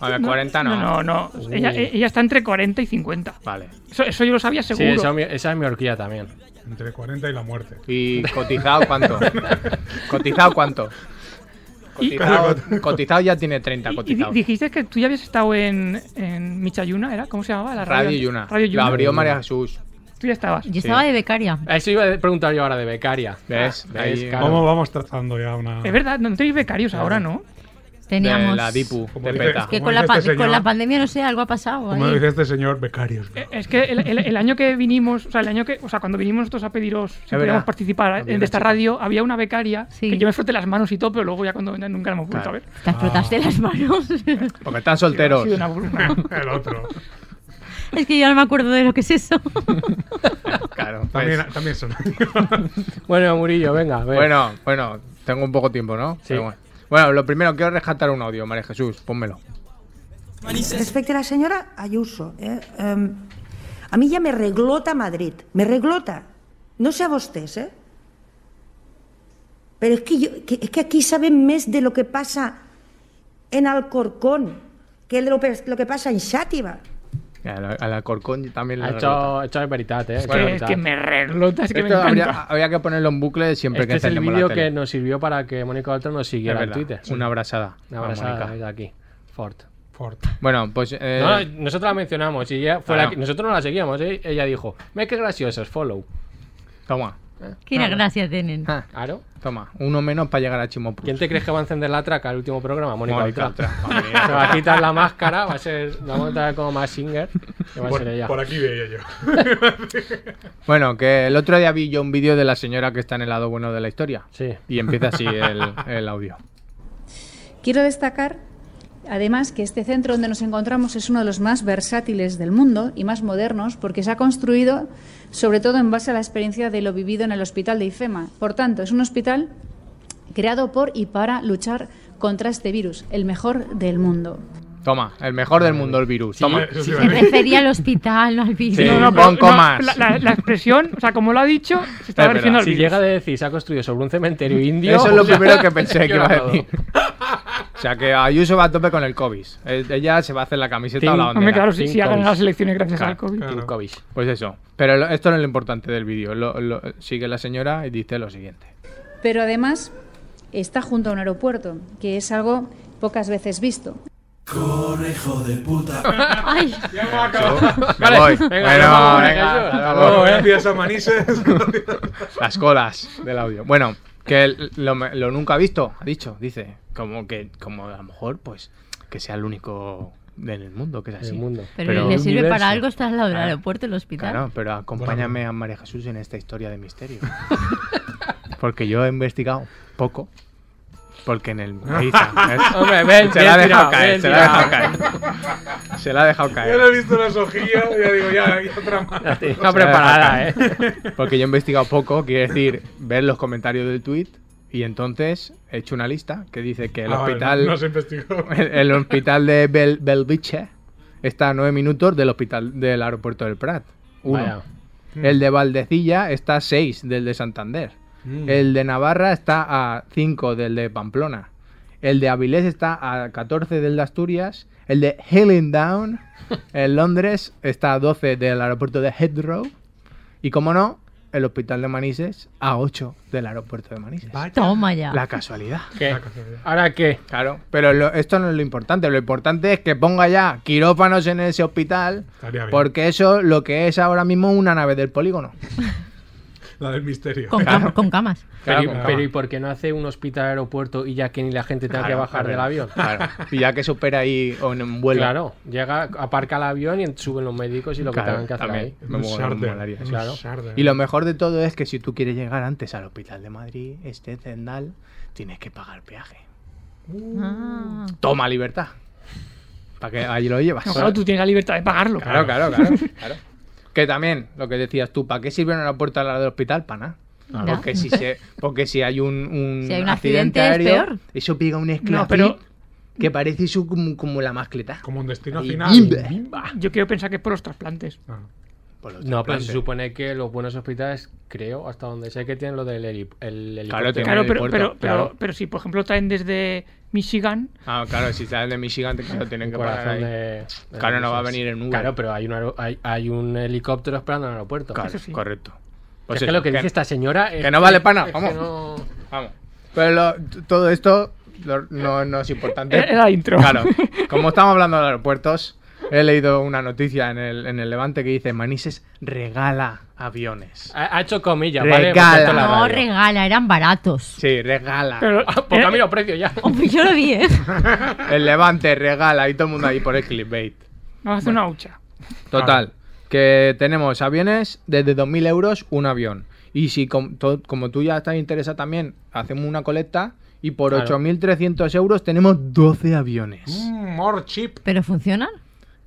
[SPEAKER 3] A ver, 40 no.
[SPEAKER 7] No, no, no. Ella, ella está entre 40 y 50.
[SPEAKER 3] Vale.
[SPEAKER 7] Eso, eso yo lo sabía
[SPEAKER 4] sí,
[SPEAKER 7] seguro.
[SPEAKER 4] esa, es mi- esa es mi horquilla también.
[SPEAKER 5] Entre 40 y la muerte.
[SPEAKER 3] ¿Y cotizado cuánto? ¿Cotizado cuánto?
[SPEAKER 7] Y-
[SPEAKER 3] Cotizado, cotizado ya tiene 30
[SPEAKER 7] Y- y
[SPEAKER 3] cotizado.
[SPEAKER 7] di- dijiste que tú ya habías estado en, en Michayuna, ¿era? ¿Cómo se llamaba? La radio,
[SPEAKER 3] Radio Yuna.
[SPEAKER 7] Radio
[SPEAKER 3] Lo
[SPEAKER 7] Yuna.
[SPEAKER 3] abrió María Jesús.
[SPEAKER 7] Tú ya estabas.
[SPEAKER 6] Yo estaba
[SPEAKER 3] Sí.
[SPEAKER 6] de becaria.
[SPEAKER 4] Eso iba a preguntar yo ahora de becaria.
[SPEAKER 3] ¿Ves?
[SPEAKER 4] Ah,
[SPEAKER 3] Ahí,
[SPEAKER 4] ¿ves?
[SPEAKER 3] claro.
[SPEAKER 5] Vamos, vamos trazando ya una.
[SPEAKER 7] Es verdad, no tenéis becarios ahora, ¿no?
[SPEAKER 6] Teníamos.
[SPEAKER 3] De la Dipu,
[SPEAKER 5] Como
[SPEAKER 3] de
[SPEAKER 5] dices,
[SPEAKER 3] peta.
[SPEAKER 6] Que
[SPEAKER 5] Como
[SPEAKER 6] con la,
[SPEAKER 5] dice
[SPEAKER 6] pan-
[SPEAKER 5] este señor.
[SPEAKER 6] con la pandemia, no sé, algo ha pasado.
[SPEAKER 5] Como
[SPEAKER 6] ahí.
[SPEAKER 5] dice este señor, becarios.
[SPEAKER 7] Eh, Es que el, el- el año que vinimos, o sea, el año que, o sea, cuando vinimos nosotros a pediros si queríamos
[SPEAKER 3] verdad.
[SPEAKER 7] participar
[SPEAKER 3] Había
[SPEAKER 7] en
[SPEAKER 3] una
[SPEAKER 7] esta
[SPEAKER 3] chica.
[SPEAKER 7] radio, había una becaria
[SPEAKER 6] Sí.
[SPEAKER 7] que yo me froté las manos y todo, pero luego ya cuando vengan nunca la hemos vuelto
[SPEAKER 3] Claro.
[SPEAKER 7] a ver.
[SPEAKER 6] Te frotaste las manos. [LAUGHS]
[SPEAKER 3] Porque están
[SPEAKER 7] Ha
[SPEAKER 3] solteros.
[SPEAKER 7] sido una broma.
[SPEAKER 5] El otro.
[SPEAKER 6] es que yo no me acuerdo de lo que es eso. [LAUGHS]
[SPEAKER 3] Claro. pues.
[SPEAKER 5] También, también son.
[SPEAKER 4] Bueno, Murillo, venga. a ver.
[SPEAKER 3] Bueno, bueno, Tengo un poco tiempo, ¿no?
[SPEAKER 4] Sí.
[SPEAKER 3] Pero Bueno. Bueno, lo primero, quiero rescatar un audio, María Jesús, pónmelo.
[SPEAKER 11] Respecto a la señora Ayuso, eh, em, a mí ya me reglota Madrid, me reglota. No sea vostés, ¿eh? Pero es que, yo- que- es que aquí saben más de lo que pasa en Alcorcón que de lo, pe- lo que pasa en Xátiva.
[SPEAKER 3] A la, a la Corcón también la
[SPEAKER 4] Ha
[SPEAKER 3] relata.
[SPEAKER 4] hecho, ha hecho de veritat, eh. ha hecho
[SPEAKER 3] Bueno,
[SPEAKER 4] de
[SPEAKER 7] es
[SPEAKER 4] veritat.
[SPEAKER 7] que me reglota, es Este que me
[SPEAKER 3] Esto habría,
[SPEAKER 7] encanta.
[SPEAKER 3] habría que ponerlo en bucle siempre
[SPEAKER 4] Este
[SPEAKER 3] que
[SPEAKER 4] es el
[SPEAKER 3] encendemos
[SPEAKER 4] vídeo
[SPEAKER 3] la
[SPEAKER 4] que
[SPEAKER 3] tele.
[SPEAKER 4] nos sirvió para que Mónica Oltra nos
[SPEAKER 3] Es
[SPEAKER 4] siguiera en
[SPEAKER 3] verdad,
[SPEAKER 4] Twitter.
[SPEAKER 3] Una abrazada.
[SPEAKER 4] Una
[SPEAKER 3] a
[SPEAKER 4] abrazada
[SPEAKER 3] Mónica.
[SPEAKER 4] desde aquí. Fort.
[SPEAKER 5] Fort.
[SPEAKER 3] Bueno, pues... eh,
[SPEAKER 4] No, no, nosotros la mencionamos y ella fue
[SPEAKER 3] Ah,
[SPEAKER 4] la
[SPEAKER 3] no.
[SPEAKER 4] que- nosotros no la seguíamos. ¿eh? Ella dijo, me que graciosos, follow.
[SPEAKER 3] Toma,
[SPEAKER 6] Qué gracia tienen.
[SPEAKER 3] Ah.
[SPEAKER 4] Claro.
[SPEAKER 3] toma. Uno menos para llegar a Chimopu.
[SPEAKER 4] ¿Quién te crees que va a encender la traca el último programa? Mónica
[SPEAKER 3] Mónica
[SPEAKER 4] Oltra. [LAUGHS]
[SPEAKER 3] Oltra. Madre mía.
[SPEAKER 4] Se va a quitar la máscara, va a ser la monta como más singer. Que va a ser ella.
[SPEAKER 5] Por, por aquí veía yo.
[SPEAKER 3] Bueno, que el otro día vi yo un vídeo de la señora que está en el lado bueno de la historia.
[SPEAKER 4] Sí.
[SPEAKER 3] Y empieza así el, el audio.
[SPEAKER 12] Quiero destacar, además, que este centro donde nos encontramos es uno de los más versátiles del mundo y más modernos porque se ha construido sobre todo en base a la experiencia de lo vivido en el hospital de IFEMA. Por tanto, es un hospital creado por y para luchar contra este virus, el mejor del mundo.
[SPEAKER 3] Toma, el mejor del mundo, el virus. Toma.
[SPEAKER 5] Eso sí
[SPEAKER 6] Se
[SPEAKER 5] me vi.
[SPEAKER 6] refería al hospital, no al virus.
[SPEAKER 3] Sí.
[SPEAKER 7] No, no,
[SPEAKER 3] Pon
[SPEAKER 7] pero-
[SPEAKER 3] comas.
[SPEAKER 7] la, la- la expresión, o sea, como lo ha dicho, se
[SPEAKER 3] Es
[SPEAKER 7] estaba
[SPEAKER 3] verdad,
[SPEAKER 7] refiriendo al
[SPEAKER 4] Si
[SPEAKER 7] virus.
[SPEAKER 4] llega de decir, se ha construido sobre un cementerio indio.
[SPEAKER 3] Eso es
[SPEAKER 4] [LAUGHS]
[SPEAKER 3] lo primero que pensé que
[SPEAKER 4] yo
[SPEAKER 3] iba a
[SPEAKER 4] la
[SPEAKER 3] decir. O sea, que Ayuso va a tope con el COVID. Eh, Ella se va a hacer la camiseta
[SPEAKER 4] Tim-
[SPEAKER 3] o la bandera.
[SPEAKER 7] Hombre, claro, si,
[SPEAKER 4] Sin
[SPEAKER 7] si ha ganado
[SPEAKER 4] COVID.
[SPEAKER 7] las elecciones gracias
[SPEAKER 3] Claro.
[SPEAKER 7] al COVID.
[SPEAKER 5] Claro.
[SPEAKER 4] Tinkovic.
[SPEAKER 3] Pues eso. Pero lo- esto no es lo importante del vídeo. Lo- lo- sigue la señora y dice lo siguiente.
[SPEAKER 12] Pero además está junto a un aeropuerto, que es algo pocas veces visto.
[SPEAKER 9] Correjo de puta.
[SPEAKER 6] Ay,
[SPEAKER 3] Me
[SPEAKER 4] Vale,
[SPEAKER 3] voy.
[SPEAKER 4] venga,
[SPEAKER 3] Bueno,
[SPEAKER 4] nos vamos,
[SPEAKER 3] venga,
[SPEAKER 4] Ayuso.
[SPEAKER 3] hasta luego.
[SPEAKER 5] No, gracias a Manises.
[SPEAKER 3] Las colas del audio. Bueno, que el- lo, lo nunca visto, ha dicho, dice. Como que, como a lo mejor, pues, que sea el único en el mundo, que es así.
[SPEAKER 4] El mundo.
[SPEAKER 6] pero,
[SPEAKER 3] Pero
[SPEAKER 6] le
[SPEAKER 3] un
[SPEAKER 6] sirve
[SPEAKER 3] universo.
[SPEAKER 6] para algo estar al lado del
[SPEAKER 3] Claro.
[SPEAKER 6] aeropuerto, el hospital.
[SPEAKER 3] Claro, pero acompáñame a María Jesús en esta historia de
[SPEAKER 4] [LAUGHS]
[SPEAKER 3] misterio. Porque yo he investigado poco. Porque en
[SPEAKER 4] [LAUGHS]
[SPEAKER 3] el país.
[SPEAKER 4] Hombre, ven,
[SPEAKER 3] se la ha
[SPEAKER 4] ven,
[SPEAKER 3] dejado
[SPEAKER 4] tira,
[SPEAKER 3] caer,
[SPEAKER 4] ven,
[SPEAKER 3] se la ha
[SPEAKER 4] tira.
[SPEAKER 3] dejado caer. Se la ha dejado
[SPEAKER 5] Yo no
[SPEAKER 3] caer.
[SPEAKER 5] he visto las hojillas y ya digo, ya, hay otra
[SPEAKER 3] [LAUGHS]
[SPEAKER 5] más.
[SPEAKER 4] Está preparada, eh.
[SPEAKER 3] Porque yo he investigado poco, quiere decir ver los comentarios del tweet y entonces he hecho una lista que dice que el
[SPEAKER 5] Ah, vale,
[SPEAKER 3] hospital.
[SPEAKER 5] no, no
[SPEAKER 3] [LAUGHS]
[SPEAKER 5] se investigó.
[SPEAKER 3] el, el hospital de Bel, Belviche está a 9 minutos del hospital del aeropuerto del Prat. Uno.
[SPEAKER 4] Vaya.
[SPEAKER 3] El de Valdecilla está a 6 del de Santander. El de Navarra está a 5 del de Pamplona. El de Avilés está a 14 del de Asturias. El de Hillingdown en Londres está a 12 del aeropuerto de Heathrow. Y como no, el hospital de Manises a 8 del aeropuerto de Manises.
[SPEAKER 6] Toma ya.
[SPEAKER 3] La casualidad.
[SPEAKER 4] ¿Qué? ¿Ahora qué?
[SPEAKER 3] Claro, pero lo- esto no es lo importante. Lo importante es que ponga ya quirófanos en ese hospital,
[SPEAKER 5] Estaría bien.
[SPEAKER 3] porque eso es lo que es ahora mismo una nave del polígono.
[SPEAKER 5] La del misterio.
[SPEAKER 6] Con, cam- con camas.
[SPEAKER 3] Claro,
[SPEAKER 4] pero,
[SPEAKER 3] con
[SPEAKER 4] pero
[SPEAKER 3] cama.
[SPEAKER 4] ¿y por qué no hace un hospital aeropuerto y ya que ni la gente tenga que
[SPEAKER 3] Claro,
[SPEAKER 4] bajar
[SPEAKER 3] claro.
[SPEAKER 4] del [LAUGHS] avión?
[SPEAKER 3] Claro. Y ya que supera ahí o en un vuelo.
[SPEAKER 4] Claro, llega, aparca el avión y suben los médicos y lo que
[SPEAKER 3] Claro,
[SPEAKER 4] tengan que hacer
[SPEAKER 3] también.
[SPEAKER 4] ahí.
[SPEAKER 5] Un
[SPEAKER 3] Me mo- me
[SPEAKER 5] sarden,
[SPEAKER 3] molaría,
[SPEAKER 5] un
[SPEAKER 4] claro.
[SPEAKER 5] sarden.
[SPEAKER 3] Y lo mejor de todo es que si tú quieres llegar antes al hospital de Madrid, este Zendal, tienes que pagar peaje.
[SPEAKER 6] Ah.
[SPEAKER 3] Toma libertad. Para que ahí lo llevas.
[SPEAKER 7] No, claro, tú tienes la libertad de pagarlo.
[SPEAKER 3] Claro, claro, claro, claro. Que también, lo que decías tú, ¿para qué sirve una puerta al lado del hospital? Para nada.
[SPEAKER 6] Ya.
[SPEAKER 3] Porque, si se, porque si hay un, un
[SPEAKER 6] Si hay un accidente, es peor.
[SPEAKER 3] eso pega un esclavo
[SPEAKER 7] No, pero-
[SPEAKER 3] que parece su, como, como la mascleta.
[SPEAKER 5] Como un destino
[SPEAKER 3] Y
[SPEAKER 5] final.
[SPEAKER 3] bimbe.
[SPEAKER 7] Yo quiero pensar que es por los trasplantes.
[SPEAKER 5] Ah,
[SPEAKER 3] Por los
[SPEAKER 4] No, pues, pero se
[SPEAKER 3] trasplantes.
[SPEAKER 4] supone que los buenos hospitales, creo, hasta donde sé que tienen lo del heli- el helicóptero.
[SPEAKER 3] tiene-
[SPEAKER 7] Claro,
[SPEAKER 3] el
[SPEAKER 7] pero,
[SPEAKER 3] aeropuerto,
[SPEAKER 7] pero, pero,
[SPEAKER 3] claro.
[SPEAKER 7] pero si, por ejemplo, traen desde Michigan,
[SPEAKER 3] Ah, claro, si salen de Michigan, te- claro, tienen
[SPEAKER 4] El
[SPEAKER 3] que parar
[SPEAKER 4] corazón
[SPEAKER 3] ahí.
[SPEAKER 4] de, de
[SPEAKER 3] Claro, no
[SPEAKER 4] las
[SPEAKER 3] va a
[SPEAKER 4] cosas.
[SPEAKER 3] venir en Uber.
[SPEAKER 4] Claro, pero hay un, aero- hay, hay un helicóptero esperando en el aeropuerto.
[SPEAKER 3] Claro,
[SPEAKER 7] Eso sí.
[SPEAKER 3] correcto.
[SPEAKER 4] Pues
[SPEAKER 3] Pues
[SPEAKER 4] es que
[SPEAKER 3] eso,
[SPEAKER 4] lo que dice esta señora. es
[SPEAKER 3] que no vale pana,
[SPEAKER 4] es que
[SPEAKER 3] vamos.
[SPEAKER 4] no-
[SPEAKER 3] Vamos. Pero lo- t- todo esto lo- no, no es importante.
[SPEAKER 7] Era- era eh, la intro.
[SPEAKER 3] Eh, Claro. Como estamos hablando de aeropuertos, he leído una noticia en el, en el Levante que dice Manises regala aviones.
[SPEAKER 4] Ha, ha hecho comillas,
[SPEAKER 3] Regala.
[SPEAKER 4] ¿vale? Hemos puesto la
[SPEAKER 7] [LAUGHS]
[SPEAKER 6] No
[SPEAKER 4] radio.
[SPEAKER 6] regala, eran baratos.
[SPEAKER 3] Sí, regala.
[SPEAKER 7] [LAUGHS] pero, eh,
[SPEAKER 4] Ah, Pues cambio precio ya.
[SPEAKER 6] Hombre, Yo lo
[SPEAKER 3] [LAUGHS]
[SPEAKER 6] vi, ¿eh?
[SPEAKER 3] El Levante regala y todo el mundo ahí por el clickbait.
[SPEAKER 7] vamos a hacer una hucha.
[SPEAKER 3] Total, que tenemos aviones desde 2.000 euros un avión. Y si com- to- como tú ya estás interesada también, hacemos una colecta y por
[SPEAKER 4] Claro.
[SPEAKER 3] 8.300 euros tenemos 12 aviones.
[SPEAKER 5] mm, more chip.
[SPEAKER 6] ¿Pero funcionan?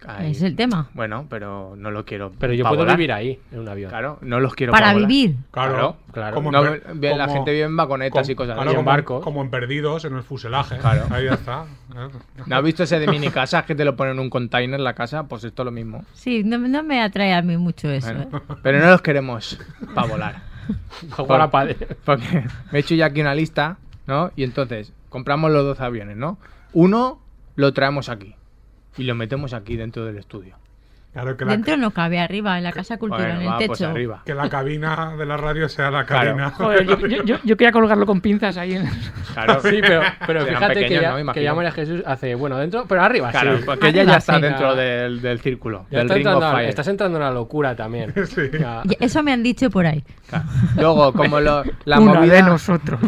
[SPEAKER 3] Ahí.
[SPEAKER 6] Es el tema.
[SPEAKER 3] Bueno, pero no lo quiero.
[SPEAKER 4] Pero yo
[SPEAKER 3] pa'
[SPEAKER 4] puedo
[SPEAKER 3] volar.
[SPEAKER 4] vivir ahí, en un avión.
[SPEAKER 3] Claro, no los quiero
[SPEAKER 6] Para
[SPEAKER 3] pa' volar.
[SPEAKER 6] vivir.
[SPEAKER 5] Claro,
[SPEAKER 4] claro.
[SPEAKER 5] Como
[SPEAKER 3] No,
[SPEAKER 5] en per-
[SPEAKER 3] bien, la
[SPEAKER 5] como-
[SPEAKER 3] gente vive en vagonetas
[SPEAKER 5] como-
[SPEAKER 3] y cosas
[SPEAKER 5] claro,
[SPEAKER 3] así.
[SPEAKER 5] como, como en perdidos, en el fuselaje.
[SPEAKER 3] Claro.
[SPEAKER 5] Ahí ya está. ¿eh?
[SPEAKER 3] ¿No has visto ese de mini casas que te lo ponen en un container la casa? Pues esto es lo mismo.
[SPEAKER 6] Sí, no, no me atrae a mí mucho eso.
[SPEAKER 3] Bueno, pues
[SPEAKER 6] ¿eh?
[SPEAKER 3] pero no los queremos para volar.
[SPEAKER 4] Pa' jugar a pádel.
[SPEAKER 3] Porque [LAUGHS] me he hecho ya aquí una lista, ¿no? Y entonces, compramos los dos aviones, ¿no? Uno lo traemos aquí y lo metemos aquí dentro del estudio.
[SPEAKER 5] Claro que la,
[SPEAKER 6] Dentro no cabe, arriba, en la casa cultural,
[SPEAKER 3] Bueno,
[SPEAKER 6] en el
[SPEAKER 3] va,
[SPEAKER 6] techo.
[SPEAKER 3] pues arriba.
[SPEAKER 5] que la cabina de la radio sea la
[SPEAKER 3] Claro.
[SPEAKER 5] cabina.
[SPEAKER 7] Joder, yo, yo- yo- yo quería colgarlo con pinzas ahí. En...
[SPEAKER 3] Claro.
[SPEAKER 4] [LAUGHS] Sí, pero, pero
[SPEAKER 3] [LAUGHS] Serán
[SPEAKER 4] fíjate
[SPEAKER 3] pequeños,
[SPEAKER 4] que,
[SPEAKER 3] ¿no?
[SPEAKER 4] ya,
[SPEAKER 3] Imagino.
[SPEAKER 4] que ya María Jesús hace, bueno, dentro, pero arriba.
[SPEAKER 3] Claro,
[SPEAKER 4] sí.
[SPEAKER 3] porque ella ya está dentro del, del círculo,
[SPEAKER 4] Ya
[SPEAKER 3] del
[SPEAKER 4] está
[SPEAKER 3] ring of
[SPEAKER 4] entrando a-
[SPEAKER 3] fire.
[SPEAKER 4] estás entrando en la locura también. Ya.
[SPEAKER 6] Y Eso me han dicho por ahí.
[SPEAKER 3] Luego, como
[SPEAKER 4] [LAUGHS]
[SPEAKER 3] lo- la
[SPEAKER 7] Una
[SPEAKER 3] movida
[SPEAKER 7] de nosotros.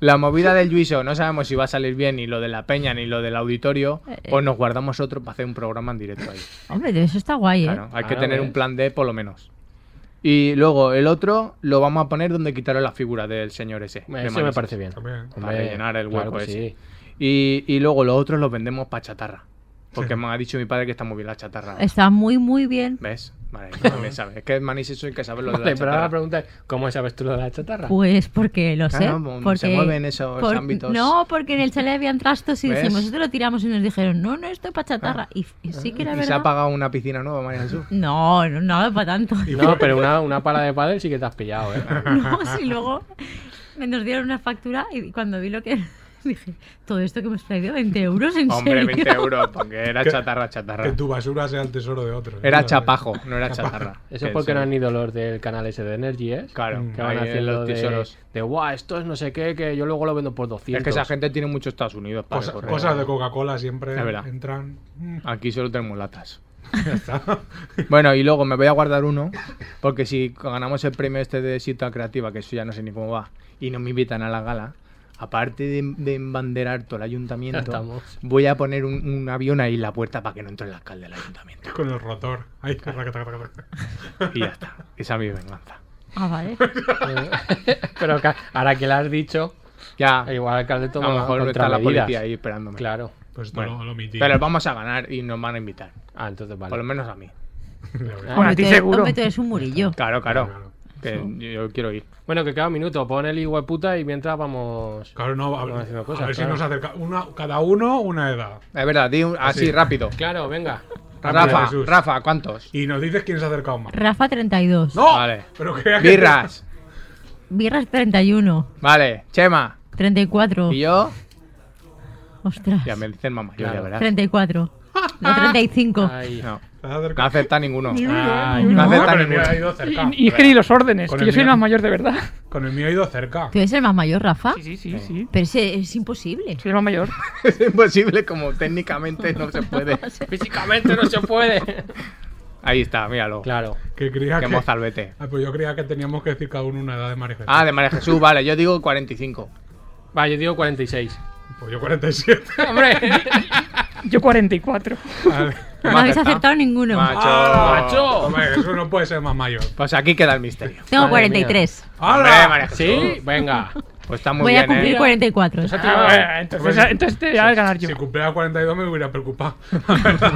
[SPEAKER 3] La movida del Juicio, no sabemos si va a salir bien ni lo de la peña ni lo del auditorio,
[SPEAKER 6] Eh,
[SPEAKER 3] pues nos guardamos otro para hacer un programa en directo ahí.
[SPEAKER 6] Hombre, de eso está guay, ¿eh?
[SPEAKER 3] Claro, hay que
[SPEAKER 4] Claro,
[SPEAKER 3] tener
[SPEAKER 4] ¿ves?
[SPEAKER 3] un plan D por lo menos. Y luego el otro lo vamos a poner donde quitaron la figura del señor ese. de
[SPEAKER 4] Eso me
[SPEAKER 3] Manises,
[SPEAKER 4] parece bien.
[SPEAKER 5] También.
[SPEAKER 3] Para
[SPEAKER 4] Hombre,
[SPEAKER 3] rellenar el
[SPEAKER 4] claro
[SPEAKER 3] hueco
[SPEAKER 4] que
[SPEAKER 3] ese.
[SPEAKER 4] sí.
[SPEAKER 3] Y, y luego los otros los vendemos para chatarra. Porque me ha dicho mi padre que está muy bien la chatarra.
[SPEAKER 6] Está muy, muy bien.
[SPEAKER 3] ¿Ves?
[SPEAKER 4] [LAUGHS]
[SPEAKER 3] Vale, yo también sabe. Es que Manis eso hay que saber lo de
[SPEAKER 4] Vale,
[SPEAKER 3] la
[SPEAKER 4] pero ahora la
[SPEAKER 3] chatarra.
[SPEAKER 4] pregunta es, ¿cómo sabes tú lo de la chatarra?
[SPEAKER 6] Pues porque lo sé.
[SPEAKER 3] Claro, pues, se
[SPEAKER 6] porque,
[SPEAKER 3] mueven esos ámbitos.
[SPEAKER 6] No, porque en el chalet habían trastos y
[SPEAKER 3] ¿Ves?
[SPEAKER 6] dijimos, esto lo tiramos y nos dijeron, no, no, esto es para chatarra. Y, y sí que era
[SPEAKER 3] y se ha
[SPEAKER 6] verdad.
[SPEAKER 3] pagado una piscina nueva, María Jesús.
[SPEAKER 6] No, no, nada para tanto. [LAUGHS]
[SPEAKER 4] No, pero una, una pala de pádel sí que te has
[SPEAKER 3] [LAUGHS]
[SPEAKER 4] pillado, ¿eh?
[SPEAKER 6] No, si luego me nos dieron una factura y cuando vi lo que era, [LAUGHS] dije, todo esto que hemos traído, 20 euros, [LAUGHS] en
[SPEAKER 3] Hombre,
[SPEAKER 6] serio.
[SPEAKER 3] 20 euros, porque era
[SPEAKER 5] Que-
[SPEAKER 3] chatarra,
[SPEAKER 5] Que
[SPEAKER 3] chatarra.
[SPEAKER 5] tu basura sea el tesoro de otro.
[SPEAKER 3] Era chapajo, no era chatarra.
[SPEAKER 4] [LAUGHS] Eso
[SPEAKER 3] Que
[SPEAKER 4] es porque no han ido los del canal ese de Energy, ¿eh?
[SPEAKER 3] Claro,
[SPEAKER 4] Que van
[SPEAKER 3] ahí en
[SPEAKER 4] haciendo
[SPEAKER 3] los
[SPEAKER 4] de,
[SPEAKER 3] tesoros.
[SPEAKER 4] de, guau, esto es no sé qué, que yo luego lo vendo por 200.
[SPEAKER 3] Es que esa gente tiene mucho Estados Unidos para
[SPEAKER 5] Cosa-
[SPEAKER 3] recorrer.
[SPEAKER 5] cosas de Coca-Cola siempre
[SPEAKER 3] pues Es verdad. Ah.
[SPEAKER 5] entran. Mm,
[SPEAKER 3] Aquí solo tenemos latas.
[SPEAKER 5] ya está.
[SPEAKER 3] Bueno, y luego me voy a guardar uno, porque si ganamos el premio este de cita creativa, que eso ya no sé ni cómo va, y no me invitan a la gala, aparte de, de embanderar todo el
[SPEAKER 4] Ya
[SPEAKER 3] ayuntamiento,
[SPEAKER 4] estamos.
[SPEAKER 3] voy a poner un, un avión ahí en la puerta para que no entre el alcalde del ayuntamiento.
[SPEAKER 5] Con el rotor. Ahí. raca, taca, taca, taca.
[SPEAKER 3] Y ya está. Esa es mi venganza.
[SPEAKER 6] [LAUGHS] Ah,
[SPEAKER 3] [LAUGHS]
[SPEAKER 6] vale.
[SPEAKER 4] [LAUGHS] Pero ca- ahora que la has dicho,
[SPEAKER 3] Ya,
[SPEAKER 4] Ah, igual el alcalde
[SPEAKER 3] a
[SPEAKER 4] toma
[SPEAKER 3] lo mejor está la
[SPEAKER 4] contramedidas.
[SPEAKER 3] policía ahí esperándome.
[SPEAKER 4] Claro.
[SPEAKER 5] Pues esto
[SPEAKER 3] Bueno,
[SPEAKER 5] lo, lo omití.
[SPEAKER 3] pero vamos a ganar y nos van a invitar.
[SPEAKER 4] Ah, entonces vale.
[SPEAKER 3] Por lo menos a mí.
[SPEAKER 7] Bueno, a
[SPEAKER 6] Hombre,
[SPEAKER 7] ti
[SPEAKER 6] tú eres-
[SPEAKER 7] seguro.
[SPEAKER 6] hombre, tú eres un murillo.
[SPEAKER 3] Claro, claro.
[SPEAKER 5] Claro.
[SPEAKER 3] Que yo, yo quiero ir.
[SPEAKER 4] Bueno, que cada minuto, pon el hijo de puta y mientras vamos.
[SPEAKER 5] Claro, no, a,
[SPEAKER 4] Vamos
[SPEAKER 5] ver-
[SPEAKER 4] haciendo
[SPEAKER 5] a
[SPEAKER 4] cosas,
[SPEAKER 5] ver si
[SPEAKER 4] claro.
[SPEAKER 5] nos acerca. Una, cada uno una edad.
[SPEAKER 3] Es verdad, di un- así,
[SPEAKER 5] Así.
[SPEAKER 3] rápido.
[SPEAKER 4] Claro, venga.
[SPEAKER 5] Rápido,
[SPEAKER 3] Rafa,
[SPEAKER 5] Jesús.
[SPEAKER 3] Rafa,
[SPEAKER 4] [LAUGHS]
[SPEAKER 3] ¿cuántos?
[SPEAKER 5] Y nos dices quién se ha acercado más.
[SPEAKER 6] Rafa 32.
[SPEAKER 5] ¡No!
[SPEAKER 3] Vale.
[SPEAKER 5] Pero que
[SPEAKER 3] Birras.
[SPEAKER 6] Birras 31.
[SPEAKER 3] Vale, Chema.
[SPEAKER 6] 34.
[SPEAKER 3] Y yo.
[SPEAKER 6] Ostras.
[SPEAKER 3] Ya me dicen mamá, yo
[SPEAKER 4] Claro.
[SPEAKER 3] ya verás.
[SPEAKER 6] 34. No, 35.
[SPEAKER 4] Ahí.
[SPEAKER 3] [LAUGHS] No,
[SPEAKER 5] Se ha acercado.
[SPEAKER 3] no acepta ninguno.
[SPEAKER 4] Ay,
[SPEAKER 3] No
[SPEAKER 7] No,
[SPEAKER 3] acepta
[SPEAKER 5] Con el mío
[SPEAKER 3] ninguno.
[SPEAKER 5] ha ido cerca.
[SPEAKER 7] Y, y es que ni los órdenes,
[SPEAKER 5] Con
[SPEAKER 7] que
[SPEAKER 5] el
[SPEAKER 7] yo soy el
[SPEAKER 5] mío.
[SPEAKER 7] más mayor de verdad.
[SPEAKER 5] Con el mío ha ido cerca.
[SPEAKER 6] ¿Tú eres el más mayor, Rafa?
[SPEAKER 7] Sí, sí, sí, sí.
[SPEAKER 6] Pero ese es imposible.
[SPEAKER 7] [LAUGHS] Soy el más mayor.
[SPEAKER 3] [LAUGHS] Es imposible, como técnicamente no se puede.
[SPEAKER 4] Físicamente no se puede.
[SPEAKER 3] Ahí está, míralo.
[SPEAKER 4] Claro.
[SPEAKER 5] Que creía
[SPEAKER 3] Qué
[SPEAKER 5] que.
[SPEAKER 3] mozalbete.
[SPEAKER 5] Ah, pues yo creía que teníamos que decir cada uno una edad de María Jesús.
[SPEAKER 3] Ah, de María Jesús, vale, yo digo 45.
[SPEAKER 4] Va, yo digo 46.
[SPEAKER 5] Pues yo 47.
[SPEAKER 4] ¡Hombre!
[SPEAKER 7] [LAUGHS] Yo 44.
[SPEAKER 5] Vale.
[SPEAKER 3] ¿Tú me
[SPEAKER 6] No habéis
[SPEAKER 3] aceptas?
[SPEAKER 6] acertado ninguno.
[SPEAKER 3] Macho.
[SPEAKER 5] Ah,
[SPEAKER 4] ¡Macho!
[SPEAKER 5] Hombre, eso no puede ser más mayor.
[SPEAKER 3] Pues aquí queda el misterio.
[SPEAKER 6] Tengo
[SPEAKER 4] Madre
[SPEAKER 6] 43.
[SPEAKER 3] Hombre,
[SPEAKER 5] ¡Hala!
[SPEAKER 3] María Jesús.
[SPEAKER 4] ¿Sí?
[SPEAKER 3] [LAUGHS]
[SPEAKER 4] Venga.
[SPEAKER 3] Pues está muy
[SPEAKER 6] Voy
[SPEAKER 3] bien,
[SPEAKER 6] a cumplir
[SPEAKER 3] ¿eh?
[SPEAKER 6] 44.
[SPEAKER 7] Ah, bueno, entonces, entonces te voy a ganar yo.
[SPEAKER 5] Si cumpliera 42 me hubiera preocupado. la verdad.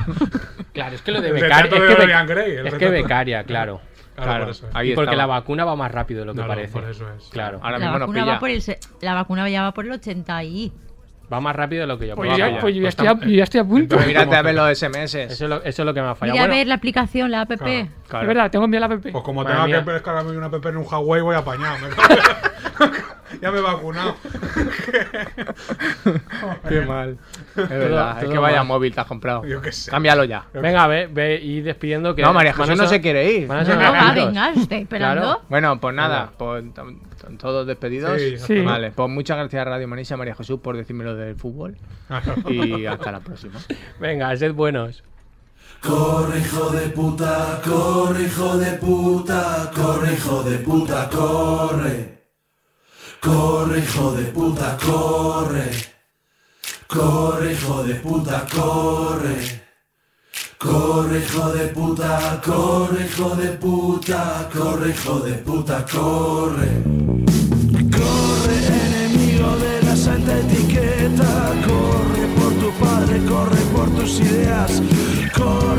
[SPEAKER 4] Claro, es que
[SPEAKER 5] [LAUGHS]
[SPEAKER 4] lo de
[SPEAKER 5] El
[SPEAKER 4] becaria.
[SPEAKER 5] retrato
[SPEAKER 4] Es
[SPEAKER 5] de
[SPEAKER 4] que, bec-
[SPEAKER 5] Dorian Gray, el
[SPEAKER 4] es que
[SPEAKER 5] retrato.
[SPEAKER 4] becaria, claro.
[SPEAKER 5] Claro,
[SPEAKER 3] Claro,
[SPEAKER 5] por eso. es.
[SPEAKER 3] ahí
[SPEAKER 4] Y porque
[SPEAKER 3] estaba.
[SPEAKER 4] la vacuna va más rápido de lo que
[SPEAKER 5] No, no,
[SPEAKER 4] parece.
[SPEAKER 5] por eso es.
[SPEAKER 4] Claro.
[SPEAKER 3] Ahora
[SPEAKER 6] La
[SPEAKER 3] mismo nos
[SPEAKER 6] vacuna,
[SPEAKER 3] pilla.
[SPEAKER 6] va por el se- la vacuna ya va por el 80 y...
[SPEAKER 4] Va más rápido de lo que yo
[SPEAKER 7] Pues
[SPEAKER 4] puedo
[SPEAKER 7] yo ya,
[SPEAKER 4] pillar.
[SPEAKER 7] pues yo ya estoy, a, yo ya estoy a punto.
[SPEAKER 3] Pues mírate a ver los SMS.
[SPEAKER 4] Eso es, lo, eso es lo que me ha
[SPEAKER 6] Mira
[SPEAKER 4] fallado.
[SPEAKER 6] a
[SPEAKER 4] Bueno,
[SPEAKER 6] ver la aplicación, la app.
[SPEAKER 5] Claro.
[SPEAKER 7] Es verdad, tengo enviado la app.
[SPEAKER 5] Pues como
[SPEAKER 4] Madre
[SPEAKER 5] tenga
[SPEAKER 4] mía.
[SPEAKER 5] que descargarme una PP en un Huawei voy apañado. me [LAUGHS] cago en- ya me he vacunado.
[SPEAKER 3] Qué mal. Es verdad, es
[SPEAKER 4] todo
[SPEAKER 3] que vaya
[SPEAKER 4] mal.
[SPEAKER 3] móvil te has comprado.
[SPEAKER 5] Yo qué sé.
[SPEAKER 3] Cámbialo ya.
[SPEAKER 4] venga, ve, ve y despidiendo que.
[SPEAKER 3] No, María
[SPEAKER 4] van a
[SPEAKER 3] Jesús no
[SPEAKER 4] sonar-
[SPEAKER 3] se quiere ir.
[SPEAKER 4] van a
[SPEAKER 6] No,
[SPEAKER 4] sonar
[SPEAKER 6] no, va,
[SPEAKER 4] minutos.
[SPEAKER 6] venga, os estoy esperando.
[SPEAKER 3] Bueno, pues nada, pues, tam- tam- todos despedidos.
[SPEAKER 5] Sí,
[SPEAKER 7] Sí.
[SPEAKER 3] Vale, pues muchas gracias Radio Manisa, María Jesús, por decirme lo del fútbol. Y hasta la próxima.
[SPEAKER 4] Venga, sed buenos.
[SPEAKER 9] Corre hijo de puta, corre hijo de puta, corre hijo de puta, corre. Corre hijo de puta, corre. Corre hijo de puta, corre. Corre hijo de puta, corre hijo de puta, corre hijo de puta, corre. Corre enemigo de la santa etiqueta, corre por tu padre, corre por tus ideas.
[SPEAKER 8] rencor.